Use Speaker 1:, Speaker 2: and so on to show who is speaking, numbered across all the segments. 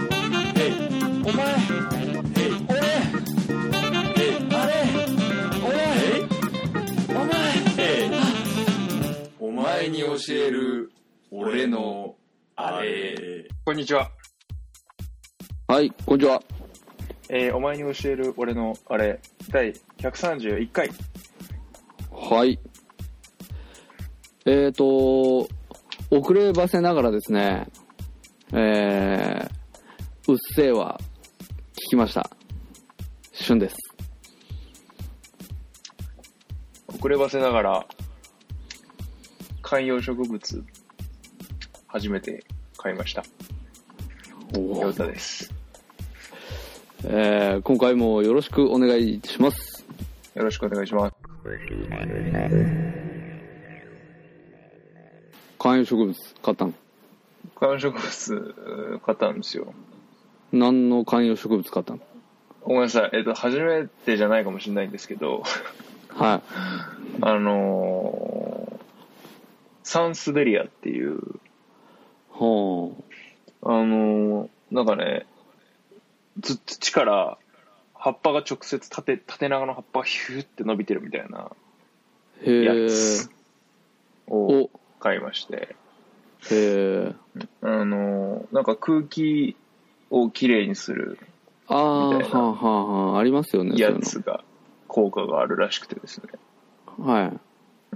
Speaker 1: お前俺あれ俺お前
Speaker 2: お前に教える俺のあれ
Speaker 1: こんにちは、
Speaker 3: はい、こんにちは。
Speaker 1: えーお前に教える俺のあれ第131回
Speaker 3: はい。えっ、ー、と、遅ればせながらですね、えー、うっせぇわ、聞きました。しゅんです。
Speaker 1: 遅ればせながら観葉植物初めて買いました
Speaker 3: お
Speaker 1: ヨタです
Speaker 3: えー、今回もよろしくお願いします。
Speaker 1: よろしくお願いします
Speaker 3: 観葉植物買ったの
Speaker 1: 観葉植物買ったんですよ
Speaker 3: 何の観葉植物買ったの
Speaker 1: ごめんなさい、えっと、初めてじゃないかもしれないんですけど、
Speaker 3: は
Speaker 1: あのーサンスベリアっていう、
Speaker 3: い。ほ
Speaker 1: あのーなんかね、ず土から葉っぱが直接縦、縦長の葉っぱがヒューって伸びてるみたいな
Speaker 3: う。へ
Speaker 1: や
Speaker 3: ぇ
Speaker 1: つを
Speaker 3: お、
Speaker 1: 買いまして、
Speaker 3: へぇ
Speaker 1: あのーなんか空気をきれいにする
Speaker 3: ああ、は
Speaker 1: みたいな
Speaker 3: あ、はあ、はあ、ありますよね。そうい
Speaker 1: や
Speaker 3: うの
Speaker 1: つが、効果があるらしくてですね、
Speaker 3: はい。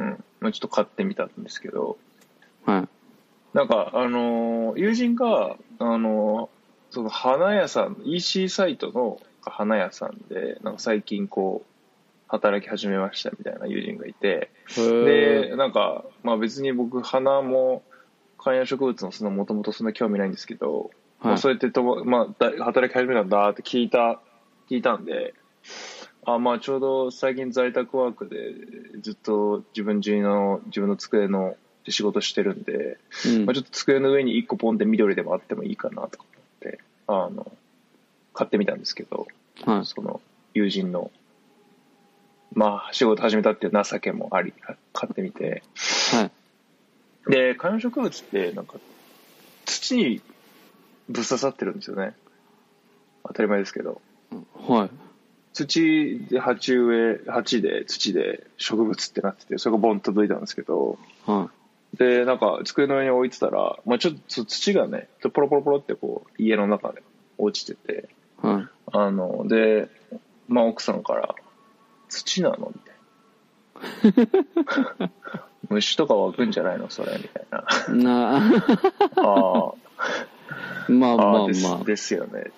Speaker 1: うん。まあ、ちょっと買ってみたんですけど、
Speaker 3: はい。
Speaker 1: なんか、あのー友人が、あのーその花屋さん、EC サイトの花屋さんで、なんか最近こう、働き始めましたみたいな友人がいて、
Speaker 3: へー
Speaker 1: で、なんか、まあ別に僕、花も、観葉植物のその、もともとそんな興味ないんですけど、ま
Speaker 3: は
Speaker 1: あ
Speaker 3: い
Speaker 1: そうやってとも、まあ、だ働き始めたんだって聞いた、聞いたんで、あまあちょうど最近在宅ワークでずっと自分中の、自分の机の仕事してるんで、
Speaker 3: うん
Speaker 1: まあ、ちょっと机の上に1個ポンって緑でもあってもいいかなとか思ってあの買ってみたんですけど
Speaker 3: はい。
Speaker 1: その友人のまあ仕事始めたっていう情けもあり買ってみて
Speaker 3: はい。
Speaker 1: で観葉植物ってなんか土にぶっ刺さってるんですよね当たり前ですけど
Speaker 3: はい。
Speaker 1: 土で鉢植え鉢で土で植物ってなっててそれがボンと届いたんですけど
Speaker 3: は
Speaker 1: で、なんか、机の上に置いてたら、まあちょっとそう土がね、ちょっとポロポロポロってこう、家の中で落ちてて、
Speaker 3: い。はい。
Speaker 1: あの、で、まあ奥さんから、土なのみたい な。虫とか湧くんじゃないのそれみたいな。
Speaker 3: な
Speaker 1: あ
Speaker 3: ま
Speaker 1: あ、
Speaker 3: あま
Speaker 1: あ
Speaker 3: あ
Speaker 1: あです、
Speaker 3: ま
Speaker 1: ですよね。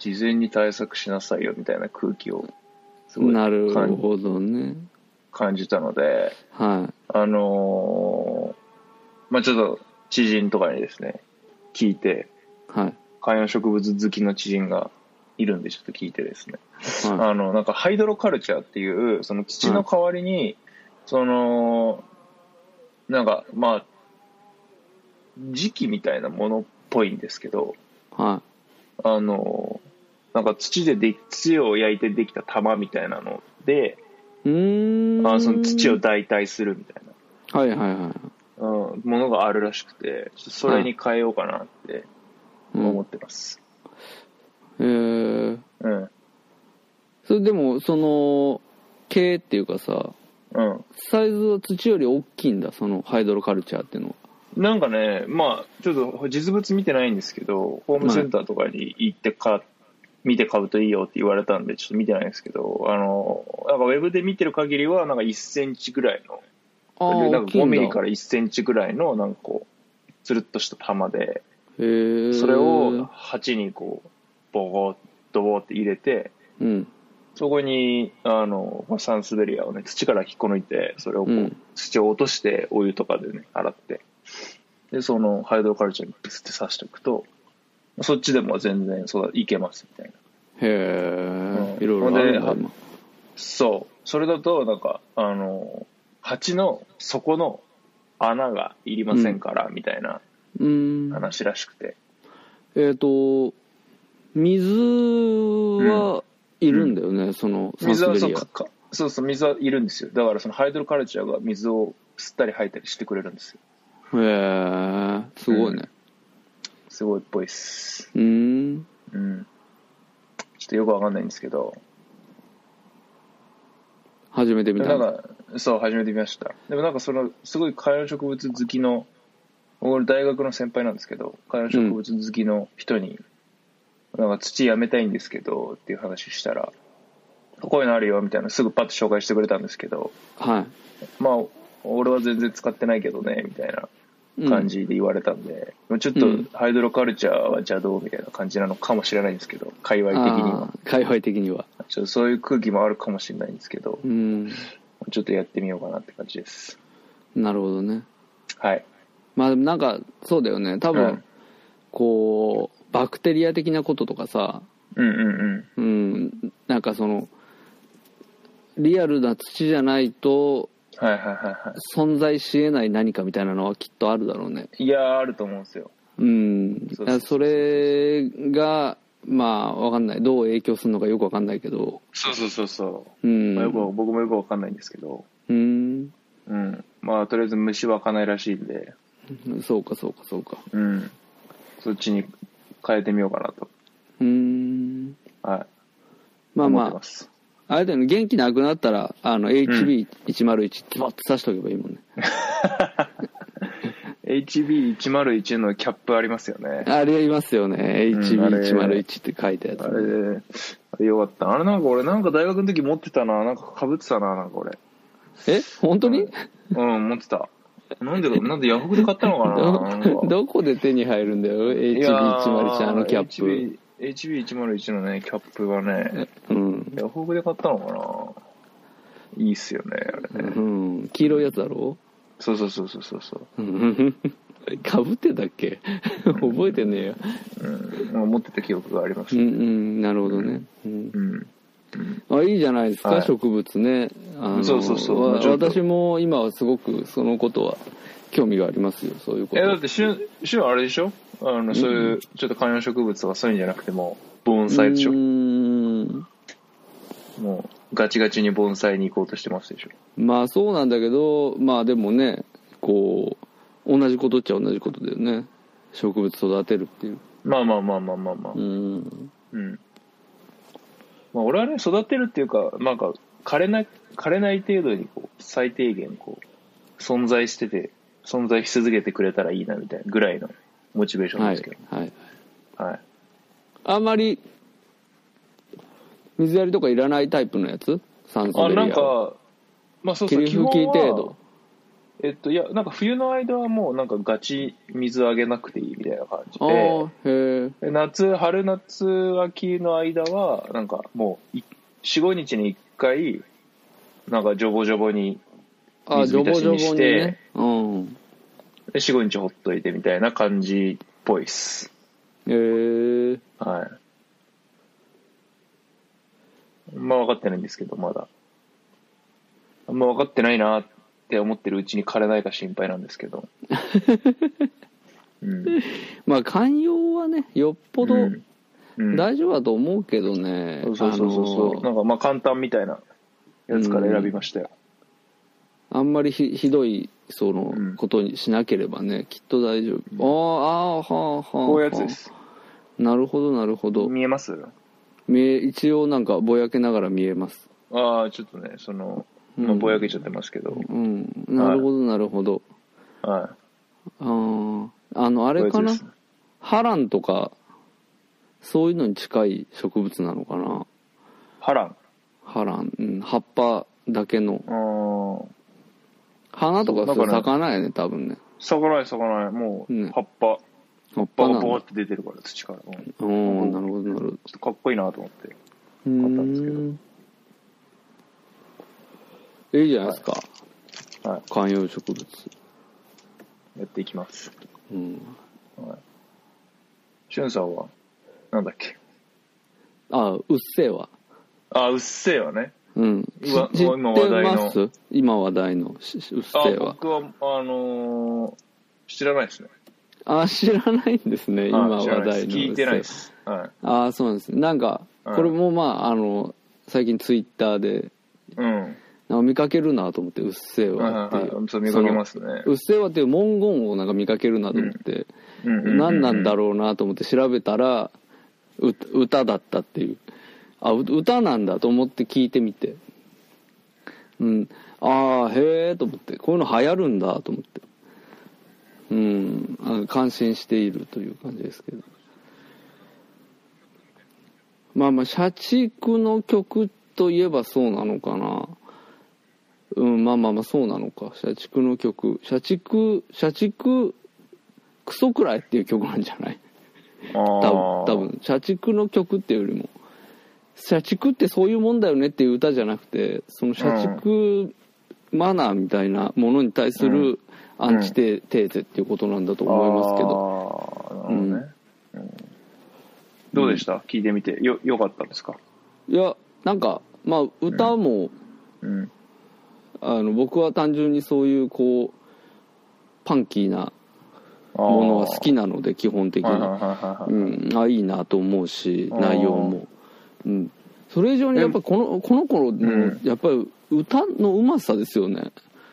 Speaker 1: 事前に対策しなさいよ、みたいな空気を、す
Speaker 3: あ。
Speaker 1: ごい
Speaker 3: なる
Speaker 1: 感
Speaker 3: ほどね。
Speaker 1: 感じたので、
Speaker 3: は
Speaker 1: あのーまあちょっと、知人とかにですね、聞いて、
Speaker 3: い。はい。
Speaker 1: 観葉植物好きの知人がいるんでちょっと聞いてですね、
Speaker 3: は
Speaker 1: あのなんかハイドロカルチャーっていうその土の代わりに、そのなんかまあ時期みたいなものっぽいんですけど
Speaker 3: い。は
Speaker 1: あのなんか土でで土を焼いてできた玉みたいなので、
Speaker 3: い。うーん。
Speaker 1: あその土を。代替するみたいな、
Speaker 3: はいはいは
Speaker 1: うん、ものがあるらしくてちょっとそれに変えようかなって
Speaker 3: い。うん
Speaker 1: 思ってます、
Speaker 3: えー、
Speaker 1: うん
Speaker 3: それでも、その、毛っていうかさ、
Speaker 1: うん、
Speaker 3: サイズは土より大きいんだ、そのハイドロカルチャーっていうのは。
Speaker 1: なんかね、まあ、ちょっと実物見てないんですけど、ホームセンターとかに行ってか、見て買うといいよって言われたんで、ちょっと見てないんですけど、あの、なんかウェブで見てる限りは、なんか1センチぐらいの、
Speaker 3: あ
Speaker 1: な
Speaker 3: あ、
Speaker 1: ん
Speaker 3: 大
Speaker 1: か
Speaker 3: きい
Speaker 1: 5
Speaker 3: んだ。
Speaker 1: ミリから1センチぐらいの、なんかこう、つるっとした玉で、
Speaker 3: へー
Speaker 1: それを、鉢にこう、ボコッとボーって入れて、
Speaker 3: うん。
Speaker 1: そこに、あの、サンスベリアをね、土から引っこ抜いて、それをこ
Speaker 3: う
Speaker 1: う、
Speaker 3: ん。
Speaker 1: 土を落としてお湯とかでね洗ってでそのハイドロカルチャーにブスって刺しておくとそっちでも全然そういけますみたいな
Speaker 3: へえ
Speaker 1: う、ん
Speaker 3: いろいろあるんだ、
Speaker 1: ほんで
Speaker 3: 今。
Speaker 1: そうそれだとなんかあの鉢の底の穴がいりませんから、みたいな
Speaker 3: うーん。
Speaker 1: 話らしくて
Speaker 3: えっ、と、水はいるんだよね、そのサン
Speaker 1: 水
Speaker 3: ス
Speaker 1: は
Speaker 3: ベ
Speaker 1: そう
Speaker 3: リア
Speaker 1: かかそうそう水はいるんですよだからそのハイドロカルチャーが水を吸ったり吐いたりしてくれるんですよ
Speaker 3: へえすごいね
Speaker 1: すごいっぽいっす
Speaker 3: うーん
Speaker 1: うんちょっとよくわかんないんですけど
Speaker 3: 初めて見
Speaker 1: な
Speaker 3: た
Speaker 1: んかそう始めてみましたでもなんかそのすごい観葉植物好きの俺大学の先輩なんですけど観葉植物好きの人に、なんか土やめたいんですけどっていう話したらこういうのあるよみたいなすぐパッと紹介してくれたんですけど
Speaker 3: は、
Speaker 1: まあ俺は全然使ってないけどねみたいない
Speaker 3: うん
Speaker 1: 感じで言われたんで、もうちょっ
Speaker 3: うん
Speaker 1: とハイドロカルチャーは邪道みたいな感じなのかもしれないんですけど界隈的には
Speaker 3: あー界隈的には
Speaker 1: ちょっとそういう空気もあるかもしれないんですけど
Speaker 3: うん
Speaker 1: ちょっとやってみようかなって感じです
Speaker 3: なるほどね
Speaker 1: はい
Speaker 3: まあでもなんかそうだよね多分、
Speaker 1: うん
Speaker 3: こうバクテリア的なこととかさ
Speaker 1: うんうんうん
Speaker 3: うんなんかそのリアルな土じゃないと
Speaker 1: はいはいはいは
Speaker 3: 存在しえない何かみたいなのはきっとあるだろうね
Speaker 1: いいやーあると思うんですよ
Speaker 3: うん
Speaker 1: そうそうそうそう
Speaker 3: だからそれがまあわかんないどう影響するのかよくわかんないけど
Speaker 1: そうそうそうそうう、
Speaker 3: ん
Speaker 1: まあ、よく僕もよくわかんないんですけど
Speaker 3: うん
Speaker 1: うんまあとりあえず虫はかないらしいんで
Speaker 3: そうかそうかそうか
Speaker 1: うんそっちに変えてみようかなと
Speaker 3: うん
Speaker 1: はい
Speaker 3: まあ
Speaker 1: 思って
Speaker 3: ま
Speaker 1: ます
Speaker 3: ああれだよね元気なくなったらあの HB101 ズバッと刺しとけばいいもんね
Speaker 1: HB101 のキャップありますよね
Speaker 3: あれいますよね
Speaker 1: うんあれ
Speaker 3: HB101 って書いたやつ
Speaker 1: あれ、あれよかった。あれなんか俺、なんか大学の時持ってたな。なんか被ってたな、なんか俺。
Speaker 3: え本当に
Speaker 1: うん、持ってた。なんでか、なんでヤフオクで買ったのかななん
Speaker 3: ど
Speaker 1: か。
Speaker 3: どこで手に入るんだよ
Speaker 1: いやー
Speaker 3: HB101 あのキャップ
Speaker 1: HB。HB101 のね、キャップがね、
Speaker 3: うん、
Speaker 1: ヤフオクで買ったのかないいっすよね、あ
Speaker 3: う
Speaker 1: れね。
Speaker 3: ん、黄色いやつだろ
Speaker 1: そうそうそうそうそうそう。
Speaker 3: かぶってたっけ 覚えてねえよ
Speaker 1: うん。まあ持ってた記憶がありま
Speaker 3: う
Speaker 1: す
Speaker 3: ん。うんなるほどね、うん
Speaker 1: うん。
Speaker 3: あいいじゃないですか、
Speaker 1: はい
Speaker 3: 植物ねあの
Speaker 1: そうそうそう
Speaker 3: わ
Speaker 1: ちょっと
Speaker 3: 私も今はすごくそのことは興味がありますよそういうこ
Speaker 1: え、だっ
Speaker 3: と
Speaker 1: て、しゅん、しゅんあれでしょあの、そういう、ちょっと観葉植物とかそういうんじゃなくても、盆栽でし
Speaker 3: う
Speaker 1: ょ
Speaker 3: ーん
Speaker 1: もう、ガチガチに盆栽に行こうとしてますでしょ
Speaker 3: まあそうなんだけどまあでもねこう同じことっちゃ同じことだよね植物育てるっていう
Speaker 1: まあまあまあまあまあまあ
Speaker 3: う。ん
Speaker 1: うん。まあ俺はね、育てるっていうか、なんか、枯れない、枯れない程度にこう、最低限こう、存在してて、存在し続けてくれたらいいなみたいなぐらいのモチベーション
Speaker 3: は
Speaker 1: で
Speaker 3: い
Speaker 1: すけど。、
Speaker 3: はい、
Speaker 1: はい。
Speaker 3: あんまり水やりとかいらないタイプのやつ酸素
Speaker 1: あ、
Speaker 3: ベリア
Speaker 1: なんか、まあそうそう、
Speaker 3: 霧
Speaker 1: 基本
Speaker 3: 吹き程
Speaker 1: は
Speaker 3: 度、
Speaker 1: えっと、いや、なんか冬の間はもうなんかガチ水あげなくていいみたいな感じ
Speaker 3: ああ
Speaker 1: で、
Speaker 3: へえ
Speaker 1: で夏、春夏秋の間は、なんかもうい、4、5日に1回、なんかジョボジョボに
Speaker 3: あジ
Speaker 1: 水浸
Speaker 3: ョボ
Speaker 1: し
Speaker 3: ジョボ
Speaker 1: に
Speaker 3: に
Speaker 1: して
Speaker 3: ねうん
Speaker 1: で45日ほっといてみたいな感じっぽいっす
Speaker 3: へえ
Speaker 1: はいまあ分かってないんですけどまだあんま分かってないなって思ってるうちに枯れないか心配なんですけ どうん
Speaker 3: まあ寛容はねよっぽど
Speaker 1: うんうん
Speaker 3: 大丈夫だと思うけどね、
Speaker 1: そうそうそうそうそう、
Speaker 3: あの
Speaker 1: なんかまあ簡単みたいなやつから選びましたよ、
Speaker 3: あんまりひひどいその
Speaker 1: うん
Speaker 3: ことにしなければねきっと大丈夫、あーあーはあはあ
Speaker 1: こういうやつです
Speaker 3: なるほどなるほど
Speaker 1: 見えます
Speaker 3: 見え一応なんかぼやけながら見えます
Speaker 1: ああちょっとねその、まあ、ぼやけちゃってますけど、
Speaker 3: うんなるほどなるほど
Speaker 1: はい
Speaker 3: あーあのあ
Speaker 1: こういうやつ
Speaker 3: れかな
Speaker 1: です
Speaker 3: ハランとかそういうのに近い植物なのかな
Speaker 1: ハラン
Speaker 3: ハラン、うん、葉っぱだけの
Speaker 1: あー
Speaker 3: 花とか
Speaker 1: だ
Speaker 3: そ
Speaker 1: か
Speaker 3: れ
Speaker 1: ら
Speaker 3: 咲かないよね多分ね
Speaker 1: 逆らえ逆らえも
Speaker 3: ね
Speaker 1: う葉っぱ、
Speaker 3: 葉っ
Speaker 1: バカ
Speaker 3: ぱな
Speaker 1: ボ
Speaker 3: の
Speaker 1: ーって出てるから土から、うんちょ
Speaker 3: うんなるほどなるほど
Speaker 1: っとかっこいいなと思って
Speaker 3: う
Speaker 1: 買ったんですけど
Speaker 3: んいいじゃないですか、
Speaker 1: はい
Speaker 3: 観葉植物、
Speaker 1: やっていきます
Speaker 3: うん、
Speaker 1: しゅんさんはなんだっけ
Speaker 3: あうっせえわ
Speaker 1: あうっせえわね
Speaker 3: うん
Speaker 1: う
Speaker 3: し
Speaker 1: わ
Speaker 3: 知っ
Speaker 1: 今話
Speaker 3: て
Speaker 1: 題の
Speaker 3: ます今話題のししうっせ
Speaker 1: あ
Speaker 3: えわ
Speaker 1: 僕はあのー知らないですね
Speaker 3: あ知らないんですね今
Speaker 1: あ
Speaker 3: 話
Speaker 1: 知らない
Speaker 3: 題
Speaker 1: です
Speaker 3: の
Speaker 1: 聞いてないですは
Speaker 3: ああそうなんですねなんか
Speaker 1: うん
Speaker 3: これもまああの最近ツイッターで
Speaker 1: い。うん。
Speaker 3: なんか見かけるなと思って「うっせぇ
Speaker 1: はい
Speaker 3: わ」って
Speaker 1: はいいは
Speaker 3: う
Speaker 1: い。そう見かけますね。
Speaker 3: うっせぇわ」っていう文言をなんか見かけるなと思って、
Speaker 1: うんうんうんうん
Speaker 3: 何なんだろうなと思って調べたらう歌だったっていうあう歌なんだと思って聞いてみてうんああへえと思ってこういうの流行るんだと思ってうんあ感心しているという感じですけどまあまあ社畜の曲といえばそうなのかなうんまあまあまあそうなのか社畜の曲社畜社畜クソくらいっていう曲なんじゃない
Speaker 1: ああ。
Speaker 3: 多分多分社畜の曲っていうよりも社畜ってそういうもんだよねっていう歌じゃなくてその社畜マナーみたいなものに対するアンチテ,、テーゼっていうことなんだと思いますけど
Speaker 1: ああ、なるほどね。うんどうでした聞いてみて。よ、よかったですか
Speaker 3: いやなんかまあ歌も、
Speaker 1: うん。
Speaker 3: あの僕は単純にそういうこうパンキーな
Speaker 1: あー
Speaker 3: ものは好きなので基本的に、
Speaker 1: はいはいはいはい。
Speaker 3: うん、あいいなと思うし
Speaker 1: あー
Speaker 3: 内容も、うん、それ以上にやっぱこのこの頃
Speaker 1: う
Speaker 3: の
Speaker 1: ん
Speaker 3: やっぱり歌のうまさですよね、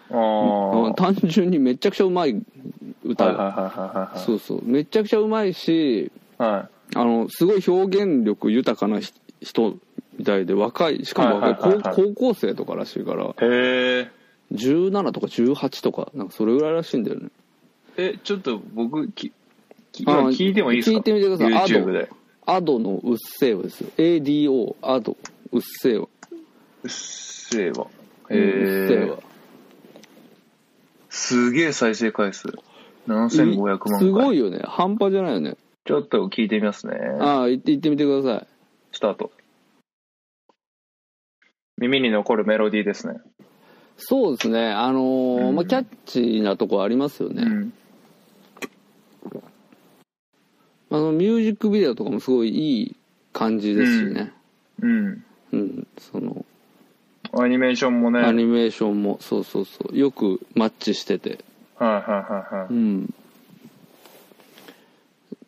Speaker 1: ああ。
Speaker 3: うん単純にめちゃくちゃうまい歌
Speaker 1: はい
Speaker 3: が、
Speaker 1: はいはいはいはい。
Speaker 3: そうそうめちゃくちゃうまいし
Speaker 1: は
Speaker 3: あのすごい表現力豊かなひ人みたいで若いしかも若
Speaker 1: はいは
Speaker 3: い
Speaker 1: いはいはい
Speaker 3: 高高校生とからしいから
Speaker 1: い。へえ。
Speaker 3: 17とか18とかなんかそれぐらいらしいんだよね
Speaker 1: え、ちょっと僕、き、き
Speaker 3: あ
Speaker 1: 今聞いてもいいですか
Speaker 3: 聞いてみてください
Speaker 1: YouTube で。
Speaker 3: アドの「うっせぇわ」ですよ ADO アドうっせぇわ
Speaker 1: うっせぇわ。
Speaker 3: うんうっせぇ
Speaker 1: へ
Speaker 3: わ
Speaker 1: え。すげえ再生回数。7500万回。
Speaker 3: すごいよね半端じゃないよね
Speaker 1: ちょっと聞いてみますね。
Speaker 3: ああ行って行ってみてください
Speaker 1: スタート。耳に残るメロディーですね。
Speaker 3: そうですねあのー
Speaker 1: うん
Speaker 3: まあ、キャッチーなとこありますよね、
Speaker 1: うん。
Speaker 3: あのミュージックビデオとかもすごいいい感じですしね
Speaker 1: うん。
Speaker 3: うん、その
Speaker 1: アニメーションもね。は
Speaker 3: ア
Speaker 1: いはい
Speaker 3: ニメーションもそうそうそうよくマッチしてて
Speaker 1: はいは
Speaker 3: う
Speaker 1: い。
Speaker 3: ん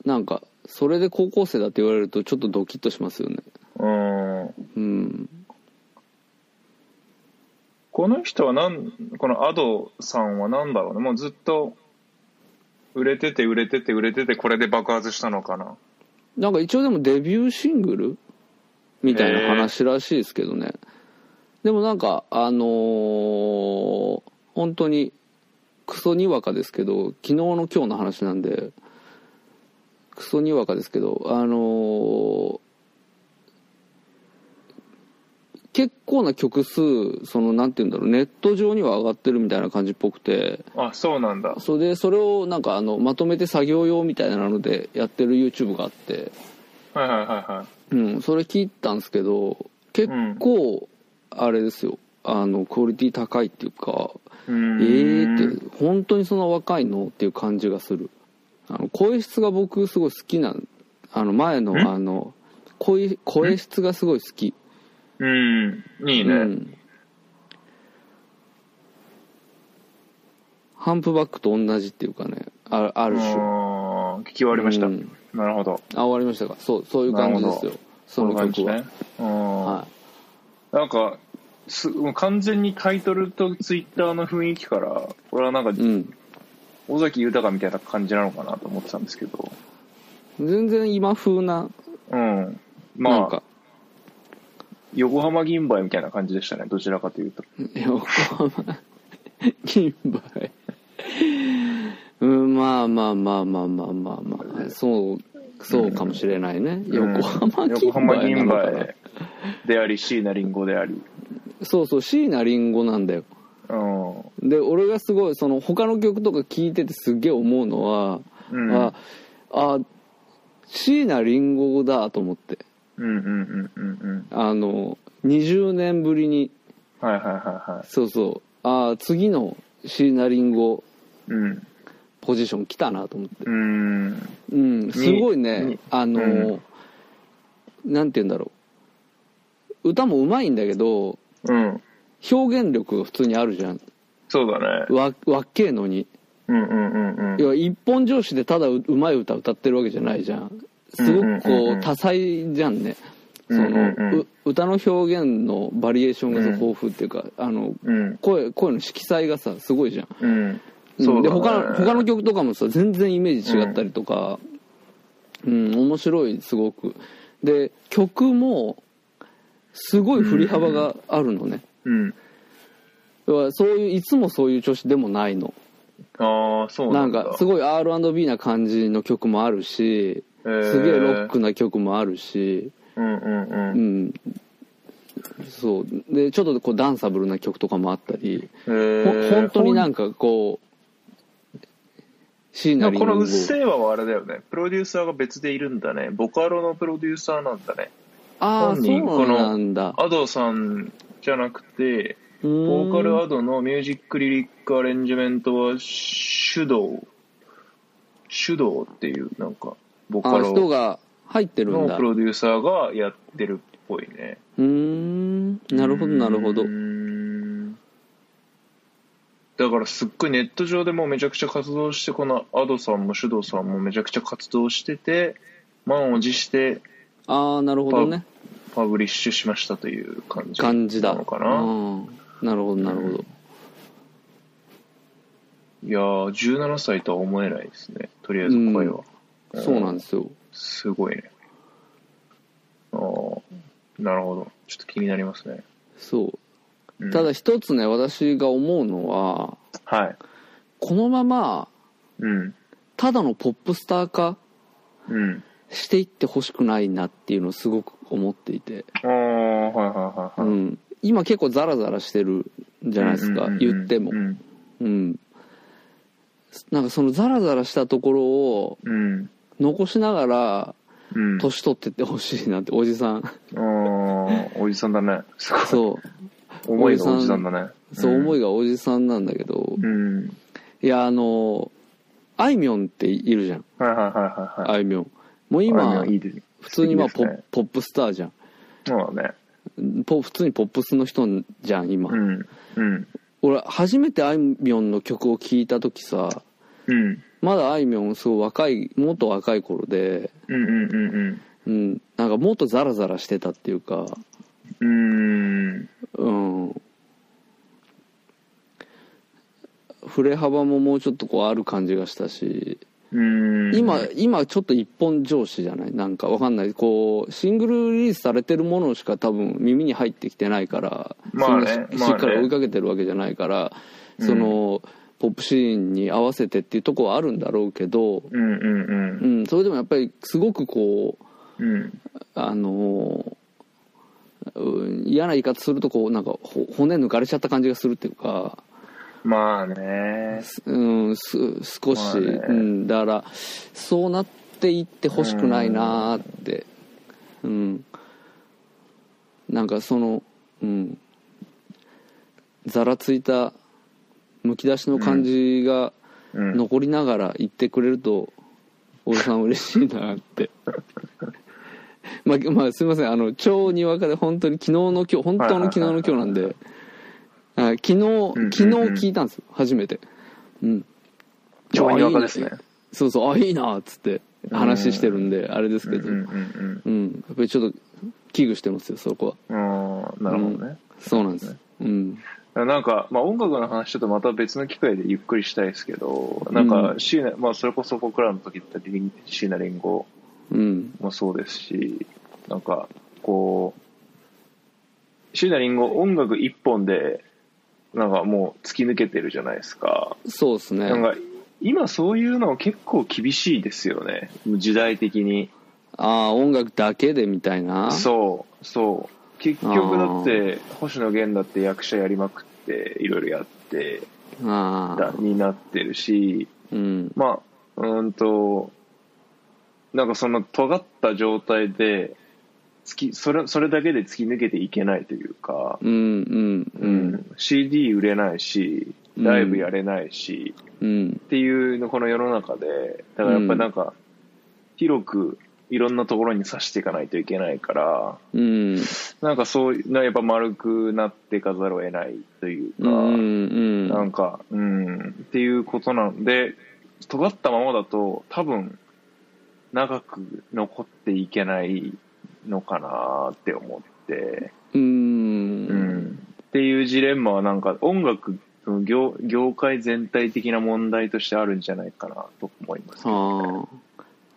Speaker 3: なんかそれで高校生だって言われるとちょっとドキッとしますよね
Speaker 1: うん。
Speaker 3: うん
Speaker 1: この人はなん、このアドさんはなんだろうね。もうずっと、売れてて売れてて売れててこれで爆発したのかな。
Speaker 3: なんか一応でもデビューシングルみたいな話らしいですけどね、でもなんかあのー本当にクソにわかですけど昨日の今日の話なんでクソにわかですけどあのー結構な曲数そのなんて言うんだろうネット上には上がってるみたいな感じっぽくて
Speaker 1: あ、そうなんだ。
Speaker 3: それでそれをなんかあのまとめて作業用みたいなのでやってる YouTube があって
Speaker 1: はいはいはいはい。
Speaker 3: うん、それ聞いたんですけど結構あれですよ、あのクオリティ高いっていうか
Speaker 1: え
Speaker 3: えー、って本当にそんな若いのっていう感じがするあの声質が僕すごい好きなんあの前のあの声声質がすごい好き
Speaker 1: うんいいね、
Speaker 3: うんハンプバックと同じっていうかねああ
Speaker 1: あ
Speaker 3: る種
Speaker 1: ー聞き終わりました、
Speaker 3: うん
Speaker 1: なるほど
Speaker 3: あ終わりましたかそうそういう感じです
Speaker 1: なる
Speaker 3: よ
Speaker 1: ほ
Speaker 3: その
Speaker 1: こういう感じ
Speaker 3: 曲は、
Speaker 1: ねうん、
Speaker 3: は
Speaker 1: なんかすもう完全にタイトルとツイッターの雰囲気からこれはなんか
Speaker 3: い、うん
Speaker 1: 尾崎豊みたいな感じなのかなと思ってたんですけど
Speaker 3: 全然今風な
Speaker 1: うん
Speaker 3: なん
Speaker 1: まあ
Speaker 3: か、
Speaker 1: 横浜銀杯みたいな感じでしたねどちらかというと
Speaker 3: 横浜 金杯うんまあまあまあまあまあまあまあそうそうかもしれないね、
Speaker 1: うん
Speaker 3: 横浜金
Speaker 1: 横浜
Speaker 3: 杯な
Speaker 1: 銀
Speaker 3: のかな
Speaker 1: 杯であり椎名林檎であり
Speaker 3: そうそう椎名林檎なんだよ
Speaker 1: うん、う
Speaker 3: で俺がすごいその他の曲とか聴いててすっげえ思うのは、
Speaker 1: ん、
Speaker 3: ああ椎名林檎だと思って
Speaker 1: うんうんうんうんうん
Speaker 3: あの20年ぶりに
Speaker 1: はいはいはいは
Speaker 3: そうそうああ次の椎名林檎
Speaker 1: いうん
Speaker 3: ポジション来たなと思って
Speaker 1: うん
Speaker 3: うん、すごいね
Speaker 1: に
Speaker 3: あの、
Speaker 1: う
Speaker 3: なんて言うんだろう歌もうまいんだけど
Speaker 1: うん
Speaker 3: 表現力が普通にあるじゃん
Speaker 1: そうだね
Speaker 3: わわっけえのに
Speaker 1: うんうんうんうん
Speaker 3: 要は一本上司でただううまい歌歌ってるわけじゃないじゃんすごく
Speaker 1: うんうんう
Speaker 3: こ
Speaker 1: んうん
Speaker 3: う多彩じゃんねそ
Speaker 1: うんうんう
Speaker 3: の
Speaker 1: ん
Speaker 3: う歌の表現のバリエーションが豊富っていうかあの
Speaker 1: うん
Speaker 3: 声声の色彩がさすごいじゃん
Speaker 1: うん
Speaker 3: うん
Speaker 1: ね
Speaker 3: で他の他の曲とかもさ全然イメージ違ったりとか、うん面白いすごくで曲もすごい振り幅があるのね、
Speaker 1: うん
Speaker 3: 要はそういういつもそういう調子でもないの
Speaker 1: ああそう
Speaker 3: な
Speaker 1: なんんだ
Speaker 3: かすごい R&B な感じの曲もあるし
Speaker 1: へー
Speaker 3: すげえロックな曲もあるし、
Speaker 1: うんうんう
Speaker 3: うん
Speaker 1: へ
Speaker 3: ん、そうでちょっとこうダンサブルな曲とかもあったり、ほ
Speaker 1: ー
Speaker 3: 本当になんかこう椎名
Speaker 1: でも
Speaker 3: 林
Speaker 1: この「うっ
Speaker 3: 檎
Speaker 1: せぇわ」はあれだよねプロデューサーが別でいるんだねボカロのプロデューサーなんだね
Speaker 3: ああ
Speaker 1: 本人
Speaker 3: そうなんだ
Speaker 1: アドさんじゃなくて
Speaker 3: うーん
Speaker 1: ボーカルアドのミュージックリリックアレンジメントは手動手動っていうなんかボカ
Speaker 3: あ
Speaker 1: ロ
Speaker 3: 人が入ってるん
Speaker 1: の
Speaker 3: だ
Speaker 1: プ
Speaker 3: う
Speaker 1: ロデューサーがやってるっぽいね
Speaker 3: ーんなるほどなるほど
Speaker 1: うーんだからすっごいネット上でもうめちゃくちゃ活動してこのアドさんも手動さんもめちゃくちゃ活動してて満を持して
Speaker 3: ああなるほどね
Speaker 1: パブリッシュしましたという感じ
Speaker 3: 感じだ
Speaker 1: なのかな
Speaker 3: うんなるほどなるほど
Speaker 1: いやー17歳とは思えないですねとりあえず声は、
Speaker 3: そうなんですよ
Speaker 1: すごいねああなるほどちょっと気になりますね、
Speaker 3: そう
Speaker 1: うん
Speaker 3: ただ一つね私が思うのは
Speaker 1: はい
Speaker 3: このまま
Speaker 1: うん
Speaker 3: ただのポップスター化
Speaker 1: うん
Speaker 3: していってほしくないなっていうのをすごく思っていて、
Speaker 1: ああはいはいはいは
Speaker 3: う
Speaker 1: い、
Speaker 3: ん、今結構ザラザラしてるじゃないですか
Speaker 1: うんうんうんうん
Speaker 3: 言っても
Speaker 1: うん
Speaker 3: うんなんかそのザラザラしたところを
Speaker 1: うん
Speaker 3: 残しながら
Speaker 1: うん
Speaker 3: 年取ってってほしいなっておじさん
Speaker 1: あーおじさんだねすごい
Speaker 3: そう
Speaker 1: 思いのおじさんだね
Speaker 3: そう思
Speaker 1: い
Speaker 3: いがおじさんなんだけど
Speaker 1: うん
Speaker 3: いやあのあいみょんっているじゃん
Speaker 1: はいはいはいはいはい
Speaker 3: あいみょんも
Speaker 1: あ
Speaker 3: う
Speaker 1: れ
Speaker 3: 今
Speaker 1: はいいです
Speaker 3: 普通にまあ
Speaker 1: 素敵
Speaker 3: ポ
Speaker 1: ですね
Speaker 3: ポップスターじゃ
Speaker 1: そうだね
Speaker 3: んポ普通にポップスの人じゃん今、
Speaker 1: うんうん
Speaker 3: 俺初めてあいみょんの曲を聴いた時さ
Speaker 1: うん
Speaker 3: まだあいみょんすごい若いもっと若い頃で、
Speaker 1: うんうんうん
Speaker 3: うん、なんかもっとザラザラしてたっていうか
Speaker 1: うんうん
Speaker 3: うん振れ幅ももうちょっとこうある感じがしたし
Speaker 1: うん
Speaker 3: 今今ちょっと一本上司じゃないなんかわかんないこうシングルリリースされてるものしか多分耳に入ってきてないから、
Speaker 1: まあね
Speaker 3: そんなし,、
Speaker 1: まあね
Speaker 3: っかり追いかけてるわけじゃないから
Speaker 1: うん
Speaker 3: その、ポップシーンに合わせてっていうとこはあるんだろうけど、
Speaker 1: うんうんうん
Speaker 3: うん、それでもやっぱりすごくこう
Speaker 1: うん
Speaker 3: あのーうん嫌な言い方するとこうなんかほ骨抜かれちゃった感じがするっていうか。
Speaker 1: まあね。
Speaker 3: うん、す少し、
Speaker 1: まあね
Speaker 3: うん、だからそうなっていってほしくないなーってうん、なんかそのうんざらついたむき出しの感じが
Speaker 1: うん
Speaker 3: 残りながら言ってくれると、おじさん嬉しいなって まあ、まあ、すいませんあの超にわかで本当に昨日の今日本当の昨日の今日なんであ昨日
Speaker 1: うん
Speaker 3: 昨日聞いたんですよ初めてうん
Speaker 1: 超にわかですね
Speaker 3: あいいなそうそうあいいなっつって話してるんであれです
Speaker 1: うん
Speaker 3: け
Speaker 1: う
Speaker 3: ど
Speaker 1: んうん
Speaker 3: うんやっぱりちょっと危惧してますよそこは
Speaker 1: うん。あーなるほどね。
Speaker 3: そうなんですうん
Speaker 1: なんか、まあ、音楽の話ちょっとまた別の機会でゆっくりしたいですけど、なんか
Speaker 3: う、ん
Speaker 1: シーナ、まあ、それこそ僕らの時だったり、シーナリンゴ
Speaker 3: うん
Speaker 1: もそうですし、なんか、こう、シーナリンゴ音楽一本で、なんかもう突き抜けてるじゃないですか。
Speaker 3: そうですね
Speaker 1: なんか、今そういうの結構厳しいですよね。時代的に。
Speaker 3: ああ音楽だけでみたいな
Speaker 1: そうそう結局だって星野源だって役者やりまくっていろいろやって
Speaker 3: あ
Speaker 1: だ
Speaker 3: あ
Speaker 1: になってるし
Speaker 3: うん
Speaker 1: まあうーんとなんかその尖った状態で突きそれそれだけで突き抜けていけないというか、
Speaker 3: うんうんう
Speaker 1: うんん、CD 売れないし
Speaker 3: うん
Speaker 1: ライブやれないし、
Speaker 3: うん
Speaker 1: っていうのこの世の中でだからやっぱりなんか、広くいろんなところに刺していかないといけないから
Speaker 3: うん
Speaker 1: なんかそういう、なやっぱ丸くなっていかざるを得ないという
Speaker 3: う
Speaker 1: か、
Speaker 3: ん
Speaker 1: なんか、うん、っていうことなんで、尖ったままだと、多分、長く残っていけないのかなって思って、う
Speaker 3: うー
Speaker 1: んん、っていうジレンマはなんか音楽の業業界全体的な問題としてあるんじゃないかなと思います、
Speaker 3: あ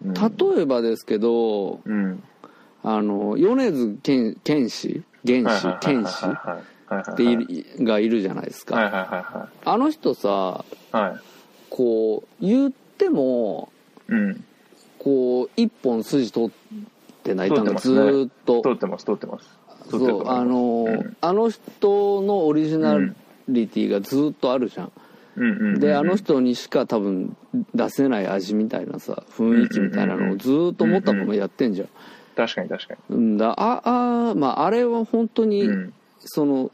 Speaker 1: うん、
Speaker 3: ー例えばですけど
Speaker 1: うん、
Speaker 3: あの米津玄玄師玄師
Speaker 1: はいはい
Speaker 3: 剣師
Speaker 1: はいはい
Speaker 3: っているがいるじゃないです
Speaker 1: はいは
Speaker 3: か
Speaker 1: いは
Speaker 3: あの人さ
Speaker 1: いはいはい
Speaker 3: こう言っても
Speaker 1: うん
Speaker 3: こう一本筋通ってない
Speaker 1: 通
Speaker 3: た
Speaker 1: って
Speaker 3: の
Speaker 1: ます
Speaker 3: ず
Speaker 1: ね
Speaker 3: ーっと
Speaker 1: 通ってます通ってます通ってると思いう
Speaker 3: そ
Speaker 1: ます
Speaker 3: あのー、
Speaker 1: うん
Speaker 3: あの人のオリジナリティがずーっとあるじゃん、
Speaker 1: うんうんうんうん
Speaker 3: であの人にしか多分出せない味みたいなさ雰囲気みたいなのをずーっと持ったままやってんじゃん、
Speaker 1: 確かに確かに
Speaker 3: うんだああまああれは本当に、
Speaker 1: うん
Speaker 3: その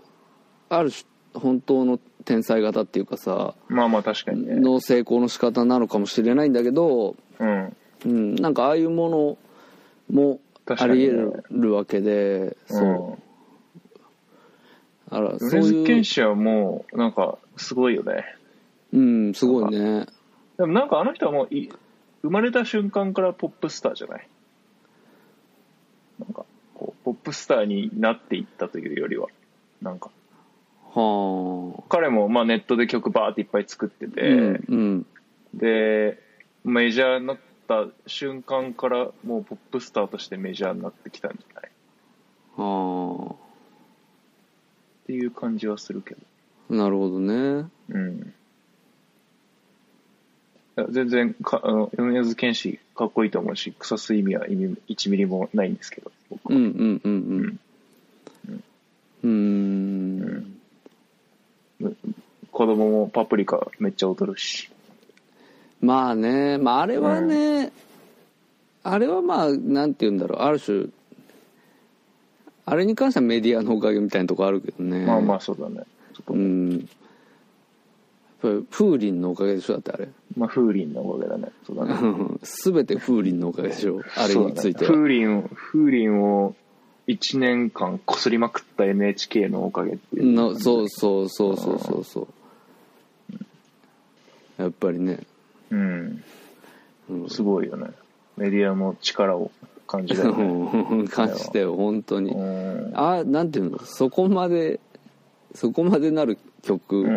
Speaker 3: ある種本当の天才型っていうかさ
Speaker 1: まあまあ確かにね
Speaker 3: の成功の仕方なのかもしれないんだけど、
Speaker 1: うん
Speaker 3: うん、なんかああいうものも
Speaker 1: 確
Speaker 3: あ
Speaker 1: かにね
Speaker 3: り得るわけで、そうあら
Speaker 1: うん
Speaker 3: そう
Speaker 1: 米津
Speaker 3: い
Speaker 1: 玄
Speaker 3: う
Speaker 1: 師はもうなんかすごいよね
Speaker 3: うんすごいね
Speaker 1: でもなんかあの人はもうい生まれた瞬間からポップスターじゃないなんかこうポップスターになっていったというよりはなんか
Speaker 3: は
Speaker 1: 彼もまあネットで曲バーっていっぱい作ってて、
Speaker 3: あ、うんうん
Speaker 1: でメジャーになった瞬間からもうポップスターとしてメジャーになってきたんじゃない
Speaker 3: は
Speaker 1: っていう感じはするけど
Speaker 3: あなるほどね
Speaker 1: うんいや全然かあの米津玄師かっこいいと思うし草す意味は意味1ミリもないんですけど僕
Speaker 3: う
Speaker 1: は
Speaker 3: んうんうんうんうんん
Speaker 1: 子供もパプリカめっちゃ踊るし
Speaker 3: まあねまああれはね、あれはまあなんて言うんだろうある種あれに関してはメディアのおかげみたいなとこあるけどね
Speaker 1: まあまあそうだねそこ
Speaker 3: うんやっぱり風鈴のおかげでしょだってあれ
Speaker 1: まあ風鈴のおかげだねそうだね
Speaker 3: うん全て風鈴のおかげでしょあれについて
Speaker 1: そうだね
Speaker 3: は
Speaker 1: 風鈴を風鈴を1年間こすりまくった NHK のおかげっていう
Speaker 3: のそうそうそうそうそうそうやっぱりね
Speaker 1: うん
Speaker 3: うん
Speaker 1: すごいよねメディアの力を感じた よね
Speaker 3: うん感じて本当に
Speaker 1: うん
Speaker 3: あなんていうのそこまでそこまでなる曲
Speaker 1: う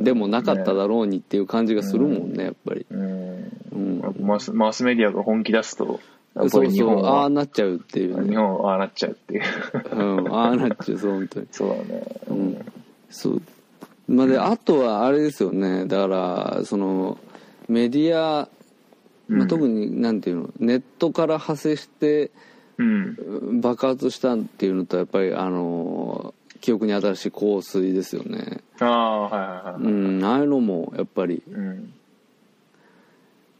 Speaker 1: ん
Speaker 3: でもなかっただろうにっていう感じがするもんねやっぱり、
Speaker 1: うん
Speaker 3: うん、
Speaker 1: マスマスメディアが本気出すとやっぱ
Speaker 3: そ
Speaker 1: り
Speaker 3: う
Speaker 1: 日
Speaker 3: そ
Speaker 1: 本
Speaker 3: うあ
Speaker 1: は
Speaker 3: あなっちゃうっていう
Speaker 1: 日
Speaker 3: ね、
Speaker 1: 本はああなっちゃう っていう
Speaker 3: うん、ああなっちゃうそう本当に
Speaker 1: そうだね
Speaker 3: うんそうまあであとはあれですよねだからそのメディア、まあ、特になんていうのネットから派生して
Speaker 1: うん
Speaker 3: うん爆発したっていうのとやっぱりあの記憶に新しい香水ですよね
Speaker 1: ああはいはいは
Speaker 3: うんああいうのもやっぱり
Speaker 1: いうん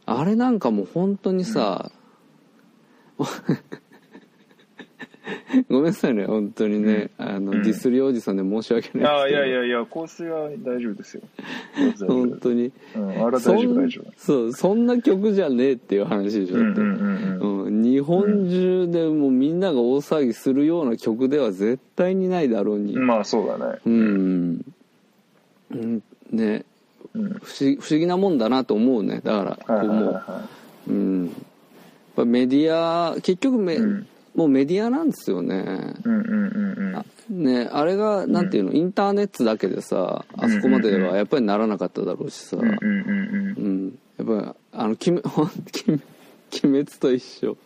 Speaker 3: あれなんかもう本当 にさ、ごめんなさいね本当にね、あの
Speaker 1: うん
Speaker 3: ディスりおじさんで申し訳
Speaker 1: い
Speaker 3: な
Speaker 1: やい
Speaker 3: いですけど
Speaker 1: やいやいや香水は大丈夫ですよ大丈夫
Speaker 3: 本当に
Speaker 1: うん、あれは大
Speaker 3: そ
Speaker 1: 丈夫
Speaker 3: ん
Speaker 1: 大丈夫
Speaker 3: そうそんな曲じゃねえっていう話でしょ
Speaker 1: う
Speaker 3: だ
Speaker 1: ん
Speaker 3: っ
Speaker 1: う
Speaker 3: て、
Speaker 1: んうんうん
Speaker 3: うん日本中でもうみんなが大騒ぎするような曲では絶対にないだろうに
Speaker 1: まあそうだね
Speaker 3: うん、うんね
Speaker 1: うん
Speaker 3: 不思不思議なもんだなと思うねだから、
Speaker 1: はいはいは
Speaker 3: こう
Speaker 1: い
Speaker 3: もう
Speaker 1: は
Speaker 3: うん、やっぱメディア結局メ、
Speaker 1: うん
Speaker 3: もうメディアなんですよね
Speaker 1: いうんうんうんうん
Speaker 3: あねあれがなんていうの、インターネットだけでさあそこまではやっぱりならなかっただろうしさ、
Speaker 1: うんうんうんうん
Speaker 3: うん、やっぱりあの鬼滅鬼滅と一緒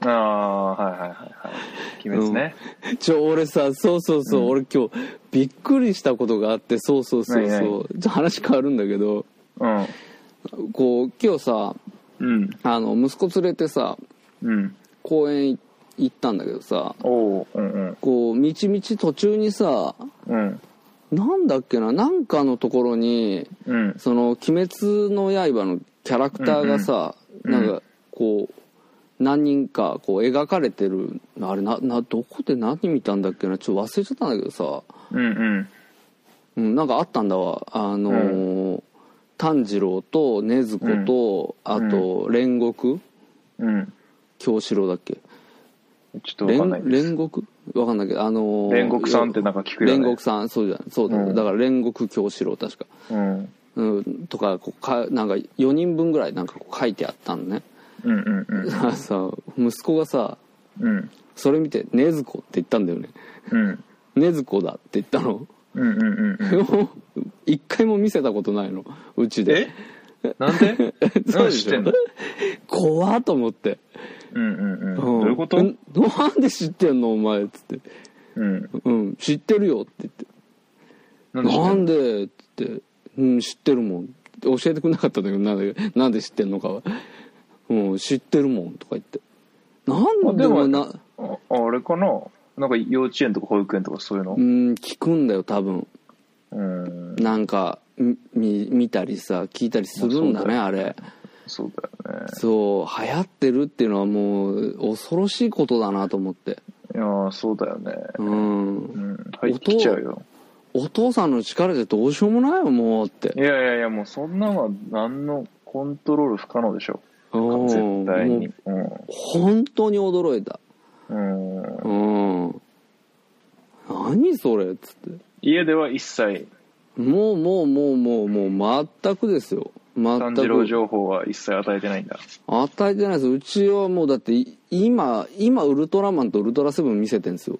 Speaker 1: ああはいはいはいはい鬼滅ね、
Speaker 3: ちょ俺さそうそうそう、俺今日びっくりしたことがあってそうそうそう
Speaker 1: 何
Speaker 3: そ
Speaker 1: 々
Speaker 3: うちょ話変わるんだけど
Speaker 1: うん
Speaker 3: こう今日さ
Speaker 1: うん
Speaker 3: あの息子連れてさ
Speaker 1: うん
Speaker 3: 公園行ったんだけどさ
Speaker 1: おううんうん
Speaker 3: こうみちみち途中にさ
Speaker 1: うん
Speaker 3: なんだっけななんかのところに
Speaker 1: うん
Speaker 3: その「鬼滅の刃」のキャラクターがさ、
Speaker 1: んうん
Speaker 3: なんかこう何人かこう描かれてるあれななどこで何見たんだっけなちょっと忘れちゃったんだけどさ、
Speaker 1: うんうん
Speaker 3: うん、なんかあったんだわあのー炭治郎と禰豆子と、あと煉獄
Speaker 1: うん
Speaker 3: 京四郎だっけ
Speaker 1: ちょっとわかんないです
Speaker 3: 煉獄わかんないけどあのー
Speaker 1: 煉獄さんってなんか聞くよ
Speaker 3: 煉
Speaker 1: ね
Speaker 3: 獄さんそうじゃんそうだ,、
Speaker 1: うん
Speaker 3: だから煉獄京四郎確か
Speaker 1: うん
Speaker 3: うん、とかこうかなんか4人分ぐらいなんかこう書いてあったのね
Speaker 1: うんうんうん
Speaker 3: あのさ息子がさ
Speaker 1: うん
Speaker 3: それ見て「禰豆子」って言ったんだよね
Speaker 1: うん
Speaker 3: 「禰豆子だ」って言ったの
Speaker 1: うんうんうんうん
Speaker 3: もう一回も見せたことないのうちで
Speaker 1: えなん で
Speaker 3: そうで
Speaker 1: 知
Speaker 3: し
Speaker 1: ってんの
Speaker 3: ょ怖っと思って、
Speaker 1: うんうんうん
Speaker 3: ん
Speaker 1: どういうことうん
Speaker 3: んなんで知ってんのお前っつって「うん知ってるよ」って言って
Speaker 1: なんで知ってんの
Speaker 3: なんでって言って「うん知ってるもん」教えてくれなかったんだけどなんでなんで知ってんのかは「うん知ってるもん」とか言って「なんで
Speaker 1: あでも
Speaker 3: もな
Speaker 1: ああれかななんか幼稚園とか保育園とかそういうの
Speaker 3: うん聞くんだよ多分
Speaker 1: うん
Speaker 3: なんかみみ見たりさ聞いたりするんだねあれ
Speaker 1: そうだよね
Speaker 3: そう流行ってるっていうのはもう恐ろしいことだなと思って
Speaker 1: いやーそうだよね
Speaker 3: うん
Speaker 1: うん入ってきちゃうよ
Speaker 3: お父さんの力じゃどうしようもないよもうって
Speaker 1: いやいやいやもうそんなのは何のコントロール不可能でしょ
Speaker 3: うん
Speaker 1: 絶対
Speaker 3: もう
Speaker 1: にうん
Speaker 3: 本当に驚いた
Speaker 1: うん
Speaker 3: うん何それっつって
Speaker 1: 家では一切
Speaker 3: もうもうもうもうもう全くですよ全
Speaker 1: 炭治郎
Speaker 3: く
Speaker 1: 情報は一切与えてないんだ
Speaker 3: 与えてないですうちはもうだってい今今ウルトラマンとウルトラセブン見せてんですよ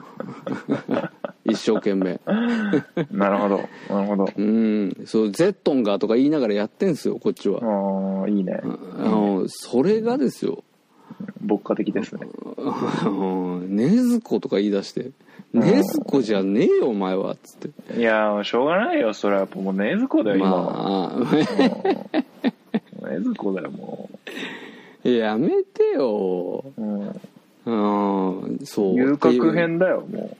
Speaker 3: 一生懸命
Speaker 1: なるほどなるほど
Speaker 3: うんそうゼットンがとか言いながらやってんすよこっちは、
Speaker 1: ああいいね
Speaker 3: あのそれがですよ
Speaker 1: 牧歌的ですね
Speaker 3: あの禰豆子とか言い出して「禰豆子じゃねえよお前は」っつって
Speaker 1: いやーしょうがないよそれはやっぱもう禰豆子だよ今は
Speaker 3: ま
Speaker 1: うん禰豆子だよも
Speaker 3: あやめてよ
Speaker 1: う、うん、
Speaker 3: うんそう
Speaker 1: 遊郭編だよも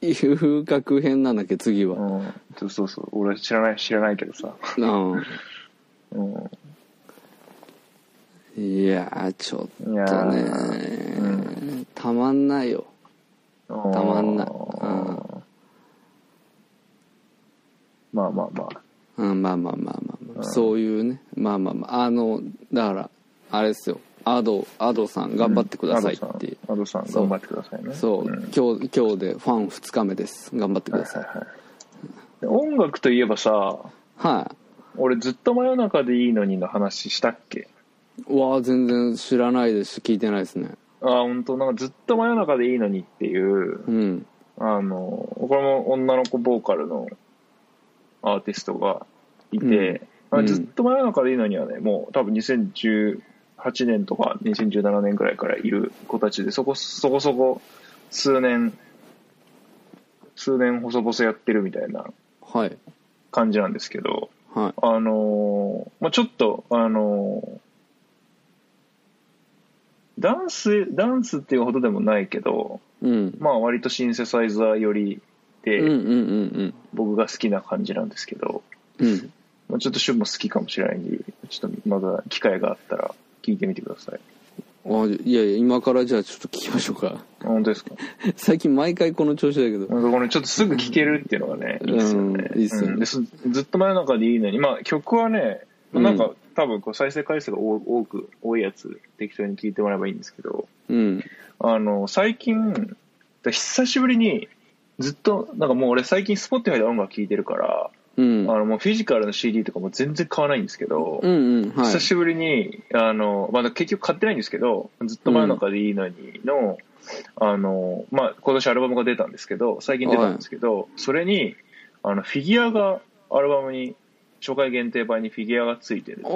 Speaker 3: 遊郭編なんだっけ次
Speaker 1: う、
Speaker 3: は
Speaker 1: うん、そうそうそう俺知らない知らないけどさ、
Speaker 3: うん
Speaker 1: うん、
Speaker 3: いやーちょっ
Speaker 1: いや
Speaker 3: とね
Speaker 1: ー
Speaker 3: たまんないよ
Speaker 1: た
Speaker 3: たまんないうん
Speaker 1: まあまあまあ
Speaker 3: うん、まあまあまあまあ、まあ、そういうねまあまあまああのだからあれですよアドアドさん頑張ってくださいっていう、
Speaker 1: アドさんアドさん
Speaker 3: そう
Speaker 1: 頑張ってくださいね
Speaker 3: そう、
Speaker 1: ん
Speaker 3: 今日今日でファン2日目です頑張ってください
Speaker 1: で音楽といえばさ
Speaker 3: は
Speaker 1: 俺ずっと真夜中でいいのにの話したっけ
Speaker 3: い、わあ全然知らないですし聞いてないですね
Speaker 1: ああ本当なんかずっと真夜中でいいのにっていう
Speaker 3: うん
Speaker 1: あのこれも女の子ボーカルのアーティストがいて、
Speaker 3: うん
Speaker 1: あずっと真夜中でいいのにはねもう多分2018年とか2017年ぐらいからいる子たちでそこそこそこ数年数年細々やってるみたいな
Speaker 3: はい
Speaker 1: 感じなんですけど
Speaker 3: はい
Speaker 1: あのーまあ、ちょっとあのーダンスダンスっていうほどでもないけど、
Speaker 3: うん、
Speaker 1: まあ、割とシンセサイザー寄りで、
Speaker 3: うんうんうん
Speaker 1: 僕が好きな感じなんですけど、
Speaker 3: うんうん
Speaker 1: まあ、ちょっと旬も好きかもしれないんでちょっとまだ機会があったら聞いてみてください
Speaker 3: あいやいや今からじゃあちょっと聞きましょうか
Speaker 1: あ本当ですか
Speaker 3: 最近毎回この調子だけど
Speaker 1: なんかこれちょっとすぐ聴けるっていうのがね、
Speaker 3: うん
Speaker 1: いいですよね
Speaker 3: うんいいっすよね
Speaker 1: うんですずっと真夜中でいいのに、まあ、曲はね、まあなんか、
Speaker 3: う
Speaker 1: 多分こう再生回数が多多く多いやつ適当に聞いてもらえばいいんですけど
Speaker 3: うん
Speaker 1: あの最近久しぶりにずっとなんかもう俺最近 Spotify で音楽聴いてるから、
Speaker 3: うん
Speaker 1: あのもうフィジカルの CD とかも全然買わないんですけど、
Speaker 3: うんうんはい
Speaker 1: 久しぶりにあの、まだ結局買ってないんですけどずっと前の中でいいのにの,、あのまあ、今年アルバムが出たんですけど最近出たんですけど、それにあのフィギュアがアルバムに初回限定版にフィギュアがついてるっていう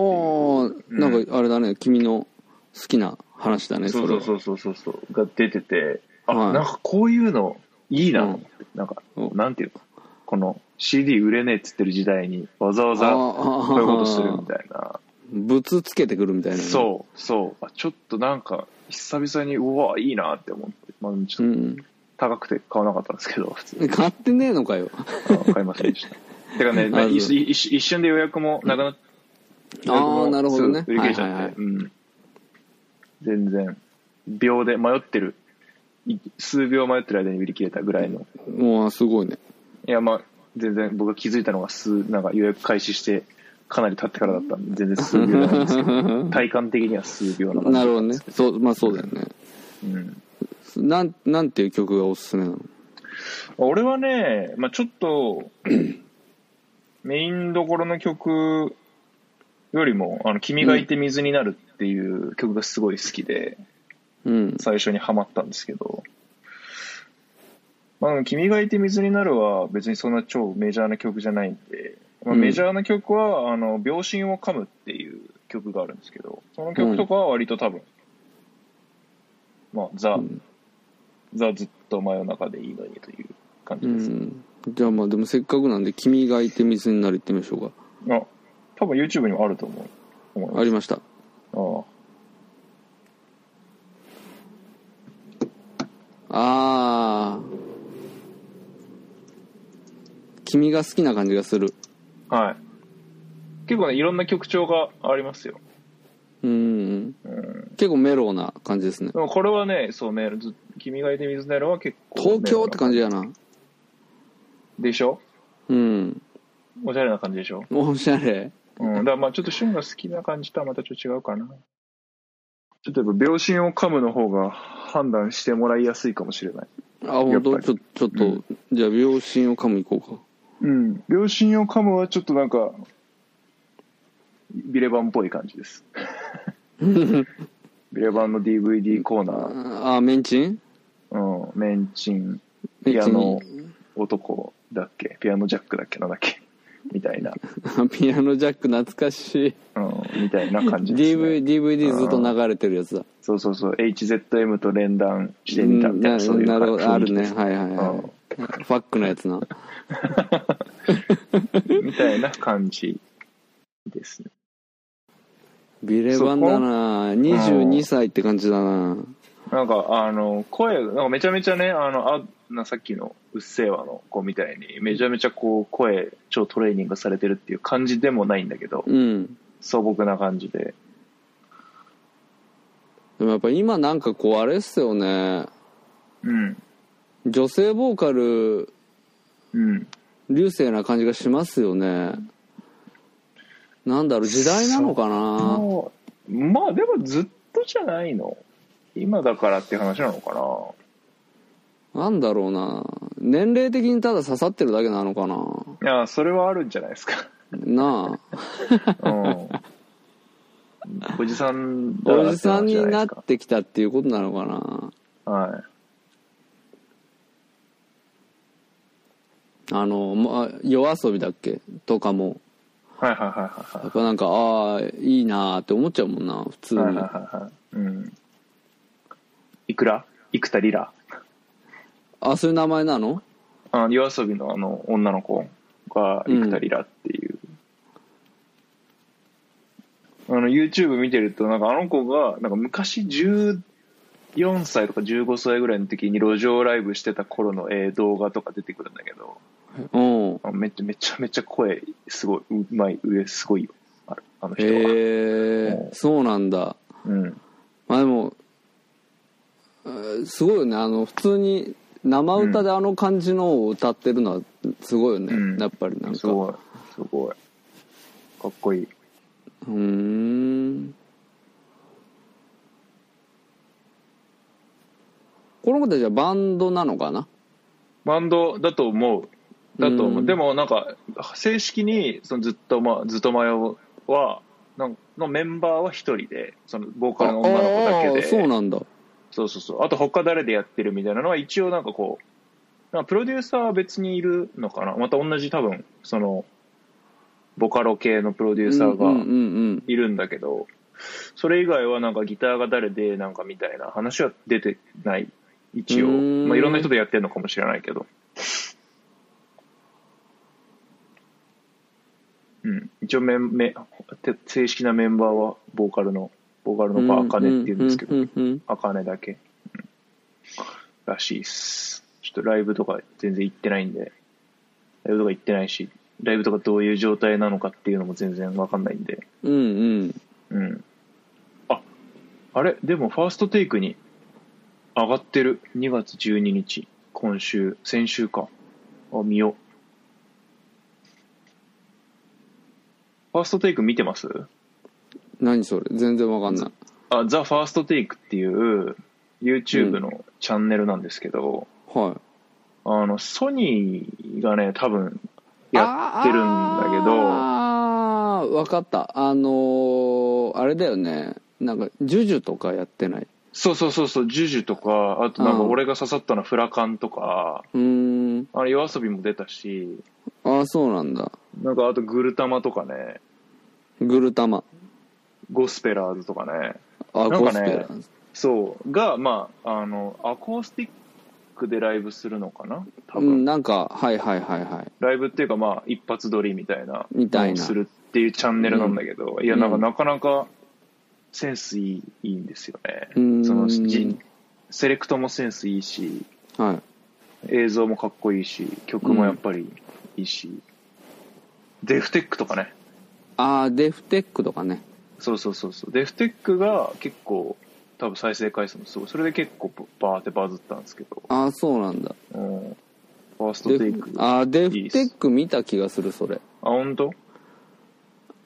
Speaker 3: ああ
Speaker 1: ん
Speaker 3: なんかあれだね君の好きな話だね
Speaker 1: そ
Speaker 3: そうれ
Speaker 1: そ
Speaker 3: は
Speaker 1: うそうそうそうそうが出ててあ、
Speaker 3: はい
Speaker 1: なんかこういうのいいな、
Speaker 3: うん
Speaker 1: なんか
Speaker 3: うん
Speaker 1: なんていうのこの CD 売れねえっつってる時代にわざわざ
Speaker 3: あー
Speaker 1: こういうことす るみたいな。
Speaker 3: ぶつつけてくるみたいなね
Speaker 1: そうそうあちょっとなんか久々にうわいいなって思って、まあ、ち
Speaker 3: う
Speaker 1: ょっと
Speaker 3: ん
Speaker 1: 高くて買わなかったんですけど普通
Speaker 3: うん買ってねえのかよ
Speaker 1: あ買いませんでした てかね
Speaker 3: あ
Speaker 1: ねい
Speaker 3: そう
Speaker 1: 一一瞬で予約もなくなっ
Speaker 3: あーなるほどね
Speaker 1: すぐ売り切れちゃって、
Speaker 3: はいはいはい
Speaker 1: うん、全然秒で迷ってるい数秒迷ってる間に売り切れたぐらいの
Speaker 3: うわすごいね
Speaker 1: いやまあ全然僕が気づいたのが数なんか予約開始してかなり経ってからだったんで全然数秒なんですけ ど体感的には数秒な感じだ
Speaker 3: なる
Speaker 1: った
Speaker 3: ほど
Speaker 1: んで
Speaker 3: ね
Speaker 1: すけ
Speaker 3: そうまあそうだよね
Speaker 1: どうん
Speaker 3: なんなんていう曲がおすすめなの
Speaker 1: 俺はね、まあ、ちょっとメインどころの曲よりも、あの、君がいて水になるっていう曲がすごい好きで、
Speaker 3: うん
Speaker 1: 最初にハマったんですけど、まあ、でも君がいて水になるは別にそんな超メジャーな曲じゃないんで、まあ、
Speaker 3: うん
Speaker 1: メジャーな曲は、あの、秒針を噛むっていう曲があるんですけど、その曲とかは割と多分、まあ、ザ、
Speaker 3: うん
Speaker 1: ザずっと真夜中でいいのにという感
Speaker 3: う
Speaker 1: じです。
Speaker 3: んじゃあまあでもせっかくなんで「君がいて水になる」ってみましょう
Speaker 1: あ、多分 YouTube にもあると思う。思い
Speaker 3: かあ
Speaker 1: ます
Speaker 3: りました
Speaker 1: ああ
Speaker 3: ああ君が好きな感じがする
Speaker 1: はい。結構ね、いろんな曲調がありますよ。
Speaker 3: うん
Speaker 1: うん。
Speaker 3: 結構メロウな感じですね
Speaker 1: でもこれはね、そうね、ず君がいて水なるは結構、
Speaker 3: 東京って感じやな
Speaker 1: でしょ
Speaker 3: うん
Speaker 1: おしゃれな感じでしょ
Speaker 3: おしゃれ
Speaker 1: うん。だからまあちょっと旬が好きな感じとはまたちょっと違うかな。ちょっとやっぱ秒針を噛むの方が判断してもらいやすいかもしれない。
Speaker 3: あ本
Speaker 1: や
Speaker 3: 当
Speaker 1: っ
Speaker 3: ち
Speaker 1: ぱ
Speaker 3: ょちょっと、
Speaker 1: う
Speaker 3: じゃあ秒針を噛むいこうか
Speaker 1: うん。秒針を噛むはちょっとなんか、ビレバンっぽい感じ です。ビレバンの DVD コーナ
Speaker 3: ああメンチン
Speaker 1: ー、うん、メンチン、
Speaker 3: メン
Speaker 1: ピア
Speaker 3: チン
Speaker 1: ノ男だっけピアノジャックだっけなんだっけみたいな、
Speaker 3: ピアノジャック懐かしい、
Speaker 1: うん、みたいな感じです、ね
Speaker 3: DV、DVD ずっと流れてるやつだ
Speaker 1: そうそうそう HZM と連弾してみたみたいなそういう
Speaker 3: なるほどあ
Speaker 1: 雰囲
Speaker 3: る
Speaker 1: 気で
Speaker 3: ね
Speaker 1: す
Speaker 3: はいはいはいファックのやつな
Speaker 1: みたいな感じですね
Speaker 3: ビレバンだな22歳って感じだな
Speaker 1: なんかあの声なんかめちゃめちゃねあのあなさっきの「うっせぇわ」の子みたいにめちゃめちゃこう声超トレーニングされてるっていう感じでもないんだけど
Speaker 3: うん
Speaker 1: 素朴な感じで
Speaker 3: でもやっぱ今なんかこうあれっすよね
Speaker 1: うん
Speaker 3: 女性ボーカル
Speaker 1: うん
Speaker 3: 流星な感じがしますよねなんだろう時代なのかな
Speaker 1: もうまあでもずっとじゃないの今だからって話なのかな
Speaker 3: なんだろうな年齢的にただ刺さってるだけなのかない
Speaker 1: や、それはあるんじゃないですか。
Speaker 3: なあ
Speaker 1: うん。おじさんだから
Speaker 3: お
Speaker 1: って
Speaker 3: じさ
Speaker 1: 話
Speaker 3: ん
Speaker 1: じゃな
Speaker 3: に
Speaker 1: いで
Speaker 3: な
Speaker 1: す
Speaker 3: っ
Speaker 1: か。
Speaker 3: てきたっていうことなのかな
Speaker 1: は
Speaker 3: あの、まあ、夜遊びだっけとかも
Speaker 1: い。はいはいはい
Speaker 3: や
Speaker 1: は
Speaker 3: っぱなんかああいいなーって思っちゃうもんな普通
Speaker 1: い。
Speaker 3: に、
Speaker 1: はいはいはいはい。うん。いくら幾田リラ。
Speaker 3: あそういう名前なの
Speaker 1: あ夜遊びのあの女の子が幾田リラっていう。あの YouTube 見てるとなんかあの子がなんか昔14歳とか15歳ぐらいの時に路上ライブしてた頃のえー動画とか出てくるんだけど、
Speaker 3: うん
Speaker 1: あめっちゃめちゃめちゃ声すごいうまい上すごいよあるあの人は、
Speaker 3: へえ
Speaker 1: うん
Speaker 3: そうなんだ
Speaker 1: うん
Speaker 3: まあでもえーすごいよねあの普通に生歌であの感じのを歌ってるのはすごいよね、
Speaker 1: うん
Speaker 3: やっぱりなん
Speaker 1: す
Speaker 3: かう
Speaker 1: ごいすごいかっこいい
Speaker 3: ーんこの子たちはバンドなのかな
Speaker 1: バンドだと思うだと思う、
Speaker 3: うん
Speaker 1: でもなんか正式にそのずっと、ま、ずっと迷うはなんのメンバーは一人でそのボーカルの女の子だけ
Speaker 3: ああ
Speaker 1: で
Speaker 3: ーそうなんだ
Speaker 1: そうそうそうあと他誰でやってるみたいなのは一応なんかこうなんかプロデューサーは別にいるのかなまた同じ多分そのボカロ系のプロデューサーが、
Speaker 3: うんうんうん
Speaker 1: いるんだけど、それ以外はなんかギターが誰でなんかみたいな話は出てない、一応。
Speaker 3: うーん
Speaker 1: まあ、いろんな人でやってるのかもしれないけど。うん、一応めんめて正式なメンバーはボーカルの、ボーカル
Speaker 3: うん
Speaker 1: の子、アカネって言うんですけ
Speaker 3: う
Speaker 1: ど、
Speaker 3: んうんうん
Speaker 1: アカネだけ、うんらしいっす。ちょっとライブとか全然行ってないんで、ライブとか行ってないし、ライブとかどういう状態なのかっていうのも全然わかんないんで、
Speaker 3: うんうん
Speaker 1: うん。あ、あれでもファーストテイクに上がってる。2月12日。今週、先週か。あ、見よう。ファーストテイク見てます
Speaker 3: 何それ全然わかんない
Speaker 1: あ、ザ・ファーストテイクっていう YouTube のチャンネルなんですけど、
Speaker 3: は
Speaker 1: あの、ソニーがね、多分
Speaker 3: い
Speaker 1: やってるんだけど、
Speaker 3: あああ分かったあのーあれだよねなんか「ジュジュ」とかやってない
Speaker 1: そうそうそうそうジュジュとかあとなんか俺が刺さったのはフラカンとか、
Speaker 3: うーん
Speaker 1: あれ夜遊びも出たし
Speaker 3: ああそうなんだ
Speaker 1: なんかあとグルタマとかね
Speaker 3: グルタマ
Speaker 1: ゴスペラーズとかね
Speaker 3: あ
Speaker 1: なん
Speaker 3: ゴ
Speaker 1: か
Speaker 3: スペ
Speaker 1: ね
Speaker 3: ラーズ
Speaker 1: そうがまああのアコースティックでライブするのかな多
Speaker 3: う
Speaker 1: 分、
Speaker 3: んなんかはいはいはいはい
Speaker 1: ライブっていうかまあ一発撮りみたいな
Speaker 3: みたいな
Speaker 1: のをするっていうチャンネルなんだけど、いやなんかなかなかセンスいいいいんですよね、
Speaker 3: うん
Speaker 1: そのじセレクトもセンスいいし
Speaker 3: はい
Speaker 1: 映像もかっこいいし曲もやっぱりいいし、デフテックとかね
Speaker 3: ああデフテックとかね
Speaker 1: そうそうそうそうデフテックが結構多分再生回数もすごいそれで結構バーってバズったんですけど、
Speaker 3: ああそうなんだ
Speaker 1: うん、ファースト
Speaker 3: デ
Speaker 1: テイク
Speaker 3: フあーデフテック見た気がするそれ
Speaker 1: あ本当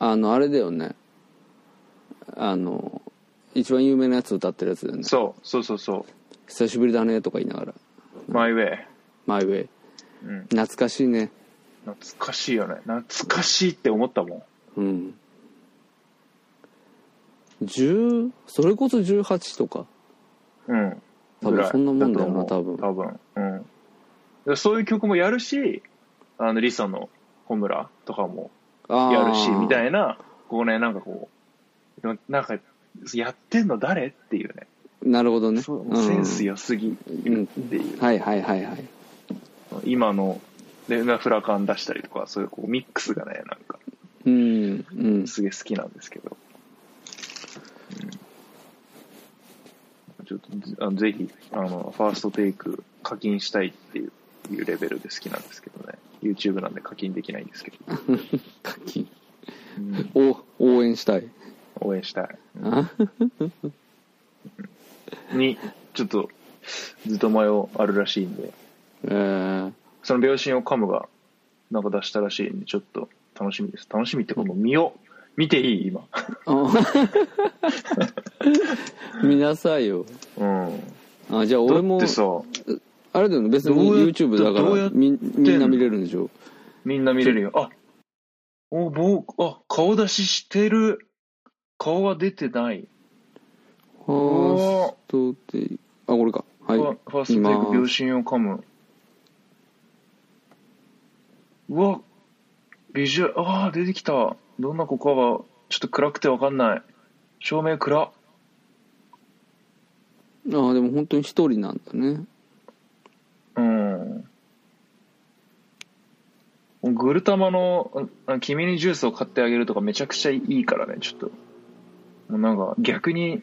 Speaker 3: あのあれだよねあの一番有名なやつ歌ってるやつだよね
Speaker 1: そうそうそうそ
Speaker 3: 久しぶりだねとか言いながら
Speaker 1: うマイウェイ
Speaker 3: 「マイウェイ」
Speaker 1: うん
Speaker 3: 懐かしいね
Speaker 1: 懐かしいよね懐かしいって思ったもん
Speaker 3: うん10それこそ18とか
Speaker 1: うん
Speaker 3: 多分
Speaker 1: ぐらい
Speaker 3: そんなもんだよな
Speaker 1: と思う
Speaker 3: 多
Speaker 1: 多分うんでそういう曲もやるしあのリサのホムラとかも
Speaker 3: あー
Speaker 1: やるしみたいなこうねなんかこうななんかやってんの誰っていうね
Speaker 3: なるほどね
Speaker 1: そう
Speaker 3: うん
Speaker 1: センス良すぎるっていう、
Speaker 3: はいはいはいはい
Speaker 1: 今のレナフラ感出したりとかそういうこうミックスがねなんか
Speaker 3: うんうん
Speaker 1: すげえ好きなんですけど、うんちょっとあのぜひあのファーストテイク課金したいっていういうレベルで好きなんですけどね YouTube なんで課金できないんですけど、
Speaker 3: 課金
Speaker 1: うん
Speaker 3: を応援したい
Speaker 1: 応援したい
Speaker 3: あ
Speaker 1: にちょっとずっと前をあるらしいんで
Speaker 3: えー、
Speaker 1: その秒針を噛むがなんか出したらしいんでちょっと楽しみです楽しみってかもう見よう見ていい今
Speaker 3: あ見なさいよ
Speaker 1: うん
Speaker 3: あじゃあ俺
Speaker 1: だっ
Speaker 3: も
Speaker 1: てさ
Speaker 3: あれだよね別に
Speaker 1: どうやっ
Speaker 3: YouTube だか
Speaker 1: どうや
Speaker 3: ら
Speaker 1: って
Speaker 3: みみんな見れるんでしょ
Speaker 1: みんな見れるよ。あお、もう、あ、顔出ししてる。顔が出てない。
Speaker 3: ファーストテイクあこれかはい
Speaker 1: ファファーストテイク、秒針を噛む。うわ、ビジュアル、ああ、出てきた。どんな子かは、ちょっと暗くてわかんない。照明暗。
Speaker 3: あでも本当に一人なん だね
Speaker 1: うん。グルタマのあ「君にジュースを買ってあげる」とかめちゃくちゃいいからねちょっともうなんか逆に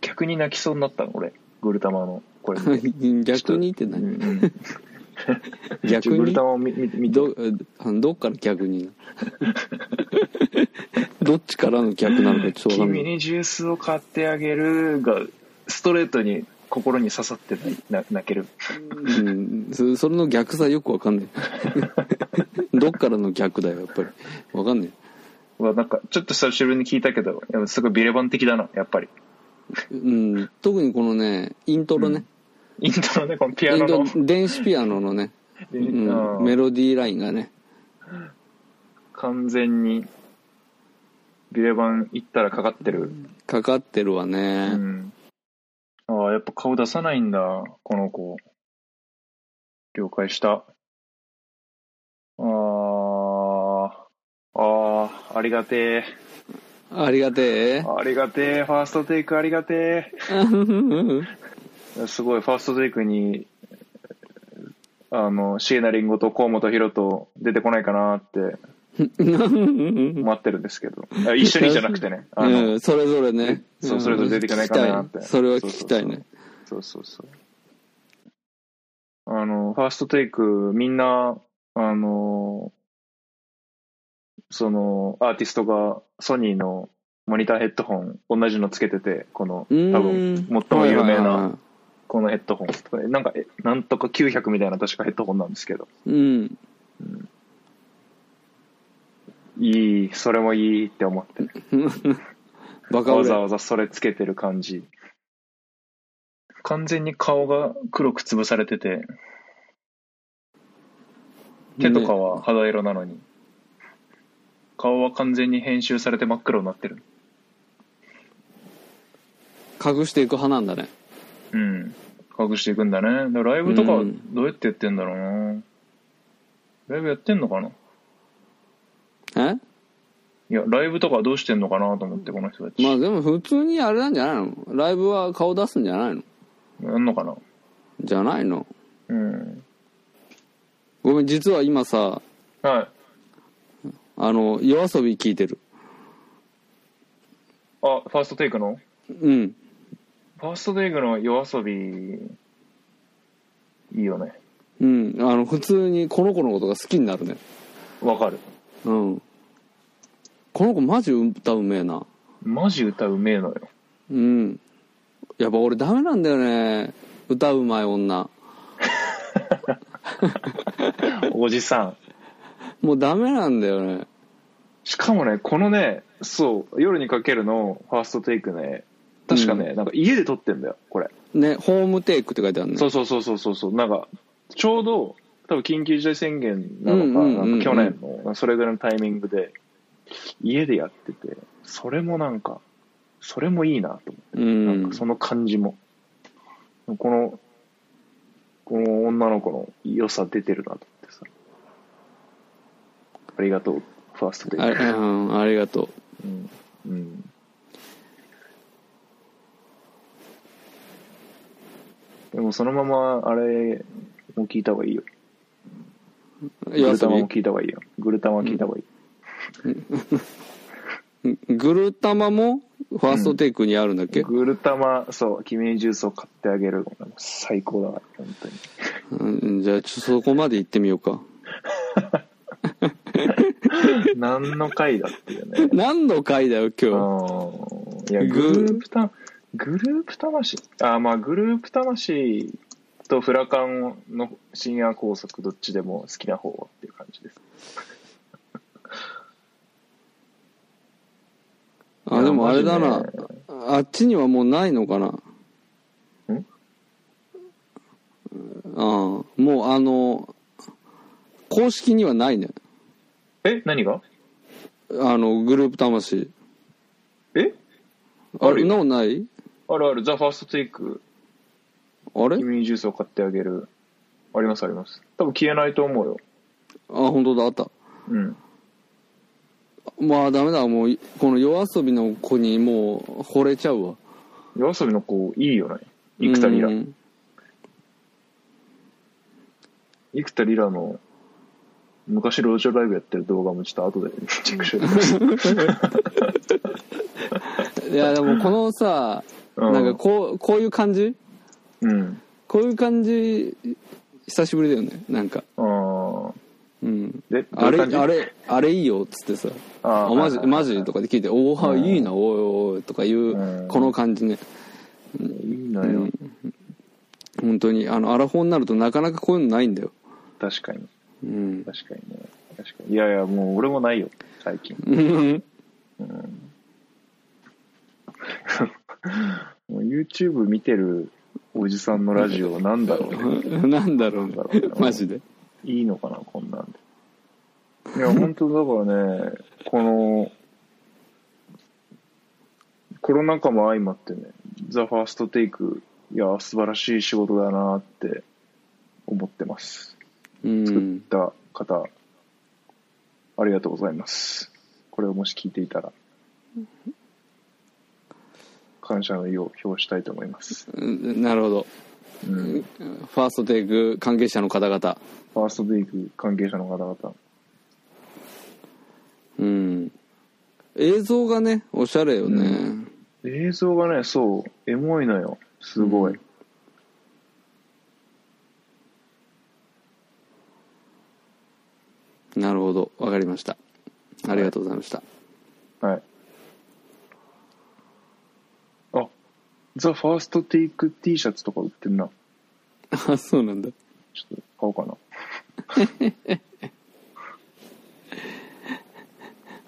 Speaker 1: 逆に泣きそうになったの俺グルタマのこれ
Speaker 3: 逆にって
Speaker 1: うんう
Speaker 3: 何
Speaker 1: ん
Speaker 3: 逆
Speaker 1: グル
Speaker 3: に
Speaker 1: タマを見見見て
Speaker 3: どあのどっから逆に どっちからの逆なのか
Speaker 1: 「
Speaker 3: ちょっとわかんな
Speaker 1: 君
Speaker 3: い
Speaker 1: にジュースを買ってあげる」がストレートに心に刺さってないな泣ける
Speaker 3: うんそそれの逆さよくわかんない どっからの逆だよやっぱりわかんないう
Speaker 1: わなんかちょっと久しぶりに聞いたけどやっぱすごいビレバン的だなやっぱり
Speaker 3: うん特にこのねイントロね、
Speaker 1: イントロねこのピア
Speaker 3: イン
Speaker 1: ノ
Speaker 3: ト
Speaker 1: の
Speaker 3: ロ電子ピアノのね、うん
Speaker 1: うん
Speaker 3: メロディーラインがね
Speaker 1: 完全にビレバン行ったらかかってる、
Speaker 3: かかってるわ
Speaker 1: う
Speaker 3: ね、
Speaker 1: ん、ああやっぱ顔出さないんだこの子了解したあーあーありがてえ
Speaker 3: ありがてえ
Speaker 1: ありがてえファーストテイクありがてえすごいファーストテイクにあの椎名林檎と河本ロと出てこないかなって待ってるんですけどあ一緒にじゃなくてねあの、
Speaker 3: うん、それぞれね
Speaker 1: そ
Speaker 3: ん
Speaker 1: うそれぞれ出ていかないかなって
Speaker 3: 聞きたいそれは聞きたいね
Speaker 1: そうそうそう。あの、ファーストテイク、みんな、あの、その、アーティストがソニーのモニターヘッドホン、同じのつけてて、この、多
Speaker 3: うーん
Speaker 1: 分、最も有名
Speaker 3: はいはいはい
Speaker 1: な、
Speaker 3: は
Speaker 1: このヘッドホン。これなんか、えなんとか900みたいな確かヘッドホンなんですけど。
Speaker 3: いうん
Speaker 1: いい、それもいいって思って。
Speaker 3: バカ
Speaker 1: わ
Speaker 3: 俺
Speaker 1: ざわざそれつけてる感じ。完全に顔が黒く潰されてて、手とかは肌色なのに、顔は完全に編集されて真っ黒になってる
Speaker 3: 隠していく派なんだね
Speaker 1: うん隠していくんだねでライブとかは
Speaker 3: うん
Speaker 1: どうやってやってんだろうな、ライブやってんのかない
Speaker 3: え
Speaker 1: やライブとかはどうしてんのかなと思ってこの人たち、
Speaker 3: まあでも普通にあれなんじゃないのライブは顔出すんじゃないの
Speaker 1: やんのかな
Speaker 3: じゃないの
Speaker 1: うん
Speaker 3: ごめん実は今さ
Speaker 1: はい
Speaker 3: あの夜遊び聞いてる
Speaker 1: あファーストテイクの
Speaker 3: うん
Speaker 1: ファーストテイクの夜遊びいいよね
Speaker 3: うんあの普通にこの子のことが好きになるね
Speaker 1: わかる
Speaker 3: うんこの子マジ歌うめえな
Speaker 1: マジ歌うめえのよ
Speaker 3: うんやっぱ俺ダメなんだよね歌うまい女
Speaker 1: おじさん
Speaker 3: もうダメなんだよね
Speaker 1: しかもねこのねそう「夜にかける」のファーストテイクね確かね、なんか家で撮ってんだよこれ、
Speaker 3: ねホームテイクって書いてあるね
Speaker 1: そうそうそうそうそうそうなんかちょうど多分緊急事態宣言なのか,、
Speaker 3: うんうんうんうん
Speaker 1: なんか去年のそれぐらいのタイミングで家でやっててそれもなんかそれもいいなと思って
Speaker 3: う
Speaker 1: なん
Speaker 3: ん
Speaker 1: かその感じも、このこの女の子の良さ出てるなと思ってさありがとうファーストテイ
Speaker 3: あ
Speaker 1: ク
Speaker 3: れうんありがと
Speaker 1: うんうんでもそのままあれも聞いた方がいいよ。
Speaker 3: う
Speaker 1: グ
Speaker 3: 夜
Speaker 1: ル
Speaker 3: 遊
Speaker 1: タマ
Speaker 3: び
Speaker 1: も聞いた方がいいよ。グルタマ聞いた方がいい。
Speaker 3: グルタマもファーストテイクにあるんだっけ、
Speaker 1: グルタマ、そう、キミジュースを買ってあげる。最高だわ、本当に。
Speaker 3: うん、じゃあちょっとそこまで行ってみようか
Speaker 1: 何の回だっていうね。
Speaker 3: 何の回だよ
Speaker 1: う
Speaker 3: 今
Speaker 1: んいや、
Speaker 3: グ
Speaker 1: グループた、グループ魂、あ、まあ、グループ魂とフラカンの深夜拘束、どっちでも好きな方はっていう感じです。
Speaker 3: 日あでもあれだ
Speaker 1: いや
Speaker 3: な
Speaker 1: マジね
Speaker 3: あっちにはもうないのかなんああもうあの公式にはないね
Speaker 1: え、何が
Speaker 3: あのグループ魂
Speaker 1: え
Speaker 3: あ
Speaker 1: ある
Speaker 3: れ
Speaker 1: よ
Speaker 3: なもんない
Speaker 1: あるある、ザ・ファーストテイク、
Speaker 3: あれ
Speaker 1: 君にジュースを買ってあげる。ありますあります。多分消えないと思うよ。
Speaker 3: あ本当だあった
Speaker 1: うん。
Speaker 3: まあダメだもうこの夜遊びの子にもう惚れちゃうわ
Speaker 1: 夜遊びの子、いいよね。生田リラ
Speaker 3: う。ん
Speaker 1: 生田リラの、昔路上ライブやってる動画もちょっと後で チェックしておきます。
Speaker 3: いやでもこのさ
Speaker 1: うん
Speaker 3: なんかこうこういう感じ
Speaker 1: うん。
Speaker 3: こういう感じ久しぶりだよねなんか
Speaker 1: あ
Speaker 3: うん
Speaker 1: ーで、ど
Speaker 3: あ
Speaker 1: ういう
Speaker 3: れ
Speaker 1: 感じ
Speaker 3: あれあれいいよっつってさ「
Speaker 1: あ
Speaker 3: あ
Speaker 1: ー
Speaker 3: マジ
Speaker 1: はいはいは
Speaker 3: マ
Speaker 1: い
Speaker 3: ジ?」とかで聞いて「おおはいいなおいおい」とかいう
Speaker 1: うん
Speaker 3: この感じね
Speaker 1: いいのよ、
Speaker 3: 本当にあのアラフォーになるとなかなかこういうのないんだよ
Speaker 1: 確かに
Speaker 3: うん
Speaker 1: 確かにね確かにいやいやもう俺もないよ最近
Speaker 3: うん
Speaker 1: もう YouTube 見てるおじさんのラジオなんだろう ね
Speaker 3: なんだろうね
Speaker 1: なんだろうね
Speaker 3: マジで
Speaker 1: いいのかなこんなんでいや本当だからねこのコロナ禍も相まってね「ザ・ファーストテイクいや素晴らしい仕事だなって思ってます
Speaker 3: うん
Speaker 1: った方、ありがとうございます。これをもし聞いていたら、感謝の意を表したいと思います。
Speaker 3: うんなるほど
Speaker 1: うん、
Speaker 3: ファーストテイク関係者の方々
Speaker 1: ファーストテイク関係者の方々。
Speaker 3: うん映像がねおしゃれよね、
Speaker 1: 映像がね、そう、エモいのよ。すごい。
Speaker 3: なるほどわかりましたありがとうございました、
Speaker 1: はい。あ、ザ・ファーストテイク T シャツとか売ってんな。
Speaker 3: あそうなんだ
Speaker 1: ちょっと買おうかな。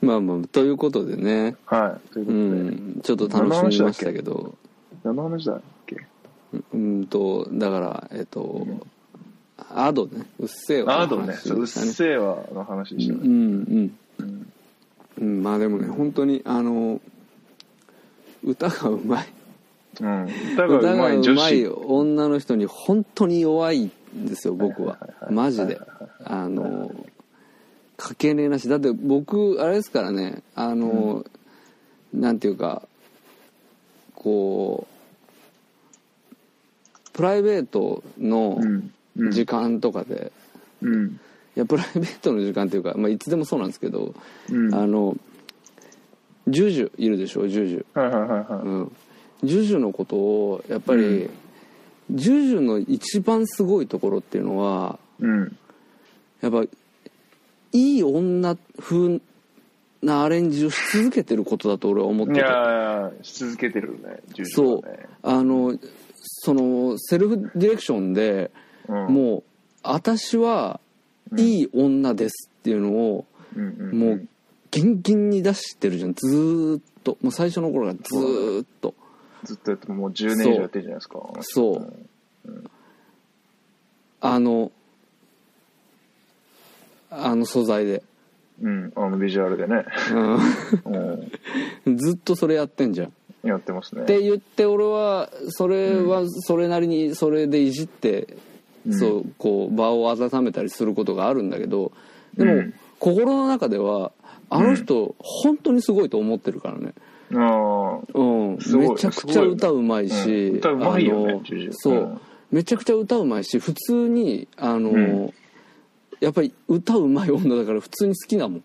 Speaker 3: まあまあということでね
Speaker 1: はい。ということで、
Speaker 3: うんちょっと楽しみましたけど
Speaker 1: 何の話だっけ
Speaker 3: うんとだからえっと、アドねうっせえわ
Speaker 1: ア
Speaker 3: の
Speaker 1: ードね、
Speaker 3: 話
Speaker 1: そううっ
Speaker 3: でしたね
Speaker 1: せぇわの話でしたね。
Speaker 3: うんうんうんまあでもね本当にあの歌がうまい
Speaker 1: うん、 歌が
Speaker 3: 歌
Speaker 1: うま
Speaker 3: が
Speaker 1: いう女
Speaker 3: まい
Speaker 1: 子
Speaker 3: 女の人に本当に弱いんですよ僕はマジであのかけねえなしだって僕あれですからねあの、なんていうかこうプライベートの
Speaker 1: うんうん
Speaker 3: 時間とかで、い
Speaker 1: うん
Speaker 3: やプライベートの時間っていうか、まあ、いつでもそうなんですけど、
Speaker 1: うん
Speaker 3: あのジュジュいるでしょジュジュ
Speaker 1: はいはいはいは
Speaker 3: うん、ジュジュのことをやっぱり、ジュジュの一番すごいところっていうのはい
Speaker 1: うん
Speaker 3: やっぱいい女風なアレンジをし続けてることだと俺は思って
Speaker 1: い
Speaker 3: て
Speaker 1: やーし続けてるね重
Speaker 3: そ
Speaker 1: 症
Speaker 3: うあのそのセルフディレクションで、
Speaker 1: うん
Speaker 3: もう「私はいい女です」っていうのを、
Speaker 1: うんうんうん
Speaker 3: もうギンギンに出してるじゃんずーっともう最初の頃からずーっと。
Speaker 1: ずっとやってもう10年以上やってるじゃないですか
Speaker 3: そうあのあの素材で、
Speaker 1: うんあのビジュアルでね、
Speaker 3: うん、ずっとそれやってんじゃん。っ
Speaker 1: うん、やってますね
Speaker 3: て言って俺はそれはそれなりにそれでいじって、そうこう場を温めたりすることがあるんだけどでも、
Speaker 1: うん
Speaker 3: 心の中ではあの人本当にすごいと思ってるからね。
Speaker 1: あー
Speaker 3: うん、
Speaker 1: すごい
Speaker 3: めちゃくちゃ歌うまい
Speaker 1: すごい
Speaker 3: し、
Speaker 1: よねうん歌うまいよね
Speaker 3: あの
Speaker 1: ジュジュ
Speaker 3: そう、
Speaker 1: うん
Speaker 3: めちゃくちゃ歌うまいし普通にあの、
Speaker 1: ん
Speaker 3: やっぱり歌うまい女だから普通に好きだもん、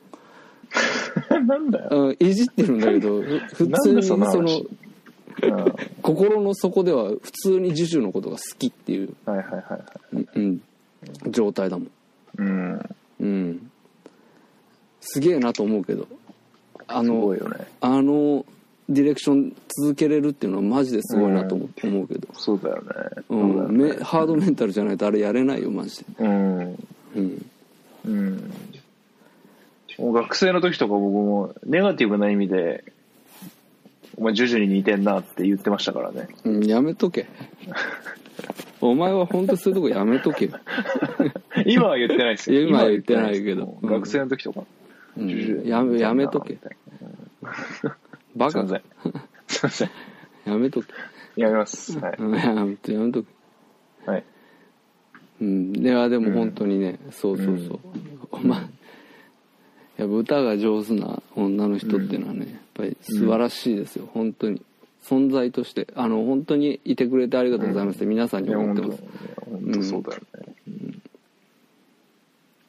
Speaker 1: なんだよ
Speaker 3: うん、いじってるんだ けどふ普
Speaker 1: な
Speaker 3: 通
Speaker 1: んで
Speaker 3: にそ
Speaker 1: そんな話
Speaker 3: の
Speaker 1: うんはい
Speaker 3: 心の底では普通にジュジュのことが好きっていう、
Speaker 1: はいはいはい
Speaker 3: うんうん状態だもん、
Speaker 1: うん
Speaker 3: うん、すげえなと思うけどあ
Speaker 1: す
Speaker 3: の
Speaker 1: ごいよね
Speaker 3: あのディレクション続けれるっていうのはマジですごいなと思,、思うけど
Speaker 1: そうだよね
Speaker 3: う
Speaker 1: そうだよ
Speaker 3: ん、
Speaker 1: ね
Speaker 3: めハードメンタルじゃないとあれやれないよマジで、
Speaker 1: うん
Speaker 3: うん、
Speaker 1: うんもう学生の時とか僕もネガティブな意味でお前徐々に似てんなって言ってましたから ね
Speaker 3: うんやめと けお前は本当そういうとこやめとけよ、
Speaker 1: 今は言ってないですよ
Speaker 3: 今は言ってない
Speaker 1: 今は言って
Speaker 3: けど
Speaker 1: ないですもう学生の時とか、
Speaker 3: うん
Speaker 1: 徐々に
Speaker 3: やめやめとけ
Speaker 1: みたいな
Speaker 3: バ
Speaker 1: すい
Speaker 3: カ
Speaker 1: ませんすいません
Speaker 3: やめとけ
Speaker 1: やめますはい、
Speaker 3: うんやめとやめとけ
Speaker 1: はい、
Speaker 3: うんいやでも本当にね、そうそうそう、お前やっぱ歌が上手な女の人っていうのはねやっぱり素晴らしいですよ、本当に存在としてあの本当にいてくれてありがとうございますって皆さ
Speaker 1: い
Speaker 3: んに
Speaker 1: や
Speaker 3: 思
Speaker 1: 本当
Speaker 3: ってます
Speaker 1: 本当そうだよね、うん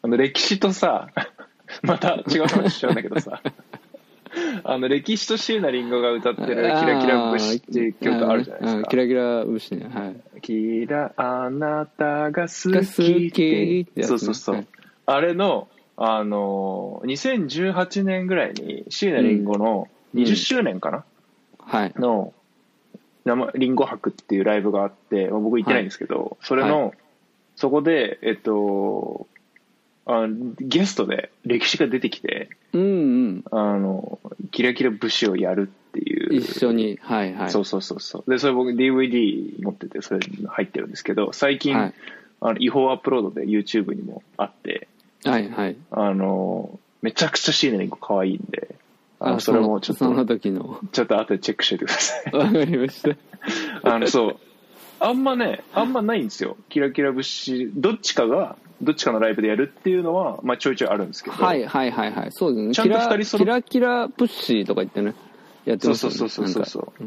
Speaker 1: あの歴史とさ また違う話しちゃうんだけど さあの歴史と椎名林檎が歌ってる「キラキラ節」っていう曲あるじゃないです
Speaker 3: あー
Speaker 1: か
Speaker 3: キラキラ節ねはい
Speaker 1: キラあなたが好
Speaker 3: 好き
Speaker 1: き
Speaker 3: ってやつ
Speaker 1: そ
Speaker 3: ね
Speaker 1: うそうそう、
Speaker 3: はい
Speaker 1: あれのあのー2018年ぐらいに椎名林檎の
Speaker 3: うん
Speaker 1: 20周年かな、
Speaker 3: はい
Speaker 1: の生リンゴ博っていうライブがあって、まあ僕行ってないんですけど、それの、そこでえっとあゲストで歴史が出てきて
Speaker 3: うんうん
Speaker 1: あのキラキラ節をやるっていう
Speaker 3: 一緒にはいはい
Speaker 1: そうそうそうそうでそれ僕 DVD 持っててそれ入ってるんですけど最近、
Speaker 3: はい
Speaker 1: あの違法アップロードで YouTube にもあって
Speaker 3: はいはい
Speaker 1: あのめちゃくちゃ椎名林檎可愛いんであの
Speaker 3: あ
Speaker 1: それもちょっ
Speaker 3: そのその
Speaker 1: と
Speaker 3: 時の
Speaker 1: ちょっと後でチェックしておいてください
Speaker 3: わかりました
Speaker 1: あの そうあんまねあんまないんですよキラキラ節どっちかがどっちかのライブでやるっていうのは、まあ、ちょいちょいあるんですけど、
Speaker 3: はいはいはいはいそうですね
Speaker 1: ちゃんと
Speaker 3: キラ
Speaker 1: 二人揃っ
Speaker 3: キラキラプッシーとか言ってねやって
Speaker 1: そ
Speaker 3: ま
Speaker 1: うそ
Speaker 3: すよ
Speaker 1: う
Speaker 3: ね
Speaker 1: そうそうそうそ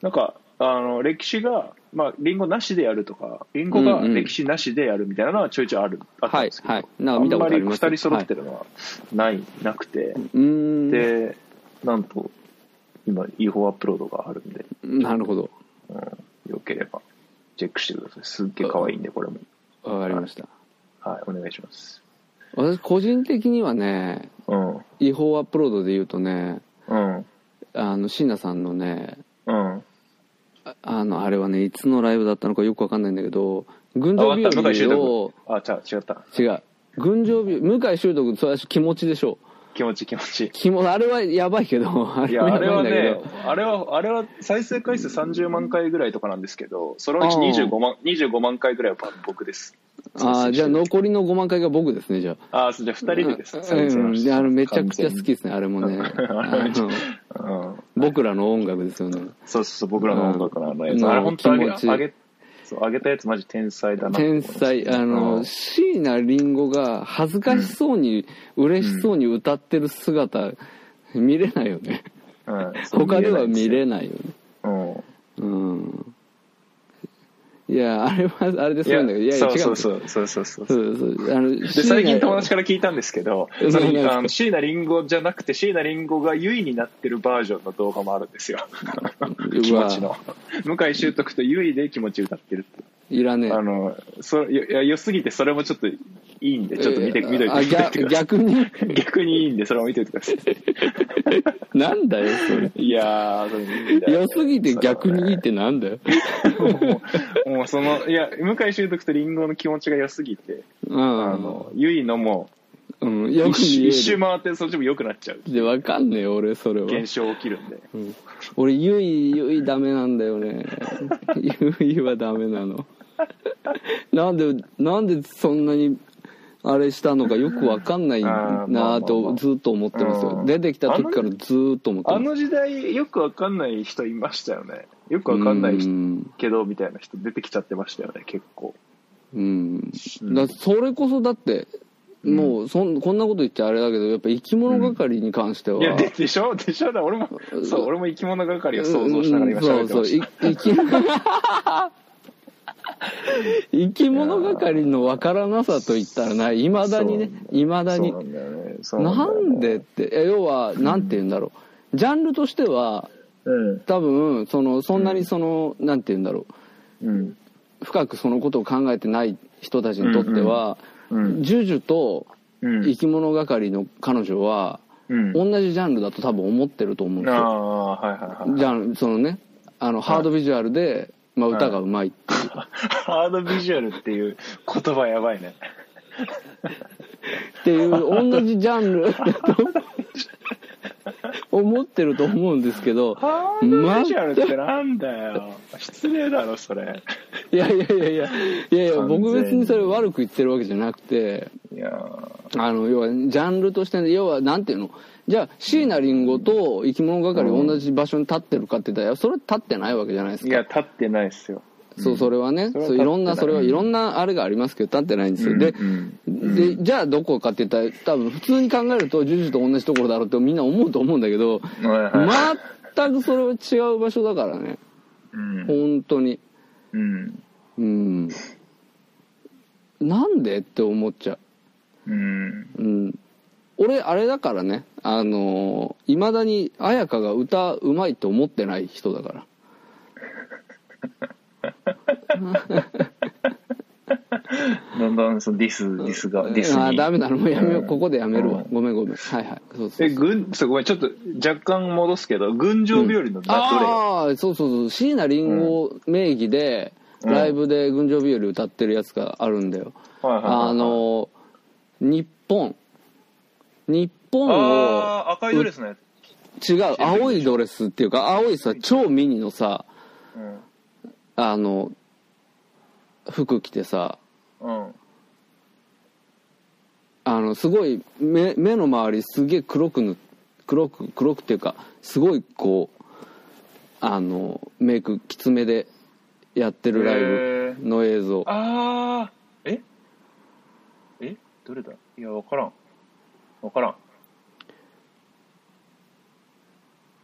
Speaker 3: なんか
Speaker 1: うなんかあの歴史が、まあ、リンゴなしでやるとかリンゴが
Speaker 3: うんうん
Speaker 1: 歴史なしでやるみたいなのはちょいちょいあるあったん
Speaker 3: はい
Speaker 1: ですけど、
Speaker 3: はいなんか見たことあります
Speaker 1: んまり2人揃ってるのはない、なくて
Speaker 3: うーん
Speaker 1: でなんと今違法アップロードがあるんで、
Speaker 3: なるほど
Speaker 1: うん、よければチェックしてくださいすっげえ可愛いんでこれも
Speaker 3: わかりました
Speaker 1: はいお願いします
Speaker 3: 私個人的にはね
Speaker 1: うんうん
Speaker 3: 違法アップロードで言うとね
Speaker 1: うん
Speaker 3: あの椎名さんのね
Speaker 1: あ
Speaker 3: ああのあれはねいつのライブだったのかよくわかんないんだけど群
Speaker 1: 終わ
Speaker 3: 青
Speaker 1: っ
Speaker 3: 日
Speaker 1: た向井修
Speaker 3: 和を
Speaker 1: 徳あ違う違った
Speaker 3: 違う群青日和向井秀徳それは気持ちでしょう
Speaker 1: 気持ち気持 ち。
Speaker 3: 気もあれはやばいけどあ
Speaker 1: い
Speaker 3: れ
Speaker 1: や、
Speaker 3: は
Speaker 1: あ
Speaker 3: やば
Speaker 1: れ
Speaker 3: い
Speaker 1: は
Speaker 3: んだけ
Speaker 1: ね
Speaker 3: ど、
Speaker 1: あれは、あれは再生回数30万回ぐらいとかなんですけど、そのうち
Speaker 3: ああ
Speaker 1: 25万、25万回ぐらいは僕です。
Speaker 3: ああじゃあ残りの5万回が僕ですねじゃあ
Speaker 1: ああ、そうじゃあ2人でです。
Speaker 3: うんうんであのめちゃくちゃ好きですねあれもね
Speaker 1: あれめっちゃ
Speaker 3: あの
Speaker 1: うん
Speaker 3: 僕らの音楽ですよね
Speaker 1: そうそうそう、僕らの音楽のあのやつ。
Speaker 3: うん
Speaker 1: あれ本当あげ、
Speaker 3: 気持ち
Speaker 1: あげ、そう、あげたやつマジ天才だなと思い
Speaker 3: 天
Speaker 1: ます。
Speaker 3: 才あ
Speaker 1: うん
Speaker 3: の椎名林檎が恥ずかしそうに嬉しそうに歌ってる姿見れないよね
Speaker 1: うんそう
Speaker 3: 他では見
Speaker 1: え
Speaker 3: れないよね
Speaker 1: ないんですよ。うん
Speaker 3: うんいやあれはあれで
Speaker 1: い
Speaker 3: そうなんだけどい
Speaker 1: や
Speaker 3: やいや違
Speaker 1: そううそう
Speaker 3: う
Speaker 1: そうそうそうそう
Speaker 3: そうそうあの
Speaker 1: で最近友達
Speaker 3: か
Speaker 1: から聞いたんですけど
Speaker 3: え
Speaker 1: それ
Speaker 3: 何ですか
Speaker 1: あの椎名林檎じゃなくて椎名林檎が優位になってるバージョンの動画もあるんですよ気持ちの向井秀徳と優位で気持ち歌ってるって
Speaker 3: いらねえ
Speaker 1: あのそいや良すぎてそれもちょっといいんで ちょっと見て
Speaker 3: えー
Speaker 1: 見とい
Speaker 3: あ
Speaker 1: て見といて
Speaker 3: 逆
Speaker 1: ください
Speaker 3: 逆に
Speaker 1: 逆にいいんでそれも見といてください
Speaker 3: なんだよそれ
Speaker 1: いやーそれいいんだよ
Speaker 3: 良すぎて逆にいいってなんだよ
Speaker 1: もうもうそのいや向井秀徳と林檎の気持ちが良すぎて
Speaker 3: う
Speaker 1: あ
Speaker 3: ん
Speaker 1: の優位のも
Speaker 3: うんよ
Speaker 1: う
Speaker 3: く見
Speaker 1: 一周
Speaker 3: える
Speaker 1: 回ってそっちも良くなっちゃう
Speaker 3: でわかんねえ俺それは
Speaker 1: 現象起きるんで
Speaker 3: うん俺ゆいゆいダメなんだ よねゆいはダメなのなんでなんでそんなにあれしたのかよくわかんない
Speaker 1: あーまあま
Speaker 3: な
Speaker 1: あ
Speaker 3: ぁとずっと思ってます
Speaker 1: う
Speaker 3: よ
Speaker 1: ん
Speaker 3: 出てきた時からずっと思って
Speaker 1: あ
Speaker 3: ます
Speaker 1: の時代よくわかんない人いましたよねよくわかんないう人
Speaker 3: ん
Speaker 1: けどみたいな人出てきちゃってましたよね結構
Speaker 3: うん
Speaker 1: うん
Speaker 3: だそれこそだってもうそんこんなこと言ってあれだけどやっぱ生き物係に関しては、
Speaker 1: いやででしょでしょだ俺もそう俺も生き物係を想像しながら今喋ってま した
Speaker 3: うんそうそうい生き生き物係のわからなさといったらないいまだにねいまだに
Speaker 1: そうなんだよねそう
Speaker 3: なん
Speaker 1: だよね
Speaker 3: でっていや要はなんて言うんだろうジャンルとしては
Speaker 1: うん
Speaker 3: 多分そのそんなにその、なんて言うんだろ
Speaker 1: うん
Speaker 3: う深くそのことを考えてない人たちにとって
Speaker 1: うんう
Speaker 3: は、
Speaker 1: ん
Speaker 3: ジュジュと
Speaker 1: うん
Speaker 3: 生き物係の彼女は、
Speaker 1: うん
Speaker 3: 同じジャンルだと多分思ってると思うんです
Speaker 1: あ
Speaker 3: よ
Speaker 1: あはいはいはい
Speaker 3: じゃあそのねあのハードビジュアルで、まあ、歌がうまいっていう
Speaker 1: ハードビジュアルっていう言葉やばいね
Speaker 3: って いう同じジャンルだと思ってると思うんですけど
Speaker 1: ハードビジュアルってなんだよ失礼だろそれ
Speaker 3: いやいやいやいやいやいや
Speaker 1: 完全に
Speaker 3: 僕別にそれ悪く言ってるわけじゃなくて
Speaker 1: いやー
Speaker 3: あの要はジャンルとしてね要はなんていうのじゃあ椎名林檎と生き物係同じ場所に立ってるかって言ったらいやそれ立ってないわけじゃないです
Speaker 1: い
Speaker 3: か
Speaker 1: や立ってないっすよ
Speaker 3: そうそれはね、
Speaker 1: それは
Speaker 3: そういろんな
Speaker 1: 立って
Speaker 3: それ
Speaker 1: ない
Speaker 3: はいろんなあれがありますけど立ってないんですよ、で,、
Speaker 1: うん
Speaker 3: でじゃあどこかって言ったら多分普通に考えるとジュジュと同じところだろうってみんな思うと思うんだけど
Speaker 1: はいはい
Speaker 3: 全くそれは違う場所だからね
Speaker 1: うん
Speaker 3: 本当に
Speaker 1: うん
Speaker 3: うんなんでって思っちゃう
Speaker 1: うん
Speaker 3: うん、俺あれだからねあのい、まだに綾香が歌うまいと思ってない人だから
Speaker 1: だんだんそのディスディスがディス
Speaker 3: あー
Speaker 1: に
Speaker 3: ダメだもうやめよう、
Speaker 1: うん
Speaker 3: ここでやめるわ、
Speaker 1: う
Speaker 3: ごめんごめんはいはいそうそう
Speaker 1: え群そうごめんちょっと若干戻すけど群青日和のな
Speaker 3: ああそうそうそう椎名林檎名義で、
Speaker 1: うん
Speaker 3: ライブで「群青日和」歌ってるやつがあるんだよ、
Speaker 1: どれはいはいはい
Speaker 3: あの日本日本を
Speaker 1: あー赤いドレスね
Speaker 3: 違う青いドレスっていうか青いさ超ミニのさ
Speaker 1: うん
Speaker 3: あの服着てさ
Speaker 1: うん
Speaker 3: あのすごい目目の周りすげえ黒くぬ黒く黒くっていうかすごいこうあのメイクきつめでやってるライブの映像
Speaker 1: ああええどれだいや分からん分からん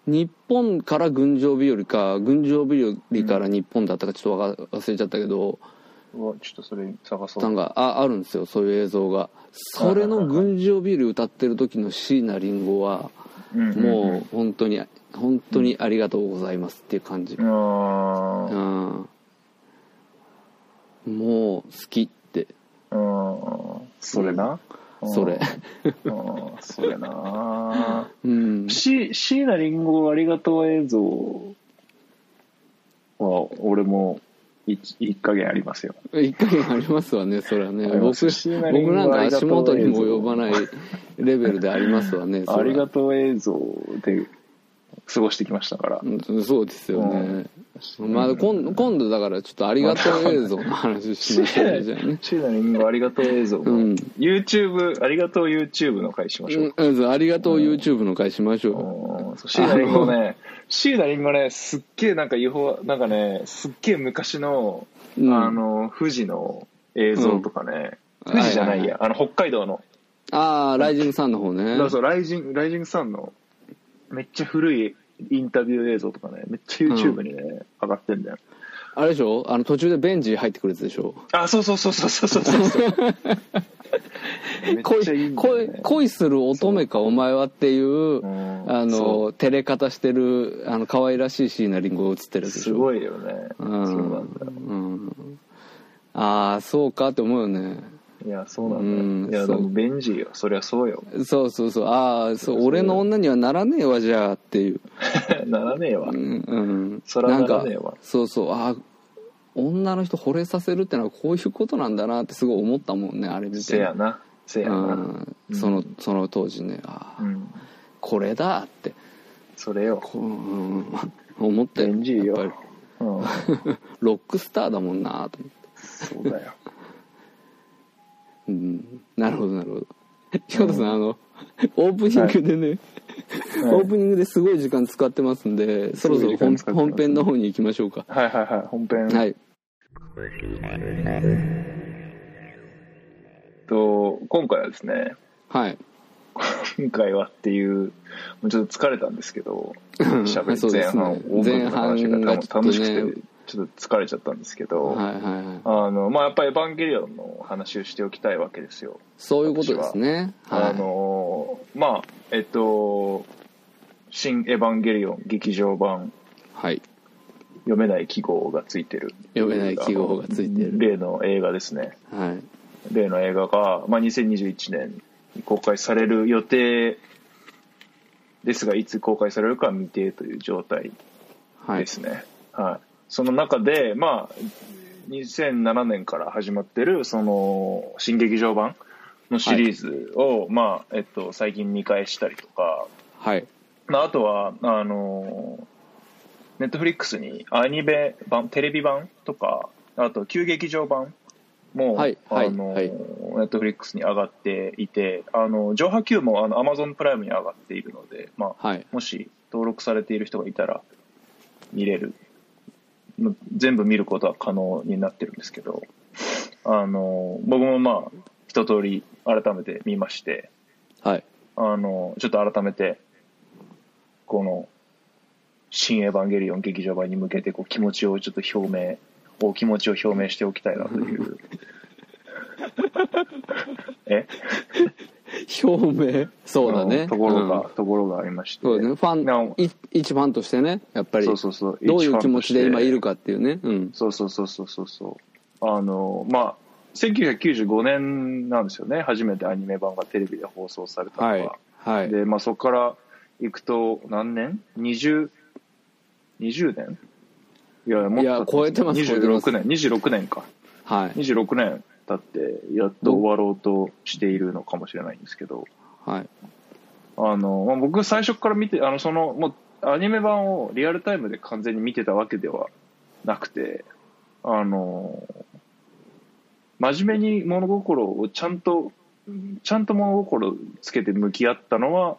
Speaker 3: 日本から群青日和か群青日和から日本だったかちょっとわか忘れちゃったけど、
Speaker 1: うわちょっとそれ探そ
Speaker 3: なん
Speaker 1: う
Speaker 3: かああるんですよそういう映像がそれの群青ビール歌ってる時の椎名林檎は
Speaker 1: うんうん
Speaker 3: もう本当に本当にありがとうございますっていう感じ、
Speaker 1: あ
Speaker 3: う
Speaker 1: ー
Speaker 3: ん、もう好きって
Speaker 1: うんそれな
Speaker 3: それ
Speaker 1: うんそれな
Speaker 3: うん
Speaker 1: し椎名林檎ありがとう映像は俺も一一加減ありますよ。
Speaker 3: 一回ありますわねそれはね
Speaker 1: ありま
Speaker 3: 僕
Speaker 1: す
Speaker 3: 僕なんか足元にも及ばないレベルでありますわねそれは
Speaker 1: ありがとう映像で過ごしてきましたから。
Speaker 3: うんそうですよね、まあ、今今度だからちょっとありがとう映像の話しましょうねじゃ あね
Speaker 1: シューナリングありがとう映像も、
Speaker 3: うん
Speaker 1: YouTube ありがとう YouTube の回しましょう、
Speaker 3: うんありがとう YouTube の会しましょ
Speaker 1: うんそうシーナリンゴね、シーナリンゴね、すっげえなんか違法、なんかね、すっげえ昔の、
Speaker 3: うん
Speaker 1: あの、富士の映像とかね、
Speaker 3: うん
Speaker 1: 富士じゃないや、
Speaker 3: はいは
Speaker 1: あの、北海道の、
Speaker 3: うああライジングさんの方ね
Speaker 1: そうそう、ライジン、ライジングさんの、めっちゃ古いインタビュー映像とかね、めっちゃ YouTube にね、上がってんだよ。
Speaker 3: あれでしょあの途中でベンジ入ってくるやつでしょ
Speaker 1: あ、そうそうそうそうそうそう そう。めっちゃいいんだよ
Speaker 3: 恋恋
Speaker 1: ね。
Speaker 3: 恋する乙女かお前はっていう、
Speaker 1: ん
Speaker 3: あ
Speaker 1: そ
Speaker 3: の照れ方してるあの可愛らしい椎名林檎が映ってるやつでし
Speaker 1: す
Speaker 3: ょ
Speaker 1: ごいよね。そう
Speaker 3: うん
Speaker 1: なんだよ。
Speaker 3: うんああそうかって思うよね
Speaker 1: いや、そうなん
Speaker 3: うん
Speaker 1: だよ。いや、で
Speaker 3: そう
Speaker 1: もベンジーよ。そりゃそうよ。
Speaker 3: そうそうそうああそう俺の女にはならねえわじゃあっていう、
Speaker 1: ならねえわ。
Speaker 3: うんうん、
Speaker 1: そらならねえわ
Speaker 3: んかそうそうああ女の人惚れさせるってのはこういうことなんだなってすごい思ったもんねあれ見て
Speaker 1: せやな。せや
Speaker 3: う
Speaker 1: な。
Speaker 3: ん、そのその当時ねああ、
Speaker 1: うん。
Speaker 3: これだって
Speaker 1: それよ。
Speaker 3: こう、うん、思った
Speaker 1: ベンジー
Speaker 3: やっぱ
Speaker 1: よ
Speaker 3: り。
Speaker 1: うん。
Speaker 3: ロックスターだもんなと思って
Speaker 1: そうだよ。
Speaker 3: うんなるほどなるほど翔太さんあのオープニングでね、
Speaker 1: はい
Speaker 3: オープニングですごい時間使ってますんでそろそ
Speaker 1: す
Speaker 3: ろ
Speaker 1: ごい
Speaker 3: 本,、
Speaker 1: 時間使ってますね
Speaker 3: 本編の方に行きましょうか
Speaker 1: はいはいはい。本編。
Speaker 3: はい
Speaker 1: と、今回はですね、
Speaker 3: はい
Speaker 1: 今回はっていう、もうちょっと疲れたんですけど、喋
Speaker 3: そう
Speaker 1: り
Speaker 3: で
Speaker 1: 前
Speaker 3: すね
Speaker 1: 半、オープニングの話
Speaker 3: 前半
Speaker 1: が
Speaker 3: がちょっとね
Speaker 1: 楽しくて、ちょっと疲れちゃったんですけど、
Speaker 3: はいはいはい
Speaker 1: あの、まあ、やっぱりエヴァンゲリオンの話をしておきたいわけですよ。
Speaker 3: そういうことですねは
Speaker 1: あのーまあえっと「新エヴァンゲリオン」劇場版
Speaker 3: い、はい、
Speaker 1: 読めない記号がついてる
Speaker 3: 読めない記号がついてる
Speaker 1: 例の映画ですね
Speaker 3: はい
Speaker 1: 例の映画が、まあ、2021年に公開される予定ですがいつ公開されるかは未定という状態
Speaker 3: はい
Speaker 1: ですね、はいその中でまあ2007年から始まってるその新劇場版のシリーズを、まあえっと、最近見返したりとか
Speaker 3: はい
Speaker 1: まあ、あとはあのネットフリックスにアニメ版テレビ版とかあと旧劇場版も、
Speaker 3: はいはい
Speaker 1: あの
Speaker 3: はい
Speaker 1: ネットフリックスに上がっていてあの上波級もあの Amazon プライムに上がっているので、まあ
Speaker 3: はい
Speaker 1: もし登録されている人がいたら見れるもう全部見ることは可能になってるんですけどあの僕もまあ一通り改めて見まして
Speaker 3: はい
Speaker 1: あの、ちょっと改めて、この、新エヴァンゲリオン劇場版に向けて、こう、気持ちをちょっと表明、お気持ちを表明しておきたいなと いう。え
Speaker 3: 表明そうだ
Speaker 1: う
Speaker 3: ね
Speaker 1: んところが、
Speaker 3: うん
Speaker 1: ところがありまして。
Speaker 3: そうだねフ
Speaker 1: な
Speaker 3: ァ
Speaker 1: お
Speaker 3: ンい一ファンとしてねやっぱり
Speaker 1: そうそうそう
Speaker 3: どうい
Speaker 1: 一ファ
Speaker 3: う
Speaker 1: ン
Speaker 3: 気持ち
Speaker 1: と
Speaker 3: で
Speaker 1: して
Speaker 3: 今いるかっていうねうん
Speaker 1: そうそうそうそうそうそう。あの、まあ、1995年なんですよね。初めてアニメ版がテレビで放送されたのが。
Speaker 3: はいはい
Speaker 1: で、まあ、そこから行くと何年 ?20、20年いや、もっと経って
Speaker 3: いや超えてます超えてます
Speaker 1: 26年、26年か。
Speaker 3: はい
Speaker 1: 26年経って、やっと終わろうとしているのかもしれないんですけど、
Speaker 3: はい
Speaker 1: あの、まあ、僕最初から見て、あの、その、もう、アニメ版をリアルタイムで完全に見てたわけではなくて、あの、真面目に物心をちゃんと、ちゃんと物心つけて向き合ったのは、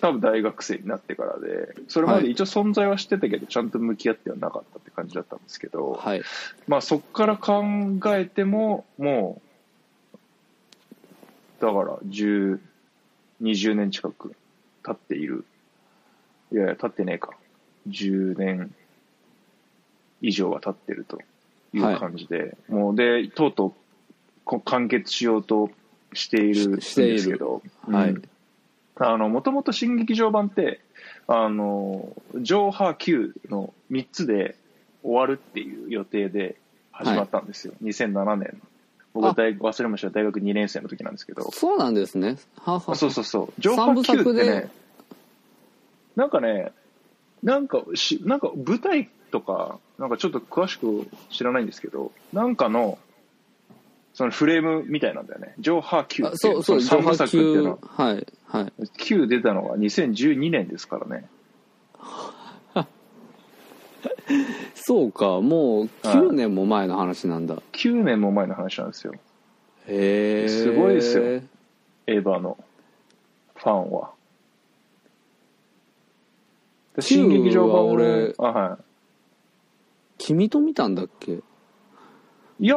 Speaker 1: 多分大学生になってからで、それまで一応存在は知ってたけど、ちゃんと向き合ってはなかったって感じだったんですけど、
Speaker 3: はい
Speaker 1: まあそこから考えてももうだから1020年近く経っているいやいや経ってねえか10年以上は経ってるという感じで、もうでとうとうこ完結しようとしているんで
Speaker 3: ししている
Speaker 1: すけど
Speaker 3: はい
Speaker 1: うんあのもともと新劇場版ってあの上波級の3つで終わるっていう予定で始まったんですよ、2007年僕
Speaker 3: あ
Speaker 1: 大学忘れました大学2年生の時なんですけど
Speaker 3: そうなんですねはは
Speaker 1: あそうそうそう上
Speaker 3: 三
Speaker 1: 波
Speaker 3: 部
Speaker 1: 級って
Speaker 3: 作で
Speaker 1: ねなんかねなんかしなんか舞台とか、なんかちょっと詳しく知らないんですけど、なんかの、そのフレームみたいなんだよね。上波級
Speaker 3: あ
Speaker 1: ってい
Speaker 3: そうそう
Speaker 1: その三部
Speaker 3: 波
Speaker 1: 作っていうのは
Speaker 3: 及はいはい
Speaker 1: 9出たのが2012年ですからね。
Speaker 3: そうかもう
Speaker 1: はい
Speaker 3: 9年も前の話なんだ、
Speaker 1: 9年も前の話なんですよ。
Speaker 3: へえ
Speaker 1: すごいですよエヴァのファンは。で新劇場版も
Speaker 3: キュー
Speaker 1: あ、は
Speaker 3: 君と見たんだっけ
Speaker 1: い。いや、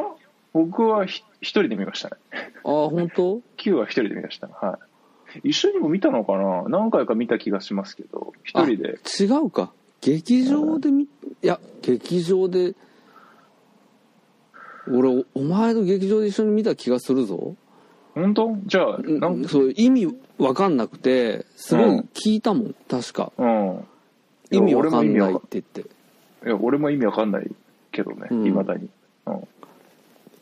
Speaker 1: 僕はひ一人で見ましたね。
Speaker 3: あ本当
Speaker 1: 9は一人で見ました。はい。一緒にも見たのかな何回か見た気がしますけど、一人で。
Speaker 3: 違うか劇場で見いや劇場で俺おお前と劇場で一緒に見た気がするぞ
Speaker 1: 本当じゃあ、なんか、
Speaker 3: そう意味わかんなくてすごい
Speaker 1: うん
Speaker 3: 聞いたもん確か
Speaker 1: うん。
Speaker 3: 意味わかん
Speaker 1: いや俺も意味
Speaker 3: ないっ
Speaker 1: わ
Speaker 3: て言って
Speaker 1: いや、俺も意味わかんないけどね、
Speaker 3: うん
Speaker 1: いまだに。うん。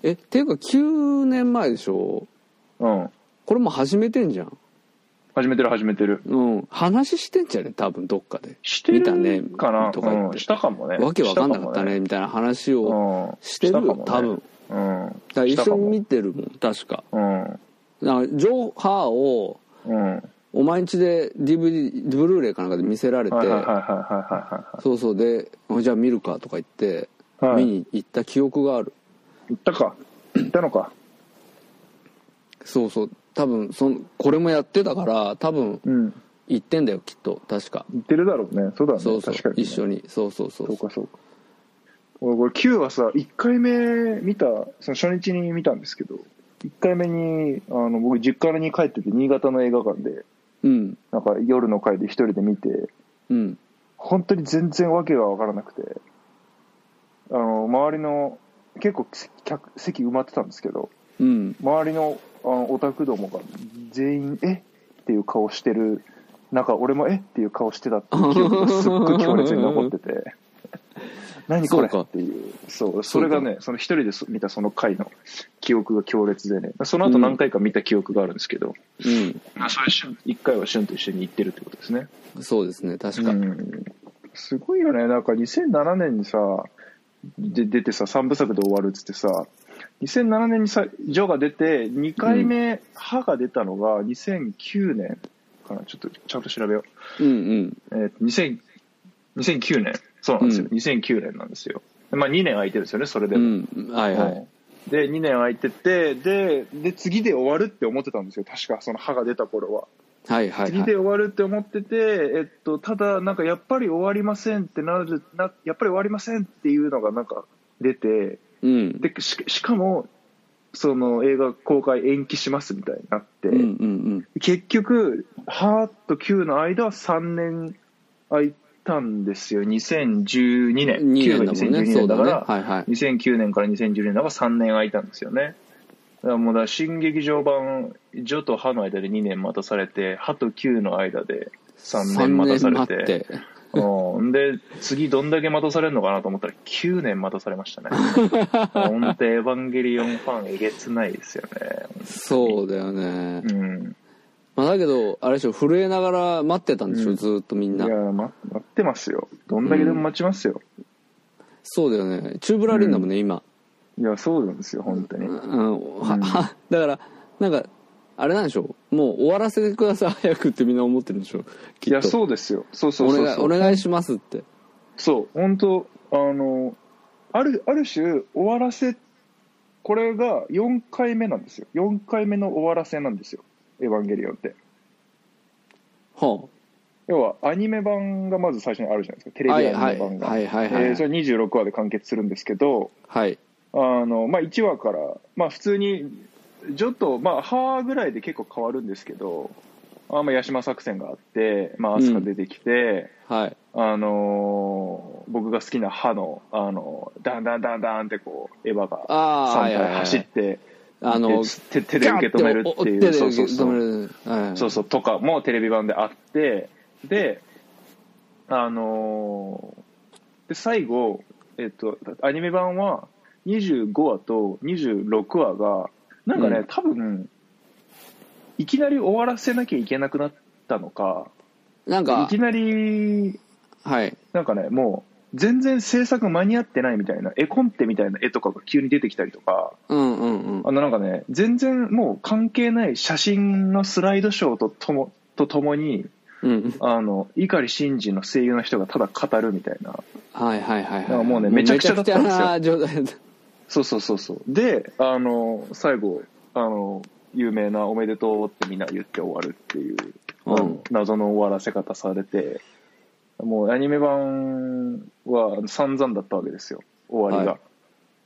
Speaker 3: えっていうか9年前でしょ
Speaker 1: うん。
Speaker 3: これもう始めてんじゃん
Speaker 1: 始めてる始めてる。
Speaker 3: うん話してんじゃね多分どっかで
Speaker 1: してる
Speaker 3: 見たね
Speaker 1: かな
Speaker 3: とか言って
Speaker 1: うん、したかもね。
Speaker 3: わけわかんなかったねみたいな話
Speaker 1: したか
Speaker 3: を
Speaker 1: もね。うん。
Speaker 3: してる
Speaker 1: た
Speaker 3: よ、
Speaker 1: かもね
Speaker 3: 多分だか
Speaker 1: うん。
Speaker 3: ら
Speaker 1: した
Speaker 3: 一緒
Speaker 1: かも
Speaker 3: に見てるもん確か
Speaker 1: うん。
Speaker 3: だからジョーハーを
Speaker 1: うん。
Speaker 3: お前んちで DVD ブルーレイかなんかで見せられて、
Speaker 1: はいはいはいは
Speaker 3: そうそうで「じゃあ見るか」とか言って、
Speaker 1: いはいはいはい。
Speaker 3: 見
Speaker 1: はい
Speaker 3: に行った記憶がある
Speaker 1: 行ったか。行ったのか。
Speaker 3: そうそう多分そのこれもやってたから多分
Speaker 1: うん。
Speaker 3: 行ってんだよきっと確か
Speaker 1: 行ってるだろうね。そうだね。
Speaker 3: そうそう
Speaker 1: 確かにね、
Speaker 3: 一緒にそうそうそう
Speaker 1: そうかそうか。俺、これ9はさ、1回目見た、その初日に見たんですけど、1回目に、あの、僕実家に帰ってて、新潟の映画館で、
Speaker 3: うん
Speaker 1: なんか夜の会で一人で見て、
Speaker 3: うん
Speaker 1: 本当に全然わけが分からなくてあの周りの結構客席埋まってたんですけど
Speaker 3: うん
Speaker 1: 周りのあのオタクどもが全員「えっていう顔してる中俺も「えっていう顔してたって いう記憶がすっごい強烈に残ってて何これ
Speaker 3: そう
Speaker 1: っ
Speaker 3: か
Speaker 1: ていうそうそれがねその一人でそ見たその回の記憶が強烈でねその後何回か見た記憶があるんですけど、まあそれシュン一回はシュンと一緒に行ってるってことですね
Speaker 3: うんそうですね確か、
Speaker 1: うん、すごいよねなんか2007年にさで出てさ3部作で終わるっつってさ2007年にさ「ジョ」が出て2回目「ハ」が出たのが2009年かなちょっとちゃんと調べよ
Speaker 3: うんうん
Speaker 1: う、えーと2000 2009年そうなんですよ、
Speaker 3: うん
Speaker 1: 2009年なんですよまあ2年空いてるんですよねそれで
Speaker 3: う
Speaker 1: も、
Speaker 3: んはいはい
Speaker 1: うんで2年空いててでで次で終わるって思ってたんですよ確かその「ハ」が出た頃は
Speaker 3: はいはい
Speaker 1: 次
Speaker 3: は
Speaker 1: で
Speaker 3: い
Speaker 1: 終わるって思ってて、えっと、ただ、なんかやっぱり終わりませんってなるな、やっぱり終わりませんっていうのがなんか出て、
Speaker 3: うん
Speaker 1: でししかも、その映画公開延期しますみたいになって、
Speaker 3: うんうん
Speaker 1: 結局、はーっと9の間は3年空いたんですよ、2012
Speaker 3: う
Speaker 1: 年、
Speaker 3: ん2
Speaker 1: 9
Speaker 3: 年
Speaker 1: が
Speaker 3: だもんね
Speaker 1: 2012
Speaker 3: そ
Speaker 1: 年
Speaker 3: う
Speaker 1: だか
Speaker 3: だね
Speaker 1: ら、
Speaker 3: はいはい
Speaker 1: 2009年から2010年だから3年空いたんですよねだからもうだから新劇場版「ジョ」と「ハ」の間で2年待たされて「ハ」と「キューの間で3年待たされ
Speaker 3: 三
Speaker 1: て
Speaker 3: 年待って
Speaker 1: うんで次どんだけ待たされるのかなと思ったら9年待たされましたね本当エヴァンゲリオンファンえげつないですよね
Speaker 3: そうだよね
Speaker 1: うん
Speaker 3: まあだけどあれでしょ震えながら待ってたんでしょ、
Speaker 1: うん
Speaker 3: ずーっとみん
Speaker 1: い
Speaker 3: な
Speaker 1: やま待ってますよどんだけでも待ちますよ、
Speaker 3: そうだよねチューブラリンだもんね、今、
Speaker 1: いやそうなんですよ本当に、
Speaker 3: うん、
Speaker 1: う
Speaker 3: は
Speaker 1: ん
Speaker 3: はだからなんかあれなんでしょうもう終わらせてください早くってみんな思ってるんでしょき
Speaker 1: い
Speaker 3: っと
Speaker 1: やそうですよそうそうそうそう
Speaker 3: お願いお願いしますって
Speaker 1: そう本当あのあるある種終わらせこれが4回目なんですよ4回目の終わらせなんですよ「エヴァンゲリオン」って
Speaker 3: は
Speaker 1: 要はアニメ版がまず最初にあるじゃないですかテ
Speaker 3: あ
Speaker 1: レビア
Speaker 3: は
Speaker 1: ニ
Speaker 3: いは
Speaker 1: メ版
Speaker 3: い
Speaker 1: が、
Speaker 3: はいはい
Speaker 1: え
Speaker 3: は
Speaker 1: ーそ
Speaker 3: い
Speaker 1: れ26話で完結するんですけど
Speaker 3: はい
Speaker 1: あの、まあ、1話から、まあ、普通にちょっとまあ「は」ぐらいで結構変わるんですけどあまあ八島作戦があって、まあ、アスカ出てきて、
Speaker 3: はい
Speaker 1: あのー僕が好きな歯の、あのーダンダンダンダンってこう、エヴァ
Speaker 3: あ
Speaker 1: が
Speaker 3: あ
Speaker 1: 3
Speaker 3: はいはい
Speaker 1: 体
Speaker 3: はい
Speaker 1: 走って、
Speaker 3: あの
Speaker 1: で手手で受け止めるってい
Speaker 3: ガ
Speaker 1: う、
Speaker 3: ッて
Speaker 1: そ
Speaker 3: お
Speaker 1: う
Speaker 3: 手
Speaker 1: そ
Speaker 3: で
Speaker 1: う
Speaker 3: 受け
Speaker 1: そ
Speaker 3: 止め
Speaker 1: う、
Speaker 3: るはい
Speaker 1: そうそう、とかもテレビ版であって、で、あのーで、最後、えっと、アニメ版は25話と26話が、なんかね、
Speaker 3: うん
Speaker 1: 多分、いきなり終わらせなきゃいけなくなったのか、
Speaker 3: なん
Speaker 1: い
Speaker 3: か
Speaker 1: きなり
Speaker 3: はい
Speaker 1: なんかね、もう、全然制作間に合ってないみたいな絵コンテみたいな絵とかが急に出てきたりとか
Speaker 3: うんうんうん
Speaker 1: あのなんかね全然もう関係ない写真のスライドショーとともとともに
Speaker 3: うん
Speaker 1: あの碇シンジの声優の人がただ語るみたいな
Speaker 3: はいはいはい
Speaker 1: なん
Speaker 3: は
Speaker 1: か
Speaker 3: い
Speaker 1: もうねめちゃくちゃだったんですよ
Speaker 3: めちゃくちゃな状態だっ
Speaker 1: そうそうそうそうであの最後あの有名な「おめでとう」ってみんな言って終わるっていう、
Speaker 3: うん
Speaker 1: あの謎の終わらせ方されてもうアニメ版は散々だったわけですよ終わりが、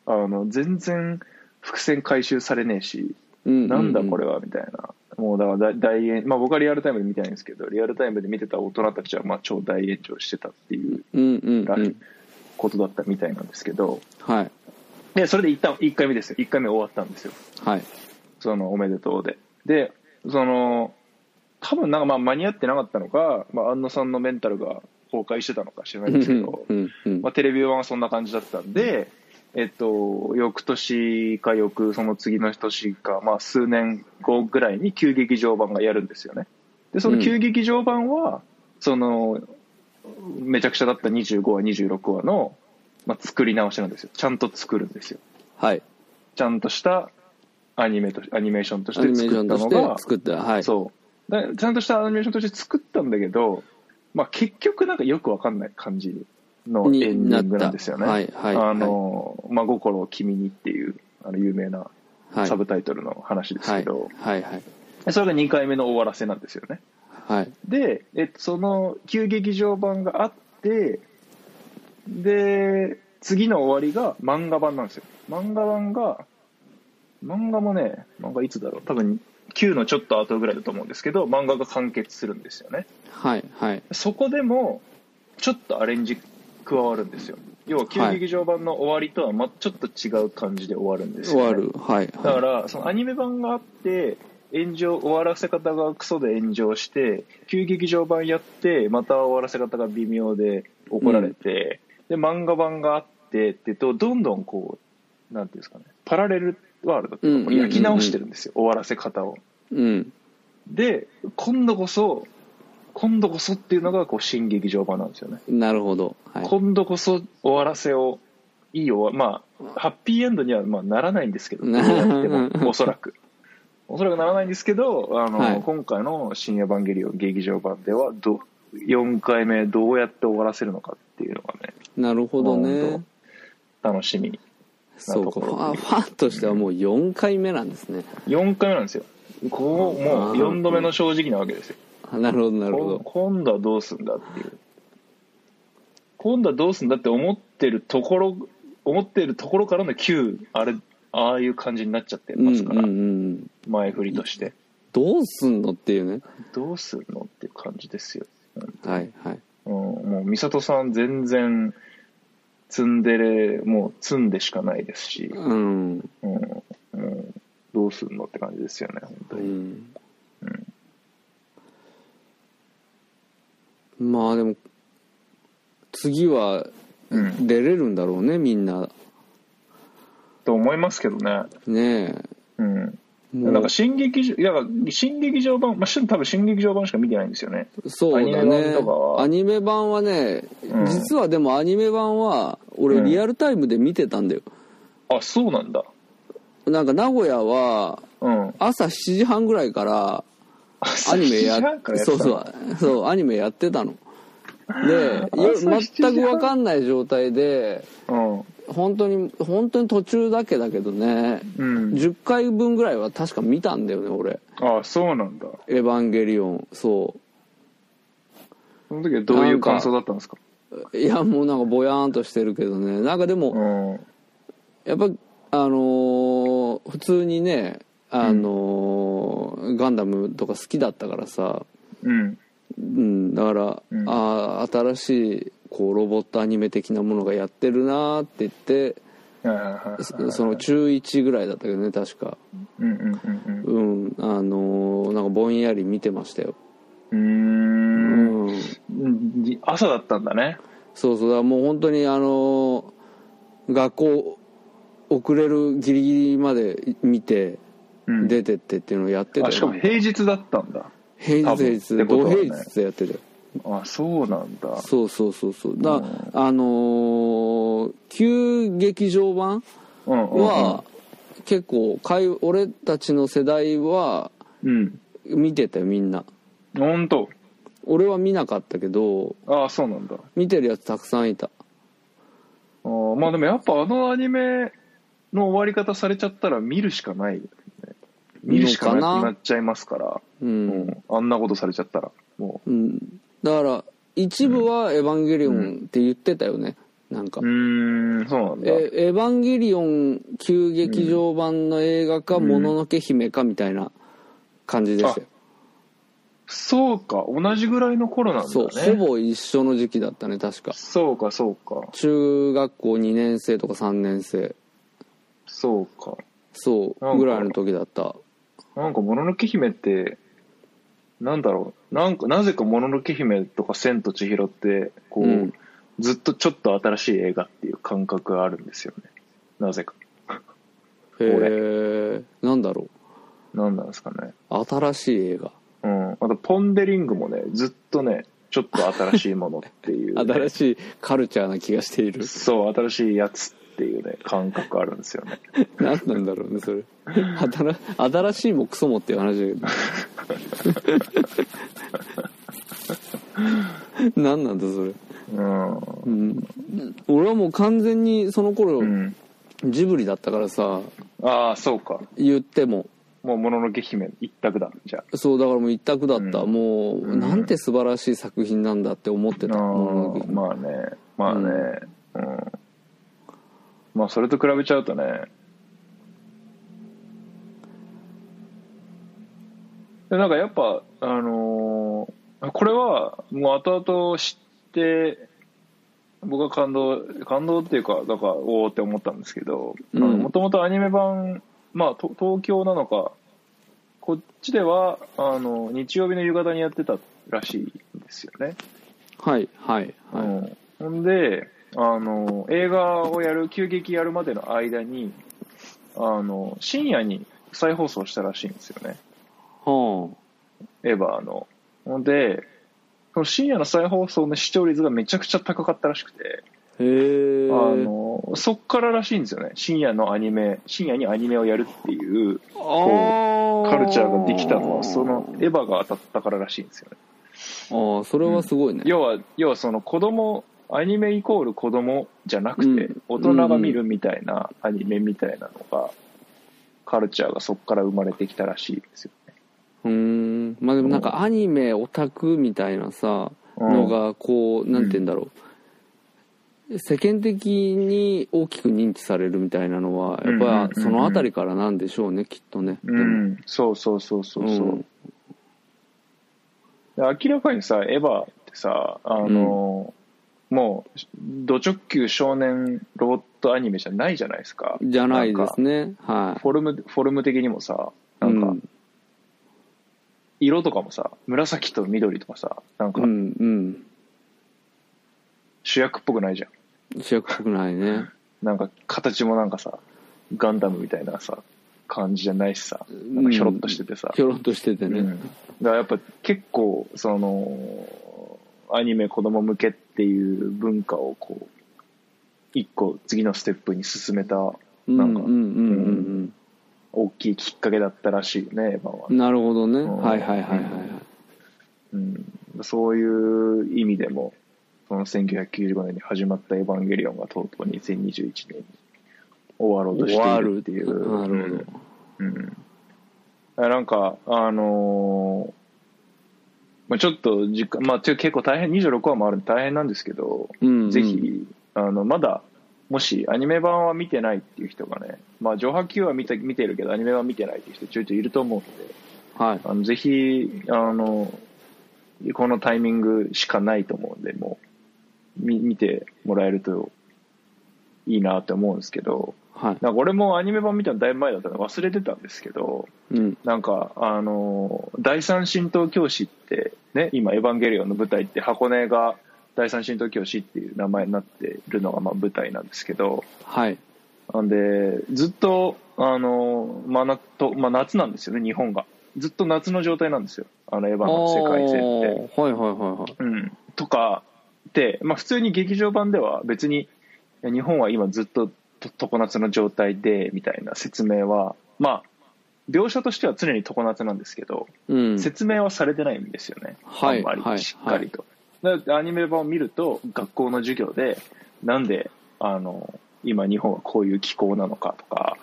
Speaker 1: あの全然伏線回収されねえし
Speaker 3: うん
Speaker 1: なんだこ
Speaker 3: れ
Speaker 1: れはみたいな、もうだから大大炎まあ僕はリアルタイムで見てないんですけどリアルタイムで見てた大人たちはまあ超大炎上してたっていう
Speaker 3: うんうん
Speaker 1: ら
Speaker 3: うん
Speaker 1: ことだったみたいなんですけど
Speaker 3: はい
Speaker 1: でそれで一旦1回目ですよ1回目終わったんですよ
Speaker 3: はい
Speaker 1: そのおめでとうででその多分なんかまあ間に合ってなかったのか、まあ、安野さんのメンタルが崩壊してたのか知らないですけど、
Speaker 3: うんうん
Speaker 1: まあ、テレビ版はそんな感じだったんで、えっと、翌年か翌その次の年か、まあ、数年後ぐらいに旧劇場版がやるんですよねでその旧劇場版は、そのめちゃくちゃだった25話26話の、まあ、作り直しなんですよちゃんと作るんですよ
Speaker 3: はい
Speaker 1: ちゃんとしたアニメとアニメーションとし
Speaker 3: アニ
Speaker 1: て
Speaker 3: メー
Speaker 1: 作
Speaker 3: ショ
Speaker 1: っ
Speaker 3: ン
Speaker 1: た
Speaker 3: と
Speaker 1: の
Speaker 3: し
Speaker 1: が
Speaker 3: て作ったはい
Speaker 1: そうだちゃんとしたアニメーションとして作ったんだけど、まあ、結局なんかよくわかんない感じのエンディングなんですよね、
Speaker 3: はいはい
Speaker 1: あのまあ、心を君にっていうあの有名な
Speaker 3: はい
Speaker 1: サブタイトルの話ですけど、
Speaker 3: はいはい
Speaker 1: それが2回目の終わらせなんですよね
Speaker 3: はい
Speaker 1: で、えっと、その旧劇場版があってで次の終わりが漫画版なんですよ漫画版が漫画もね漫画いつだろう多分9のちょっと後ぐらいだと思うんですけど漫画が完結するんですよね
Speaker 3: はいはい
Speaker 1: そこでもちょっとアレンジ加わるんですよ要は旧劇場版の終わりとはまちょっと違う感じで終わるんですよ、ね、
Speaker 3: 終わるはい
Speaker 1: だか
Speaker 3: は
Speaker 1: らそのアニメ版があって炎上終わらせ方がクソで炎上して旧劇場版やってまた終わらせ方が微妙で怒られて、で漫画版があってってとどんどんこうなんていうんですかねパラレルワールドっていうかこれ焼き直してるんですよ、終わらせ方を
Speaker 3: いうん
Speaker 1: で今度こそ今度こそっていうのがこう新劇場版なんですよね
Speaker 3: なるほどはい
Speaker 1: 今度こそ終わらせをいい終わまあハッピーエンドにはまあならないんですけどどう
Speaker 3: な
Speaker 1: やって もおそらくおそらくならないんですけどあの、
Speaker 3: はい
Speaker 1: 今回の「新エヴァンゲリオン」劇場版ではど4回目どうやって終わらせるのかっていうのがね
Speaker 3: なるほど
Speaker 1: 本
Speaker 3: ね
Speaker 1: 楽しみ
Speaker 3: そうか
Speaker 1: なと
Speaker 3: フ
Speaker 1: ころ
Speaker 3: ァンファンとしてはもう4回目なんですね
Speaker 1: 4回目なんですよこうもう
Speaker 3: あー
Speaker 1: 4度目の正直なわけですよ
Speaker 3: あなるほどなるほ
Speaker 1: こ
Speaker 3: ど
Speaker 1: 今度はどうすんだっていう今度はどうすんだって思ってるところ思ってるところからの9あれああいう感じになっちゃって
Speaker 3: うんう
Speaker 1: ま
Speaker 3: ん
Speaker 1: す
Speaker 3: う
Speaker 1: から、
Speaker 3: ん
Speaker 1: 前振りとして
Speaker 3: どうすんのっていうね
Speaker 1: どうすんのっていう感じですよ、
Speaker 3: はいはい
Speaker 1: うん、もう美里さん全然ツンデレもうツンでしかないですし、
Speaker 3: うん
Speaker 1: うんうん、どうすんのって感じですよね本当
Speaker 3: う
Speaker 1: に、
Speaker 3: んまあでも次は
Speaker 1: うん
Speaker 3: 出れるんだろうねみんな
Speaker 1: と思いますけどね
Speaker 3: ね
Speaker 1: うん
Speaker 3: えもう
Speaker 1: なんか新劇場、いや新劇場版、まあ、しゅん多分新劇場版しか見てないんですよね。
Speaker 3: そうだ
Speaker 1: アニメ版
Speaker 3: ね
Speaker 1: とかは
Speaker 3: アニメ版はね、
Speaker 1: うん
Speaker 3: 実はでもアニメ版は
Speaker 1: う
Speaker 3: 俺
Speaker 1: ん
Speaker 3: リアルタイムで見てたんだよ、
Speaker 1: あ、そうなんだ。
Speaker 3: なんか名古屋は
Speaker 1: うん。
Speaker 3: 朝7時半ぐらいからアニメや
Speaker 1: 朝7時半からやって
Speaker 3: そ
Speaker 1: た
Speaker 3: うそうそうアニメやってたので
Speaker 1: 朝7時半
Speaker 3: よ全く分かんない状態で
Speaker 1: う。
Speaker 3: 本当に本当に途中だけだけどね、
Speaker 1: うん。うん。
Speaker 3: 10回分ぐらいは確か見たんだよね俺
Speaker 1: あ、そうなんだ。
Speaker 3: 「エヴァンゲリオン」そ
Speaker 1: その時はどういう感想だったんですか
Speaker 3: ういやもうなんかぼやーんとしてるけどねなんかでも、
Speaker 1: うん。うん。
Speaker 3: やっぱあのー普通にねあのーガンダムとか好きだったからさ、うん、だから、
Speaker 1: うん
Speaker 3: あー新しいこうロボットアニメ的なものがやってるなーって言って
Speaker 1: はいはいはい
Speaker 3: そその中1ぐらいだったけどね確か
Speaker 1: うんうんうん
Speaker 3: うんあのーなんかぼんやり見てましたよ
Speaker 1: うん。う
Speaker 3: うん
Speaker 1: ーん。朝だったんだね。
Speaker 3: そうそうだからもう本当にあのー学校遅れるギリギリまで見て
Speaker 1: うん。
Speaker 3: 出てってっていうのをやってたよ、
Speaker 1: あ、しかも平日だったんだ。
Speaker 3: 平日平
Speaker 1: 多分ってこ
Speaker 3: 日
Speaker 1: と
Speaker 3: 土
Speaker 1: はね
Speaker 3: 平日でやってたよ
Speaker 1: ああそうなんだ
Speaker 3: そうそうそうそうだ、
Speaker 1: うん
Speaker 3: あのー旧劇場版
Speaker 1: うんうんうん
Speaker 3: は結構かい俺たちの世代は
Speaker 1: うん
Speaker 3: 見てたよみんな
Speaker 1: 本当
Speaker 3: 俺は見なかったけど
Speaker 1: ああそうなんだ
Speaker 3: 見てるやつたくさんいた
Speaker 1: あーまあでもやっぱあのアニメの終わり方されちゃったら見るしかないよね見るしかなく
Speaker 3: のかな
Speaker 1: なっちゃいますから、
Speaker 3: うん、
Speaker 1: うんあんなことされちゃったらも
Speaker 3: うん、だから一部は「エヴァンゲリオン」って言ってたよね、なんか、
Speaker 1: ううーんそうなんだ
Speaker 3: えエヴァンゲリオン」旧劇場版の映画か「
Speaker 1: うん
Speaker 3: もののけ姫」かみたいな感じですよ、
Speaker 1: そうか同じぐらいの頃なんだね
Speaker 3: そうほぼ一緒の時期だったね確か
Speaker 1: そうかそうか
Speaker 3: 中学校2年生とか3年生
Speaker 1: そうか
Speaker 3: そ
Speaker 1: なん
Speaker 3: う
Speaker 1: か
Speaker 3: ぐらいの時だった
Speaker 1: なんか「もののけ姫」ってなんだろうなんかなぜか「もののけ姫」とか「千と千尋」ってこう、
Speaker 3: うん
Speaker 1: ずっとちょっと新しい映画っていう感覚があるんですよねなぜか
Speaker 3: へえんだろ
Speaker 1: 何なんですかね
Speaker 3: う新しい映画、
Speaker 1: うんあと「ポン・デリング」もねずっとねちょっと新しいものっていうね、
Speaker 3: 新しいカルチャーな気がしている
Speaker 1: そう新しいやつっていうね感覚あるんですよね
Speaker 3: 何なんだろうねそれ新新しいもクソもっていう話だけど何なんだそ
Speaker 1: う
Speaker 3: れ、
Speaker 1: ん
Speaker 3: うん、俺はもう完全にその頃、
Speaker 1: うん
Speaker 3: ジブリだったからさ
Speaker 1: ああそうか
Speaker 3: 言っても
Speaker 1: もう「もののけ姫」一択だじゃ
Speaker 3: そうだからもう一択だった、
Speaker 1: うん
Speaker 3: もう、
Speaker 1: うん
Speaker 3: なんて素晴らしい作品なんだって思って
Speaker 1: あ
Speaker 3: たもののけ
Speaker 1: あまあねまあねうん、まあそれと比べちゃうとねでなんかやっぱあのーこれはもう後々知って僕は感動感動っていうかだからおおって思ったんですけど
Speaker 3: うん
Speaker 1: もともとアニメ版まあと東京なのかこっちではあの日曜日の夕方にやってたらしいんですよね
Speaker 3: はいはいはい、
Speaker 1: うん、ほんであの映画をやる急激やるまでの間にあの深夜に再放送したらしいんですよね
Speaker 3: は
Speaker 1: エヴァのほんでその深夜の再放送の視聴率がめちゃくちゃ高かったらしくて、
Speaker 3: あへえ
Speaker 1: あのそっかららしいんですよね深夜のアニメ深夜にアニメをやるっていうカルチャーができたのはそのエヴァが当たったかららしいんですよね
Speaker 3: ああそれはすごいね、
Speaker 1: 要は要はその子供アニメイコール子供じゃなくて、
Speaker 3: うん
Speaker 1: 大人が見るみたいなアニメみたいなのが、カルチャーがそこから生まれてきたらしいですよね。
Speaker 3: うーんまあでもなんかアニメオタクみたいなさ
Speaker 1: うん
Speaker 3: のがこうなんて言うんだろう、世間的に大きく認知されるみたいなのは
Speaker 1: うんうんうんう
Speaker 3: やっ
Speaker 1: ん
Speaker 3: ぱその辺りからなんでしょうねきっとねで
Speaker 1: う
Speaker 3: も
Speaker 1: ん、そうそうそうそうそう、
Speaker 3: うん
Speaker 1: 明らかにさエヴァってさあの、もうド直球少年ロボットアニメじゃないじゃないですか
Speaker 3: じゃないです
Speaker 1: ね
Speaker 3: ねはい
Speaker 1: フォルムフォルム的にもさなん
Speaker 3: う
Speaker 1: か
Speaker 3: ん
Speaker 1: 色とかもさ紫と緑とかさなんか
Speaker 3: うんうん
Speaker 1: 主役っぽくないじゃん
Speaker 3: 主役っぽくないね
Speaker 1: なんか形もなんかさガンダムみたいなさ感じじゃないしさなんかひょろっとしててさ、
Speaker 3: ひょろっとしてて
Speaker 1: うん
Speaker 3: ね、
Speaker 1: だからやっぱ結構そのアニメ子供向けっていう文化をこう一個次のステップに進めた
Speaker 3: うん、
Speaker 1: なんか
Speaker 3: うんうんうん
Speaker 1: 大きいきっかけだったらしいよねエヴァは
Speaker 3: う、んなるほどね
Speaker 1: ん
Speaker 3: はいはいはいはいはい
Speaker 1: うん、そういう意味でもその1995年に始まった「エヴァンゲリオン」がとうとう2021年に終わろうとして
Speaker 3: 終わ
Speaker 1: い
Speaker 3: る
Speaker 1: る
Speaker 3: っ
Speaker 1: ってて
Speaker 3: い
Speaker 1: いうう
Speaker 3: なるほど、
Speaker 1: うん、なんか、あのーまあ、ちょっと時間、まあ、ていう結構大変、26話もあるんで大変なんですけど、
Speaker 3: うんうん
Speaker 1: ぜひあの、まだ、もしアニメ版は見てないっていう人がね、まあ、上波級は見て見てるけど、アニメ版見てないっていう人、ちょいちょいいると思うので、
Speaker 3: はい
Speaker 1: あのぜひあの、このタイミングしかないと思うんで、もう、み見てもらえるといいなって思うんですけど、
Speaker 3: はい
Speaker 1: なんか俺もアニメ版見たのだいぶ前だったので忘れてたんですけど、
Speaker 3: うん
Speaker 1: なんか、あのー第三神道教師って、ね、今、エヴァンゲリオンの舞台って、箱根が第三神道教師っていう名前になってるのがまあ舞台なんですけど、
Speaker 3: はい
Speaker 1: なんで、ずっと、あのーまあなとまあ、夏なんですよね、日本が。ずっと夏の状態なんですよあのエヴァ
Speaker 3: あ
Speaker 1: の世界線って。
Speaker 3: ーはいはいはいはい
Speaker 1: うん、とかで、まあ、普通に劇場版では別にいや日本は今ずっとと常夏の状態でみたいな説明はまあ描写としては常に常夏なんですけど、
Speaker 3: うん
Speaker 1: 説明はされてないんですよね、
Speaker 3: はい
Speaker 1: あんま
Speaker 3: はい
Speaker 1: りしっかりと、だからアニメ版を見ると学校の授業でなんであの今日本はこういう気候なのかとか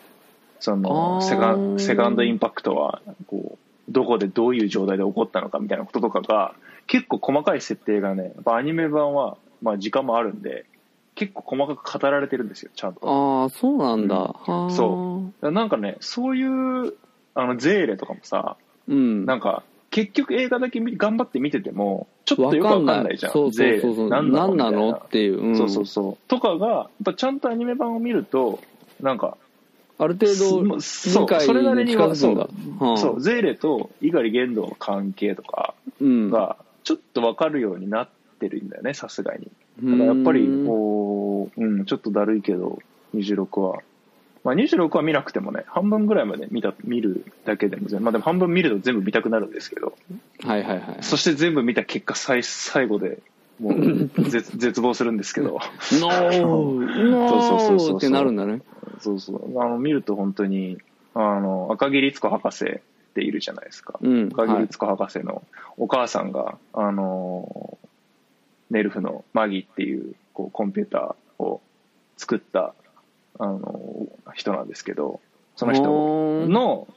Speaker 1: そ
Speaker 3: あ
Speaker 1: の
Speaker 3: ー
Speaker 1: セカンセカンドインパクトはこうどこでどういう状態で起こったのかみたいなこととかが結構細かい設定がねやっぱアニメ版は、まあ、時間もあるんで結構細かく語られてるんですよちゃんと
Speaker 3: ああそうなんだ、
Speaker 1: うん
Speaker 3: はあ
Speaker 1: そなんかねそういうあのゼーレとかもさ
Speaker 3: ううん
Speaker 1: なんか結局映画だけ見頑張って見ててもちょっとよくわかんないじゃん
Speaker 3: そうそうそうそう
Speaker 1: 税何
Speaker 3: 何な
Speaker 1: な
Speaker 3: の
Speaker 1: の
Speaker 3: っていう、
Speaker 1: み
Speaker 3: う
Speaker 1: たいなんそうそうそうとかがやっぱちゃんとアニメ版を見るとなんか
Speaker 3: ある程
Speaker 1: す
Speaker 3: 度
Speaker 1: もうそう
Speaker 3: 理解
Speaker 1: それなりに
Speaker 3: に近
Speaker 1: は
Speaker 3: づくんだはあ
Speaker 1: そうゼーレと猪狩玄道の関係とか
Speaker 3: うん
Speaker 1: がちょっとわかるようになってるんだよねさすがにだからやっぱりこう、うん、ちょっとだるいけど26は。まあ、26は見なくてもね、半分ぐらいまで見た見るだけでも全、まあ、でも半分見ると全部見たくなるんですけど、
Speaker 3: うんはいはいはい
Speaker 1: そして全部見た結果最最後でも う絶絶望するんですけど
Speaker 3: 「ノー
Speaker 1: そうそうそうそう
Speaker 3: ノー!」ってなるんだね
Speaker 1: そうそうあの見ると本当にあの赤木律子博士っているじゃないですか
Speaker 3: うん
Speaker 1: 赤木
Speaker 3: はい
Speaker 1: 律子博士のお母さんが、あのネルフのマギっていうこうコンピューターを作った、あの人なんですけどその人
Speaker 3: ほー
Speaker 1: の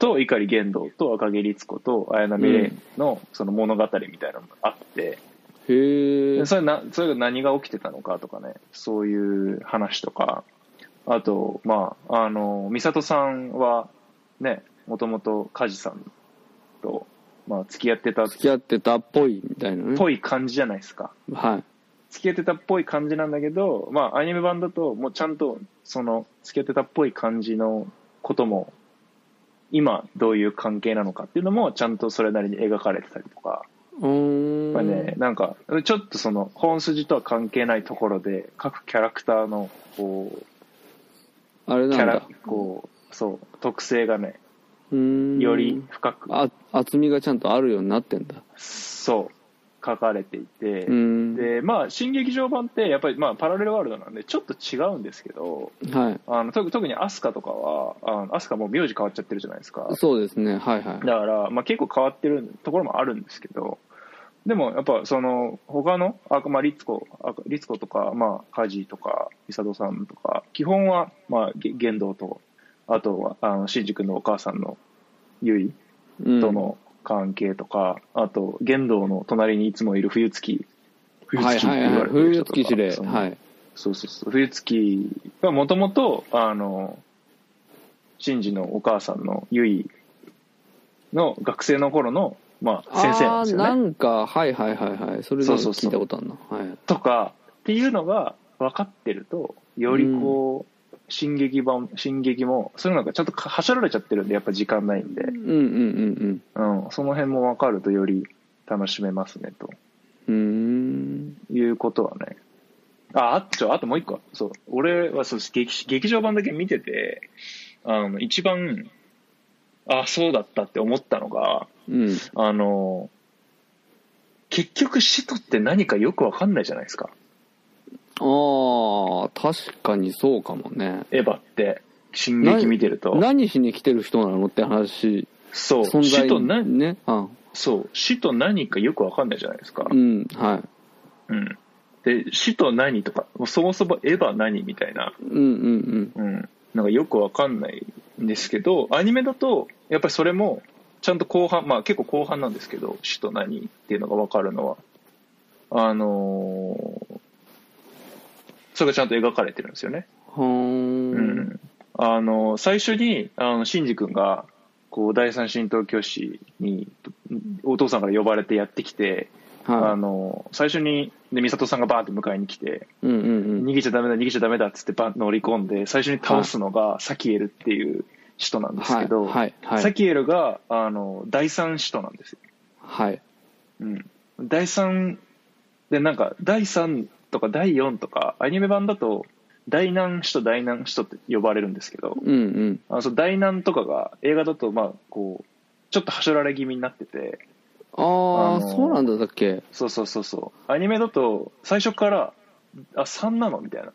Speaker 1: と碇玄道と赤木律子と綾波レイのその物語みたいなのがあって、
Speaker 3: へえ
Speaker 1: でそれなそれが何が起きてたのかとかねそういう話とかあとまああの美里さんはねもともと梶さんと、まあ、付き合ってたっ
Speaker 3: 付き合ってたっぽいみたいなね
Speaker 1: ぽい感じじゃないですか
Speaker 3: はい
Speaker 1: 付き合ってたっぽい感じなんだけどまあアニメ版だともうちゃんとその付き合ってたっぽい感じのことも今どういう関係なのかっていうのもちゃんとそれなりに描かれてたりとか
Speaker 3: うーん
Speaker 1: やっぱね、なんかちょっとその本筋とは関係ないところで各キャラクターのこう
Speaker 3: あれ
Speaker 1: キャ
Speaker 3: なん
Speaker 1: ラ
Speaker 3: だ
Speaker 1: こうそう特性がね
Speaker 3: うーん
Speaker 1: より深く
Speaker 3: あ厚みがちゃんとあるようになってんだ
Speaker 1: そう書かれていて、
Speaker 3: うーん
Speaker 1: でまあ新劇場版ってやっぱりまあパラレルワールドなんでちょっと違うんですけど
Speaker 3: はい
Speaker 1: あの特特にアスカとかはあのアスカもう名字変わっちゃってるじゃないですか
Speaker 3: そうですねはいはい
Speaker 1: だから、まあ、結構変わってるところもあるんですけど、でもやっぱその他の、あまあ、リツコあリツコとか、まあ、カジとか、ミサトさんとか、基本は、まあ、げ言動と、あとは、あの、シンジ君のお母さんのユイ
Speaker 3: うん
Speaker 1: との関係とか、あと、言動の隣にいつもいる冬月、冬
Speaker 3: はい
Speaker 1: 月って
Speaker 3: はい
Speaker 1: 言わ
Speaker 3: は
Speaker 1: れ
Speaker 3: い
Speaker 1: てる
Speaker 3: 冬
Speaker 1: 人とか、
Speaker 3: 月司令
Speaker 1: その
Speaker 3: はい
Speaker 1: そうそうそう冬月がもともとあの真治のお母さんのゆいの学生の頃の、まあ、先生なんですよね
Speaker 3: あーなんかはいはいはいはいそれで
Speaker 1: そうそうそう
Speaker 3: 聞いたことあるなはい
Speaker 1: とかっていうのが分かってるとよりこう、進撃版進撃もそういうのがちょっとかはしょられちゃってるんでやっぱ時間ないんで、
Speaker 3: うんうん
Speaker 1: うん、その辺も分かるとより楽しめますねと
Speaker 3: うんうん
Speaker 1: いうことはねああちょあともう一個そう俺はそう劇劇場版だけ見ててあの一番あそうだったって思ったのが
Speaker 3: うーんうん
Speaker 1: あの結局使徒って何かよくわかんないじゃないですか
Speaker 3: ああ確かにそうかもね
Speaker 1: エヴァって進撃見てると
Speaker 3: 何しに来てる人なのって話
Speaker 1: そう
Speaker 3: 存在
Speaker 1: 使徒な
Speaker 3: ねあ
Speaker 1: そう死と何かよくわかんないじゃないですか
Speaker 3: うんはい
Speaker 1: うんで死と何とかもうそもそもエヴァ何みたいな
Speaker 3: うんうん
Speaker 1: うん、なんかよくわかんないんですけどアニメだとやっぱりそれもちゃんと後半まあ結構後半なんですけど「死と何?」っていうのがわかるのはあのーそれがちゃんと描かれてるんですよね。
Speaker 3: うん
Speaker 1: う
Speaker 3: はーん
Speaker 1: んあの最初にあのシンジ君がこう第三神道教師にお父さんから呼ばれてやってきて、あ
Speaker 3: は
Speaker 1: の最初にで美里さんがバーンって迎えに来て、
Speaker 3: いうんうんうん
Speaker 1: 逃げちゃダメだ逃げちゃダメだっつってバン乗り込んで最初に倒すのがサキエルっていう使徒なんです
Speaker 3: は
Speaker 1: け
Speaker 3: い
Speaker 1: ど、
Speaker 3: はいはい
Speaker 1: サキエルがあの第三使徒なんですよ、
Speaker 3: はい
Speaker 1: うん、第三でなんか第三とか第四とかアニメ版だと第何使徒第何使徒って呼ばれるんですけど
Speaker 3: うんうん
Speaker 1: あのその第何とかが映画だとまあこうちょっとはしょられ気味になってて
Speaker 3: あ
Speaker 1: あ
Speaker 3: あ、
Speaker 1: のー
Speaker 3: そうなんだだっけ
Speaker 1: そうそうそうそうアニメだと最初からあ3なのみたいな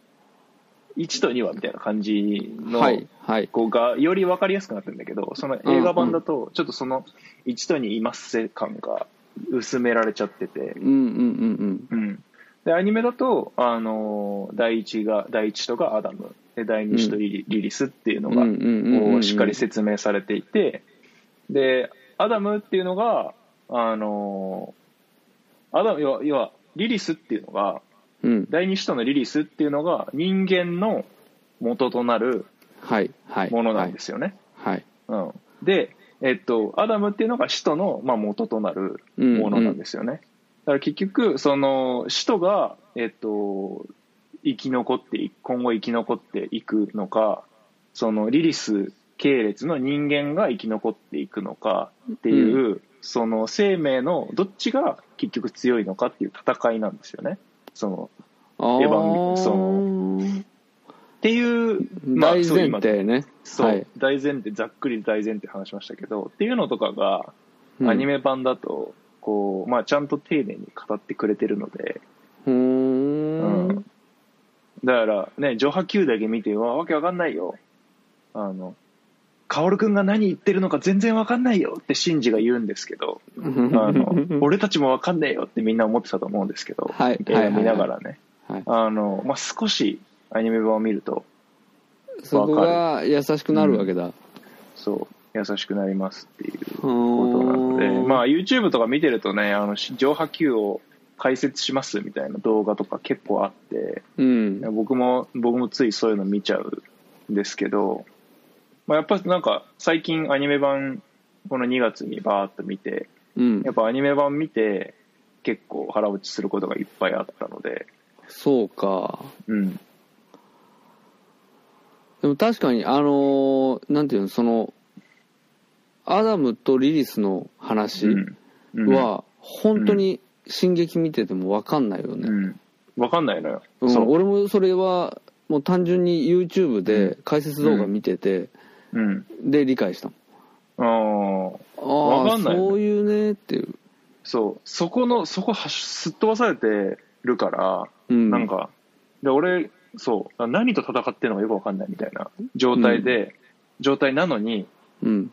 Speaker 1: 1と2はみたいな感じの、
Speaker 3: はいはい
Speaker 1: こうがより分かりやすくなってるんだけどその映画版だとちょっとその1と2いますせ感が薄められちゃってて
Speaker 3: うんうんうん
Speaker 1: うん、でアニメだと、あのー第一が第一とがアダムで第二子とリリ,、リリスっていうの
Speaker 3: うんう
Speaker 1: が、
Speaker 3: んうんうんう
Speaker 1: こ
Speaker 3: ん
Speaker 1: うしっかり説明されていてでアダムっていうのが、あのーアダム要は要はリリスっていうのが
Speaker 3: うん
Speaker 1: 第二子とのリリスっていうのが人間の元となる
Speaker 3: はいはい
Speaker 1: ものなんですよね。
Speaker 3: はい
Speaker 1: うん、で、えっと、アダムっていうのが使徒の、まあ、元となるものなんですすよね。だから結局その使徒が、えっと、生き残ってい今後生き残っていくのかそのリリス系列の人間が生き残っていくのかっていう、その生命のどっちが結局強いのかっていう戦いなんですよね。そのエヴァンそっていう、まあ
Speaker 3: 大
Speaker 1: そう
Speaker 3: 前
Speaker 1: 今
Speaker 3: 提ね
Speaker 1: そう、
Speaker 3: はい
Speaker 1: 大前提ざっくり大前提話しましたけどっていうのとかが
Speaker 3: うん
Speaker 1: アニメ版だと、こうまあ、ちゃんと丁寧に語ってくれてるので、
Speaker 3: うーん
Speaker 1: うんだからね上波球だけ見てわわけわかんないよあの薫君が何言ってるのか全然わかんないよってシンジが言うんですけどあ の俺たちもわかんないよってみんな思ってたと思うんですけど、
Speaker 3: はい
Speaker 1: 映
Speaker 3: は
Speaker 1: 画
Speaker 3: いはい
Speaker 1: 見ながらね、
Speaker 3: はい
Speaker 1: あのまあ、少しアニメ版を見ると
Speaker 3: そこが優しくなるわけだ
Speaker 1: そう優しくなりますっていう
Speaker 3: こと
Speaker 1: ことなので、まあ、YouTube とか見てるとねあの上波球を解説しますみたいな動画とか結構あって
Speaker 3: うん
Speaker 1: 僕も僕もついそういうの見ちゃうんですけど、まあ、やっぱなんか最近アニメ版この2月にバーッと見て
Speaker 3: うん
Speaker 1: やっぱアニメ版見て結構腹落ちすることがいっぱいあったので
Speaker 3: そうか
Speaker 1: うん
Speaker 3: でも確かにあのーなんていうのそのアダムとリリスの話
Speaker 1: うんうん
Speaker 3: は本当に「進撃」見てても分かんないよね、
Speaker 1: うん分かんないのよ、
Speaker 3: うん
Speaker 1: そう
Speaker 3: 俺もそれはもう単純に YouTube で解説動画見てて、
Speaker 1: うん
Speaker 3: で理解したも
Speaker 1: あ
Speaker 3: ん
Speaker 1: あ
Speaker 3: ああ
Speaker 1: わかんないね
Speaker 3: そういうねっていう、
Speaker 1: そうそこのそこはしすっ飛ばされてるから
Speaker 3: うん、
Speaker 1: なんか、で、俺、そう、何と戦ってるのかよくわかんないみたいな状態で、状態なのに、
Speaker 3: うん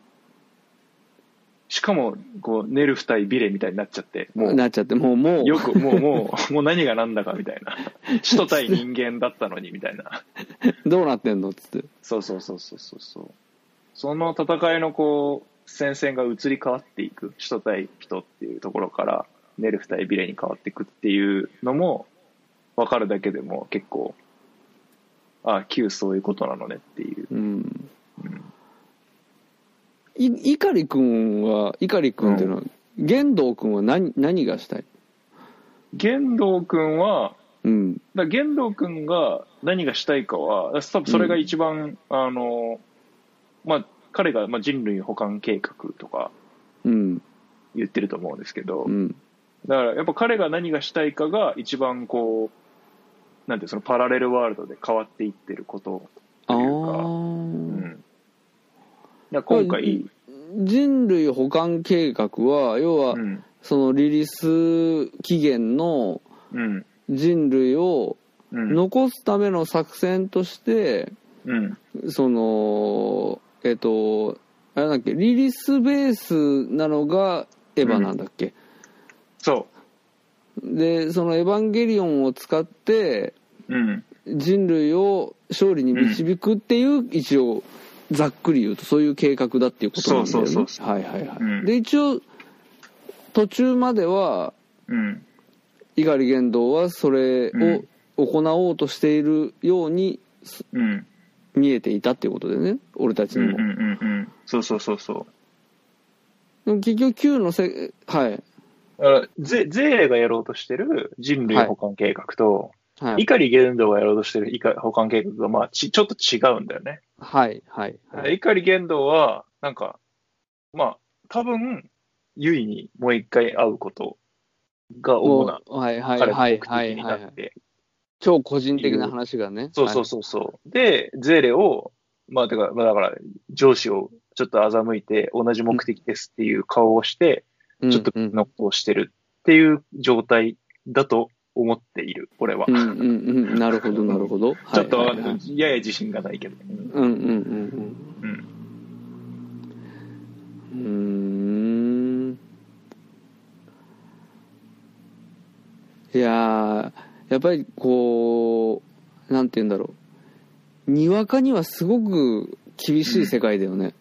Speaker 1: しかも、こう、ネルフ対ビレみたいになっちゃって、も
Speaker 3: な
Speaker 1: う、
Speaker 3: っちゃってもうもう
Speaker 1: よく、もう、もう、 もう何が何だかみた いな。使徒対人間だったのに、みたいな。
Speaker 3: どうなってんのっつって
Speaker 1: そうそうそうそうそうそう。その戦いの、こう、戦線が移り変わっていく。使徒対人っていうところから、ネルフ対ビレに変わっていくっていうのも、わかるだけでも結構、ああ、旧そういうことなのねっていう。
Speaker 3: うんい碇君は碇君っていうのは、玄道君は何何がしたい
Speaker 1: 玄道君は
Speaker 3: うん
Speaker 1: だから玄道君が何がしたいかはだから多分それが一番、あのまあ彼がまあ人類保管計画とか
Speaker 3: うん
Speaker 1: 言ってると思うんですけど、
Speaker 3: うん
Speaker 1: だからやっぱ彼が何がしたいかが一番こうなんていうのそのパラレルワールドで変わっていってること
Speaker 3: ああ
Speaker 1: というかうん、だから今回、
Speaker 3: 人類保管計画は要は、
Speaker 1: うん
Speaker 3: そのリリース期限の
Speaker 1: うん
Speaker 3: 人類を
Speaker 1: うん
Speaker 3: 残すための作戦として、
Speaker 1: うん
Speaker 3: そのえっとあれだっけリリースベースなのがエヴァなんだっけ、
Speaker 1: そ
Speaker 3: でその「エヴァンゲリオン」を使って
Speaker 1: う、うん、
Speaker 3: 人類を勝利に導くっていう、一応ざっくり言うとそういう計画だっていうことなんだよね
Speaker 1: そうそうそう
Speaker 3: はいはいはい、
Speaker 1: うん
Speaker 3: で一応途中までは
Speaker 1: うん、
Speaker 3: 猪狩玄道はそれ
Speaker 1: うん
Speaker 3: を行おうとしているようにす
Speaker 1: うん、
Speaker 3: 見えていたっていうことでね俺たち
Speaker 1: うん、う
Speaker 3: に
Speaker 1: ん、う
Speaker 3: も、
Speaker 1: ん、うん、そうそうそうそう。
Speaker 3: でも結局 Q のせはい
Speaker 1: だからゼゼーレがやろうとしてる人類保管計画と、
Speaker 3: はい
Speaker 1: 碇玄道がやろうとしてる碇保管計画が、まあち、ちょっと違うんだよね。
Speaker 3: はいはいはい
Speaker 1: 碇玄道は、なんか、まあ、多分、ユイにもう一回会うことが主な
Speaker 3: もうはいはい
Speaker 1: 彼の
Speaker 3: はい
Speaker 1: 目的
Speaker 3: はい
Speaker 1: に
Speaker 3: は
Speaker 1: ない
Speaker 3: は
Speaker 1: っ
Speaker 3: い
Speaker 1: て、
Speaker 3: 超個人的な話がね
Speaker 1: そうそうそうそう。で、ゼーレを、まあ、てか、まあ、だから、上司をちょっと欺いて、同じ目的ですっていう顔をして、ちょっと
Speaker 3: うん
Speaker 1: ノックをしてるっていう状態だと思っている、俺は。
Speaker 3: うんうんうんなるほどなるほど
Speaker 1: ちょっとわかん
Speaker 3: はい
Speaker 1: な
Speaker 3: はい
Speaker 1: い
Speaker 3: はい
Speaker 1: やや自信がないけど。うん
Speaker 3: うんうんうんうんうーんいやーやっぱりこうなんて言うんだろうにわかにはすごく厳しい世界だよね、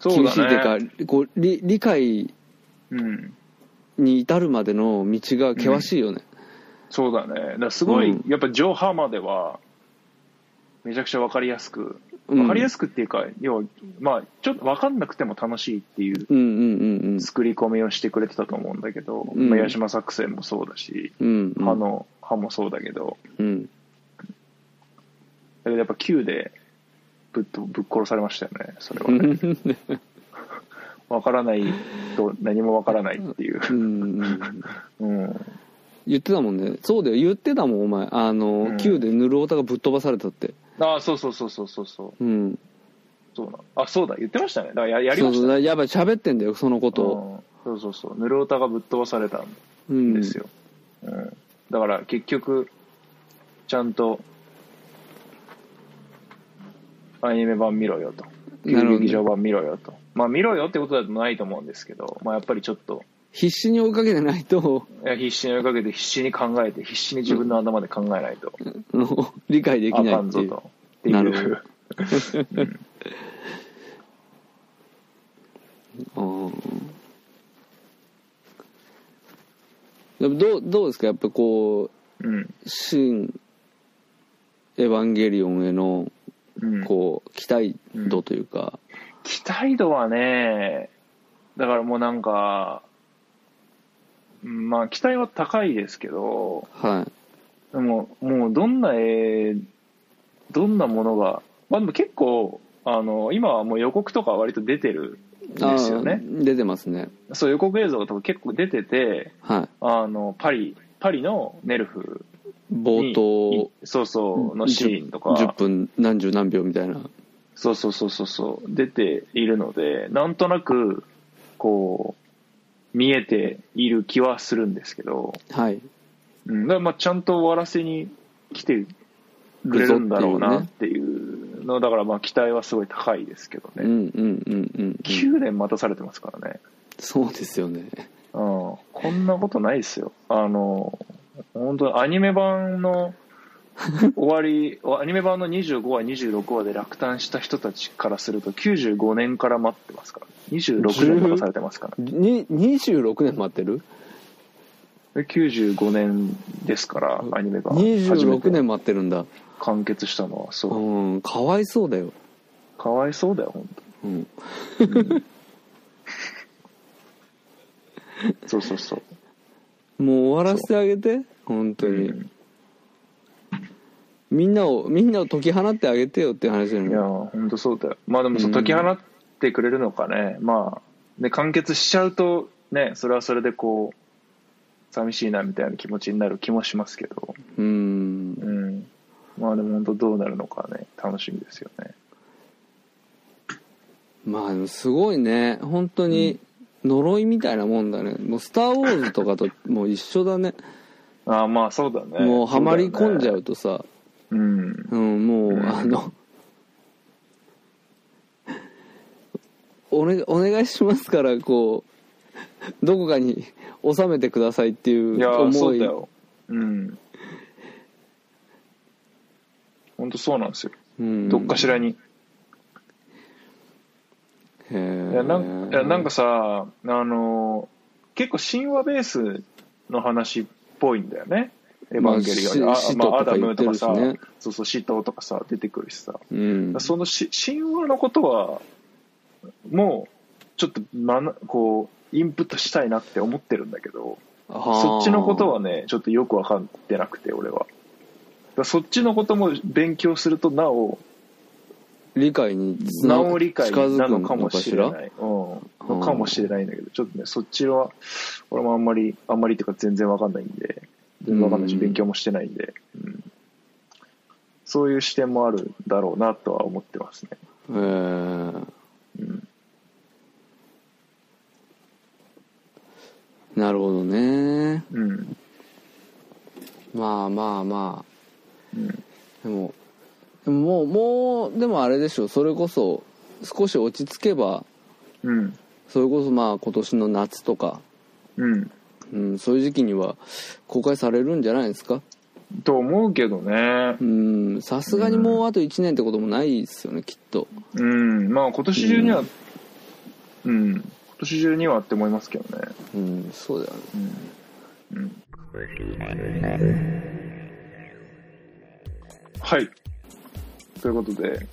Speaker 1: そう
Speaker 3: 厳しいっていう
Speaker 1: だ
Speaker 3: か
Speaker 1: ね。
Speaker 3: こう理理解
Speaker 1: うん。
Speaker 3: に至るまでの道が険しいよね、
Speaker 1: そうだね。だからすごい、
Speaker 3: うん
Speaker 1: やっぱジョー・ハーマーでは、めちゃくちゃ分かりやすく、
Speaker 3: うん
Speaker 1: 分かりやすくっていうか、要は、まあ、ちょっと分かんなくても楽しいっていう
Speaker 3: うんうんうん
Speaker 1: 作り込みをしてくれてたと思うんだけど、
Speaker 3: うん
Speaker 1: まあ、八島作戦もそうだし、
Speaker 3: うんうん
Speaker 1: 歯の歯もそうだけど、
Speaker 3: うん
Speaker 1: だけどやっぱ Q でぶっとぶっ殺されましたよね、それは
Speaker 3: う
Speaker 1: ね。
Speaker 3: ん
Speaker 1: 分からないと何も分からないっていう。
Speaker 3: うんうん
Speaker 1: うん
Speaker 3: 言ってたもんねそうだよ言ってたもんお前あの、
Speaker 1: うん
Speaker 3: Q でヌルオタがぶっ飛ばされたって
Speaker 1: ああ、そうそうそうそうそうそう。
Speaker 3: うん
Speaker 1: そうなのあ、そうだ、言ってましたね。だからややりまし
Speaker 3: そう
Speaker 1: たね。
Speaker 3: そうやっぱり喋ってんだよそのことを
Speaker 1: うんそうそうそう。ヌルオタがぶっ飛ばされたん
Speaker 3: うん
Speaker 1: ですよ。うんだから結局、ちゃんと、アニメ版見ろよと。
Speaker 3: なるほどね
Speaker 1: 旧劇場版見ろよと。まあ見ろよってことでもないと思うんですけど、まあやっぱりちょっと、
Speaker 3: 必死に追いかけてないと
Speaker 1: いや必死に追いかけて必死に考えて、必死に自分の頭で考えないと、
Speaker 3: あの理解でき
Speaker 1: あ
Speaker 3: ない
Speaker 1: か
Speaker 3: っ
Speaker 1: ん
Speaker 3: て
Speaker 1: ぞ
Speaker 3: いう
Speaker 1: と。ってい
Speaker 3: なるほ
Speaker 1: う。
Speaker 3: うんでもどうどうですかやっぱこ
Speaker 1: うん。
Speaker 3: う「新エヴァンゲリオン」への
Speaker 1: うん
Speaker 3: こう期待度というか、
Speaker 1: 期待度はね、だからもうなんか、うんまあ期待は高いですけど、
Speaker 3: はい
Speaker 1: でももうどんな絵、どんなものが、まあでも結構、あの、今はもう予告とか割と出てるんですよね。
Speaker 3: あー出てますね
Speaker 1: そう予告映像とか結構出てて、
Speaker 3: はい
Speaker 1: あの、パリ、パリのネルフ
Speaker 3: 冒
Speaker 1: に、
Speaker 3: 頭
Speaker 1: いそうそう、のシーンとか、
Speaker 3: 10分何十何秒みたいな
Speaker 1: そうそうそうそうそう出ているのでなんとなくこう見えている気はするんですけど、
Speaker 3: はい
Speaker 1: うん、だからまあちゃんと終わらせに来てくれるんだろうなっていうのだからまあ期待はすごい高いですけど
Speaker 3: う
Speaker 1: ね、
Speaker 3: んうんうんうんうん
Speaker 1: 9年待たされてますからね、
Speaker 3: そうですよね
Speaker 1: うん、こんなことないですよあの本当にアニメ版の終わり アニメ版の25話26話で落胆した人たちからすると95年から待ってますから26年待たされてますから
Speaker 3: に26年待ってる
Speaker 1: で95年ですからアニメ版初め
Speaker 3: 26
Speaker 1: て
Speaker 3: 年待ってるんだ
Speaker 1: 完結したのはそう
Speaker 3: うんかわいそうだよ、
Speaker 1: かわいそうだよ本
Speaker 3: うん、
Speaker 1: 当そうそうそう
Speaker 3: もう終わらせてあげて本当に、
Speaker 1: うん
Speaker 3: みんなをみんなを解き放ってあげてよって話だよ
Speaker 1: い
Speaker 3: ね
Speaker 1: や本当そうだよまあでもそう
Speaker 3: うん
Speaker 1: 解き放ってくれるのかね、まあで完結しちゃうとねそれはそれでこう寂しいなみたいな気持ちになる気もしますけど
Speaker 3: うん
Speaker 1: うんまあでも本当どうなるのかね楽しみですよね
Speaker 3: まあでもすごいね本当に呪いみたいなもんだねもう「スター・ウォーズ」とかともう一緒だね
Speaker 1: ああまあそうだね
Speaker 3: もうはまり込んじゃうとさ
Speaker 1: そうだよねうん
Speaker 3: うん、もう、
Speaker 1: うん
Speaker 3: あの、おね、お願いしますから、こう、どこかに収めてくださいってい
Speaker 1: いうやー
Speaker 3: 思
Speaker 1: そう
Speaker 3: い。
Speaker 1: だようん本当そうなんですよ、
Speaker 3: うん
Speaker 1: どっかしらに
Speaker 3: へー
Speaker 1: いやなんいやなんかさあのー結構神話ベースの話っぽいんだよね「エヴァンゲリオン」
Speaker 3: まあ
Speaker 1: あ
Speaker 3: し
Speaker 1: まあ、アダ
Speaker 3: 使徒とか言
Speaker 1: ム
Speaker 3: って
Speaker 1: と
Speaker 3: る
Speaker 1: か
Speaker 3: し
Speaker 1: さ
Speaker 3: ね
Speaker 1: そうそう使徒とかさ出てくるしさ
Speaker 3: うん、
Speaker 1: そのし神話のことはもうちょっとまなこうインプットしたいなって思ってるんだけどそっちのことはねちょっとよく分かってなくて俺はだからそっちのことも勉強するとなお
Speaker 3: 理解につ
Speaker 1: な
Speaker 3: な
Speaker 1: お理解
Speaker 3: 近づく
Speaker 1: なのかもしれ
Speaker 3: のか
Speaker 1: ないうん、のかもしれないんだけどちょっとねそっちは俺もあんまりあんまりっていうか全然わかんないんで全然わかんないし
Speaker 3: うん
Speaker 1: 勉強もしてないんで、うんそういう視点もあるだろうなとは思ってますね、
Speaker 3: しらへー
Speaker 1: うん、
Speaker 3: なるほどね
Speaker 1: うん
Speaker 3: まあまあま
Speaker 1: うん
Speaker 3: あでもでももうもうでもあれでしょそれこそ少し落ち着けば
Speaker 1: うん
Speaker 3: それこそまあ今年の夏とか、
Speaker 1: うん
Speaker 3: うん、そういう時期には公開されるんじゃないですか
Speaker 1: と思うけどね
Speaker 3: うんさすがにもうあと1年ってこともないですよねきっと
Speaker 1: うんまあ今年中にはうん、今年中にはって思いますけどね
Speaker 3: うんそうだよね
Speaker 1: うんうんはいということで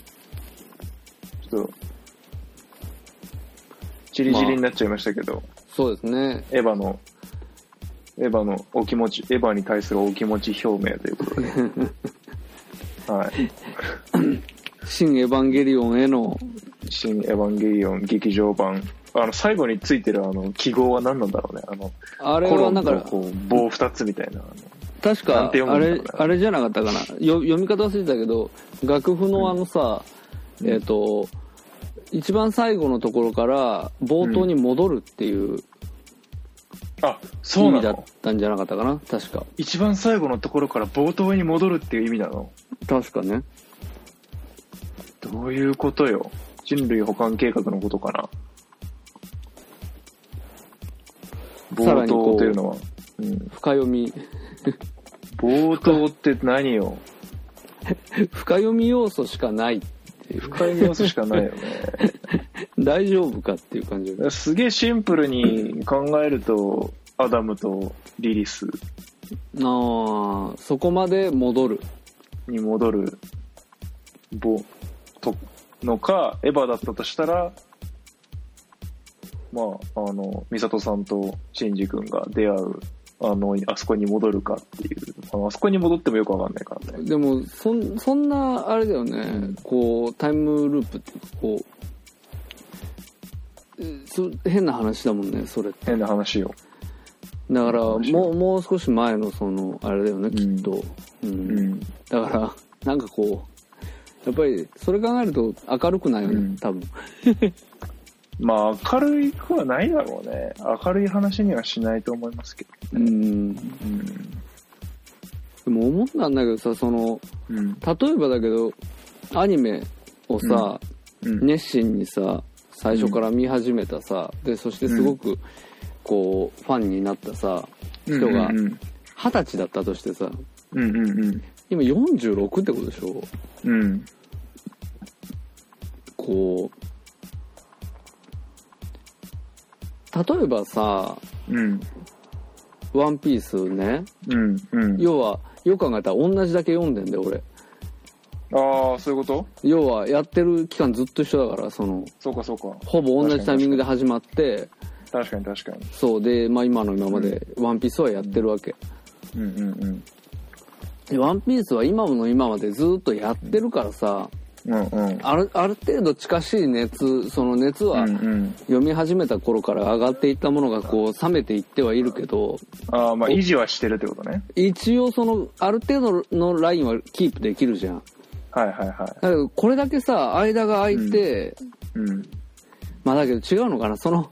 Speaker 1: ちょっとチリチリになっちゃいましたけど、
Speaker 3: そうですね
Speaker 1: エヴァの、エヴァのお気持ち、エヴァに対するお気持ち表明ということで。 はい。
Speaker 3: 「新エヴァンゲリオン」への
Speaker 1: 新エヴァンゲリオン劇場版。あの、最後についてるあの、記号は何なんだろうね。あの、
Speaker 3: あれ
Speaker 1: コロ
Speaker 3: はな
Speaker 1: ン
Speaker 3: んか
Speaker 1: とこう、棒二つみたいな。あの
Speaker 3: 確
Speaker 1: な
Speaker 3: か
Speaker 1: んて読む
Speaker 3: あ
Speaker 1: んだろう
Speaker 3: れ
Speaker 1: ね
Speaker 3: あれじゃなかったかなよ読み方忘れてたけど楽譜のあのさ、
Speaker 1: うん
Speaker 3: えっ、と一番最後のところから冒頭に戻るっていう
Speaker 1: あ、
Speaker 3: 意
Speaker 1: そうな
Speaker 3: 味だっ
Speaker 1: の
Speaker 3: たんじゃなかったかな確か
Speaker 1: 一番最後のところから冒頭に戻るっていう意味なの
Speaker 3: 確かね
Speaker 1: どういうことよ。人類保管計画のことかな。
Speaker 3: さら
Speaker 1: 冒
Speaker 3: にこう
Speaker 1: 頭というのは。うん、
Speaker 3: 深読み
Speaker 1: 冒頭って何よ。
Speaker 3: 深読み要素しかないっていう
Speaker 1: 深読み要素しかないよね。
Speaker 3: 大丈夫かっていう感じ
Speaker 1: すげえシンプルに考えると、アダムとリリス
Speaker 3: ああそこまで戻る
Speaker 1: に戻るボとのか、エヴァだったとしたら、まあ、あの、ミサトさんとシンジ君が出会う、あの、あそこに戻るかっていう、あのあそこに戻ってもよくわかんないからね。
Speaker 3: でもそんそんなあれだよね、
Speaker 1: うん
Speaker 3: こうタイムループっていうかこうえそ変な話だもんねそれって
Speaker 1: 変な話よ。
Speaker 3: だからも
Speaker 1: 面白いう
Speaker 3: もう少し前のそのあれだよねきっと、う
Speaker 1: う
Speaker 3: ん
Speaker 1: ん。
Speaker 3: だからなんかこうやっぱりそれ考えると明るくないよね、
Speaker 1: うん
Speaker 3: 多分
Speaker 1: まあ、明るいくはないだろうね。明るい話にはしないと思いますけ
Speaker 3: う
Speaker 1: どね。
Speaker 3: んで
Speaker 1: うん。
Speaker 3: も思ったんだけどさその
Speaker 1: うん。
Speaker 3: 例えばだけどアニメをさ、
Speaker 1: うん。
Speaker 3: 熱心にさ最初から見始めたさ、でそしてすごくこうファンになったさ人が
Speaker 1: うんうん
Speaker 3: 二十歳だったとしてさ
Speaker 1: うんうんうん。
Speaker 3: 今46ってことでしょ
Speaker 1: うん。
Speaker 3: こう例えばさ
Speaker 1: うん。
Speaker 3: 「ワンピースね
Speaker 1: うん。うん。
Speaker 3: 要はよく考えたら同じだけ読んでんだよ俺
Speaker 1: ああ、そういうこと
Speaker 3: 要はやってる期間ずっと一緒だからその
Speaker 1: そうかそうか。
Speaker 3: ほぼ同じタイミングで始まって
Speaker 1: 確かに確かに。
Speaker 3: そうで、まあ、今の今まで「ワンピースはやってるわけ、
Speaker 1: うんうん
Speaker 3: でワンピースは今の今までずっとやってるからさ、
Speaker 1: うん。うんうん。
Speaker 3: あるある程度近しい熱その熱
Speaker 1: う
Speaker 3: は
Speaker 1: んうん。
Speaker 3: 読み始めた頃から上がっていったものがこう冷めていってはいるけど
Speaker 1: ああ、まあ維持はしてるってことね。
Speaker 3: 一応そのある程度のラインはキープできるじゃん
Speaker 1: はいはいは
Speaker 3: だけどこれだけさ間が空いて、
Speaker 1: い。うん。
Speaker 3: まあだけど違うのかなその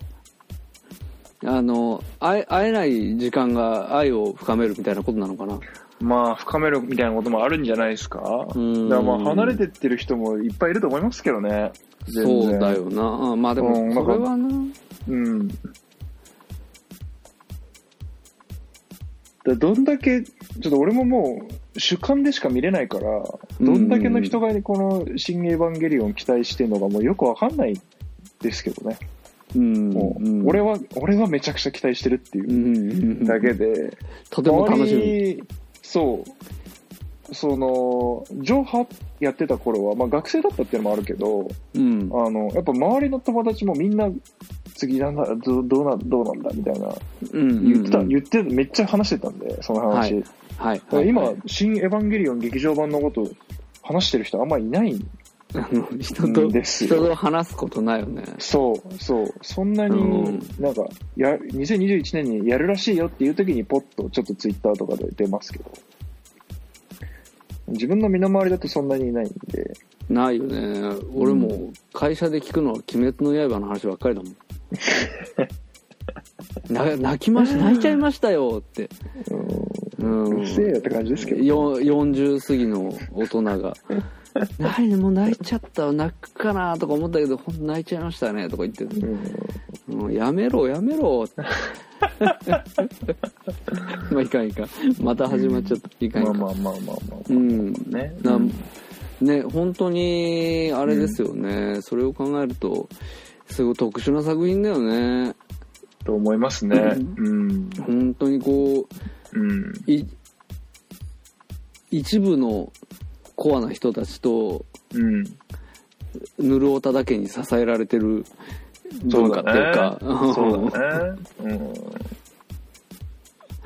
Speaker 3: あの会え会えない時間が愛を深めるみたいなことなのかな
Speaker 1: まあ深めるみたいなこともあるんじゃないですか。だか
Speaker 3: ん
Speaker 1: らまあ離れてってる人もいっぱいいると思いますけどね。全然
Speaker 3: そうだ。よなあまあでも
Speaker 1: うん
Speaker 3: それはな、
Speaker 1: うん。だからどんだけ、ちょっと俺ももう主観でしか見れないから、どんだけの人がこの新エヴァンゲリオン期待してるのかもうよくわかんないですけどね。
Speaker 3: うん
Speaker 1: もう、
Speaker 3: うん
Speaker 1: 俺は、俺はめちゃくちゃ期待してるっていううん
Speaker 3: うん
Speaker 1: だけで、
Speaker 3: とても楽し
Speaker 1: 周
Speaker 3: み
Speaker 1: りそう、その、上波やってた頃は、まあ学生だったっていうのもあるけど、
Speaker 3: うん
Speaker 1: あの、やっぱ周りの友達もみんな、次なんだ、どどうな、どうなんだみたいな、
Speaker 3: うん
Speaker 1: 言ってた、
Speaker 3: うん
Speaker 1: 言って、めっちゃ話してたんで、その話。
Speaker 3: はいはい
Speaker 1: だから今、
Speaker 3: はい
Speaker 1: 新エヴァンゲリオン劇場版のこと、話してる人あんまいない
Speaker 3: あの人と
Speaker 1: んですよ
Speaker 3: 人と話すことないよね
Speaker 1: そう、そう、そんな
Speaker 3: うん
Speaker 1: に、なんか、や、2021年にやるらしいよっていう時に、ポッと、ちょっとツイッターとかで出ますけど、自分の身の回りだとそんなにいないんで、
Speaker 3: ないよね俺も会社で聞くのは「鬼滅の刃」の話ばっかりだもんな泣きまし泣いちゃいましたよって、うん
Speaker 4: うるせえよって感じですけど
Speaker 3: よ40過ぎの大人が 「ないもう泣いちゃった泣くかな」とか思ったけど「ほんと泣いちゃいましたね」とか言ってる、うんやめろやめろ」まあいかんいかんまた始まっちゃった、いかんい
Speaker 1: ま
Speaker 3: か
Speaker 1: あ
Speaker 3: ん、
Speaker 1: まあまあまあまあ
Speaker 3: うん
Speaker 1: ね
Speaker 3: なね本当にあれですよね、それを考えるとすごい特殊な作品だよね
Speaker 1: と思いますねうん
Speaker 3: 本当にこう
Speaker 1: うん
Speaker 3: い一部のコアな人たちと
Speaker 1: うん
Speaker 3: ぬるおただけに支えられてる文化っていうか
Speaker 1: そうだねうん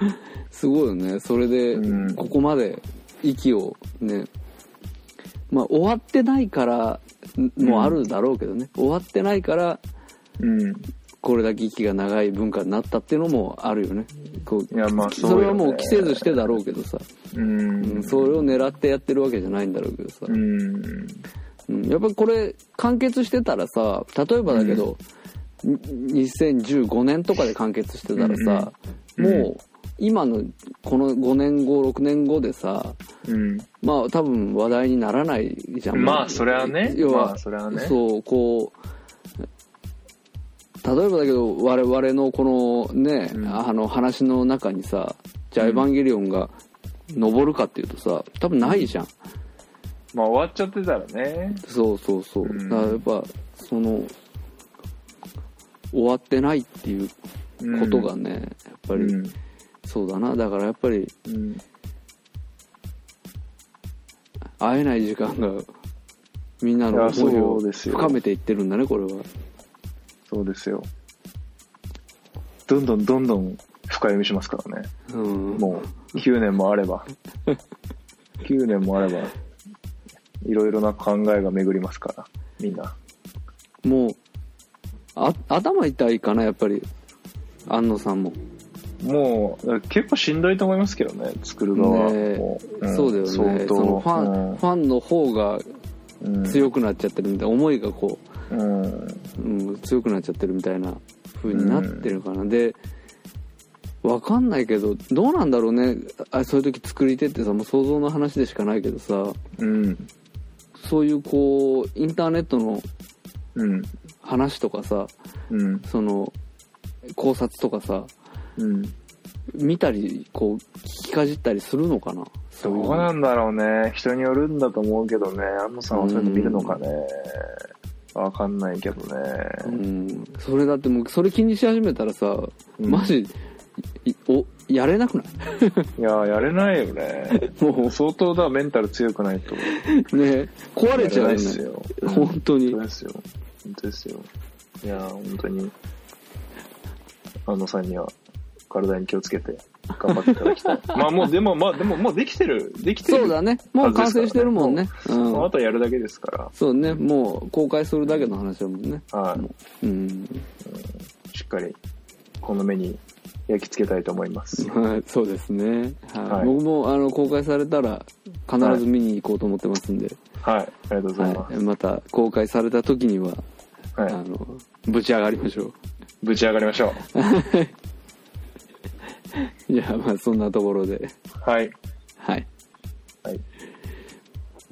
Speaker 3: すごいよねそれで
Speaker 1: うん
Speaker 3: ここまで息をねまあ終わってないからもあるだろうけどね、終わってないから
Speaker 1: うん
Speaker 3: これだけ息が長い文化になったっていうのもあるよねこう
Speaker 1: いやまあ
Speaker 3: そ
Speaker 1: そうよね
Speaker 3: れはもう着せずしてだろうけどさ、
Speaker 1: うん
Speaker 3: それを狙ってやってるわけじゃないんだろうけどさ、
Speaker 1: うん
Speaker 3: うんやっぱりこれ完結してたらさ例えばだけど、に2015年とかで完結してたらさ、
Speaker 1: うんうん
Speaker 3: もう今のこの5年後6年後でさ
Speaker 1: うん
Speaker 3: まあ多分話題にならないじゃん
Speaker 1: まあそれはね
Speaker 3: 要は、
Speaker 1: まあそれはね
Speaker 3: そうこう例えばだけど我々のこのね、
Speaker 1: うん
Speaker 3: あの話の中にさじゃあ「エヴァンゲリオン」が上るかっていうとさ多分ないじゃん
Speaker 1: まあ終わっちゃってたらね
Speaker 3: そうそうそう、
Speaker 1: うん
Speaker 3: だからやっぱその終わってないっていうことがね、やっぱ
Speaker 1: う
Speaker 3: り、
Speaker 1: ん
Speaker 3: そうだなだからやっぱり
Speaker 1: うん
Speaker 3: 会えない時間がみんないの
Speaker 1: や
Speaker 3: 思いを
Speaker 1: そうですよ
Speaker 3: 深めていってるんだねこれは
Speaker 1: そうですよどんどんどんどん深読みしますからね
Speaker 3: うん
Speaker 1: もう9年もあれ ば9年もあればいろいろな考えが巡りますからみんな
Speaker 3: もうあ頭痛いかなやっぱり安野さんも
Speaker 1: もう結構しんどいと思いますけどね作る側も、
Speaker 3: ね
Speaker 1: ん
Speaker 3: そうだよね
Speaker 1: 相当
Speaker 3: そのファン、
Speaker 1: うん
Speaker 3: ファンの方が
Speaker 1: うん
Speaker 3: 強くなっちゃってるみたいな思いがこ
Speaker 1: うん
Speaker 3: う、うん、強くなっちゃってるみたいな風になってるから、でわかんないけどどうなんだろうねあそういう時作り手ってさもう想像の話でしかないけどさ
Speaker 1: うん
Speaker 3: そういうこうインターネットの
Speaker 1: うん
Speaker 3: 話とかさ
Speaker 1: うん
Speaker 3: その考察とかさ
Speaker 1: うん
Speaker 3: 見たりこう聞きかじったりするのかなそい
Speaker 1: ど
Speaker 3: の
Speaker 1: うなんだろうね人によるんだと思うけどね安野さんはそういうの見るのかねわかんないけどね
Speaker 3: うんそれだってもうそれ気にし始めたらさ、
Speaker 1: うん
Speaker 3: マジいおやれなくない
Speaker 1: いややれないよね
Speaker 3: も
Speaker 1: 相当だメンタル強くないと
Speaker 3: うね壊れちゃう
Speaker 1: やれないっ
Speaker 3: よね
Speaker 1: すよ
Speaker 3: 本当に
Speaker 1: 本当ですよ。本当ですよ。いやー、本当に、安野さんには、体に気をつけて、頑張っていただきた い。まあもう、でも、まあでも、もうできてる。できてる。
Speaker 3: そうだねもう完成してるもんね
Speaker 1: もう
Speaker 3: う
Speaker 1: あ
Speaker 3: ん、
Speaker 1: とはやるだけですか
Speaker 3: そうねもう公開するだけの話だもんね
Speaker 1: ら、はい。
Speaker 3: うん
Speaker 1: しっかり、この目に焼き付けたいと思います。
Speaker 3: はいそうですね、はい
Speaker 1: はい
Speaker 3: 僕もあの公開されたら必ず見に行こうと思ってますんで、
Speaker 1: はい。ありがとうございま
Speaker 3: はい、
Speaker 1: す。
Speaker 3: また公開された時には、
Speaker 1: はい。
Speaker 3: あのぶち上がりましょう
Speaker 1: ぶち上がりましょう。
Speaker 3: じゃあまあそんなところで
Speaker 1: はい。
Speaker 3: はい
Speaker 1: はい。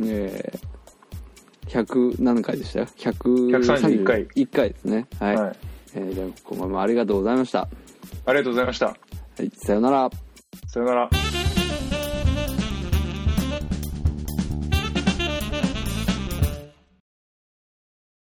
Speaker 3: えー、100何回でした ?131
Speaker 1: 131回
Speaker 3: 1回ですねはい、
Speaker 1: はい
Speaker 3: えーじゃあここまでもありがとうございましたは
Speaker 1: ありがとうございました。
Speaker 3: いさようなら
Speaker 1: さよなら。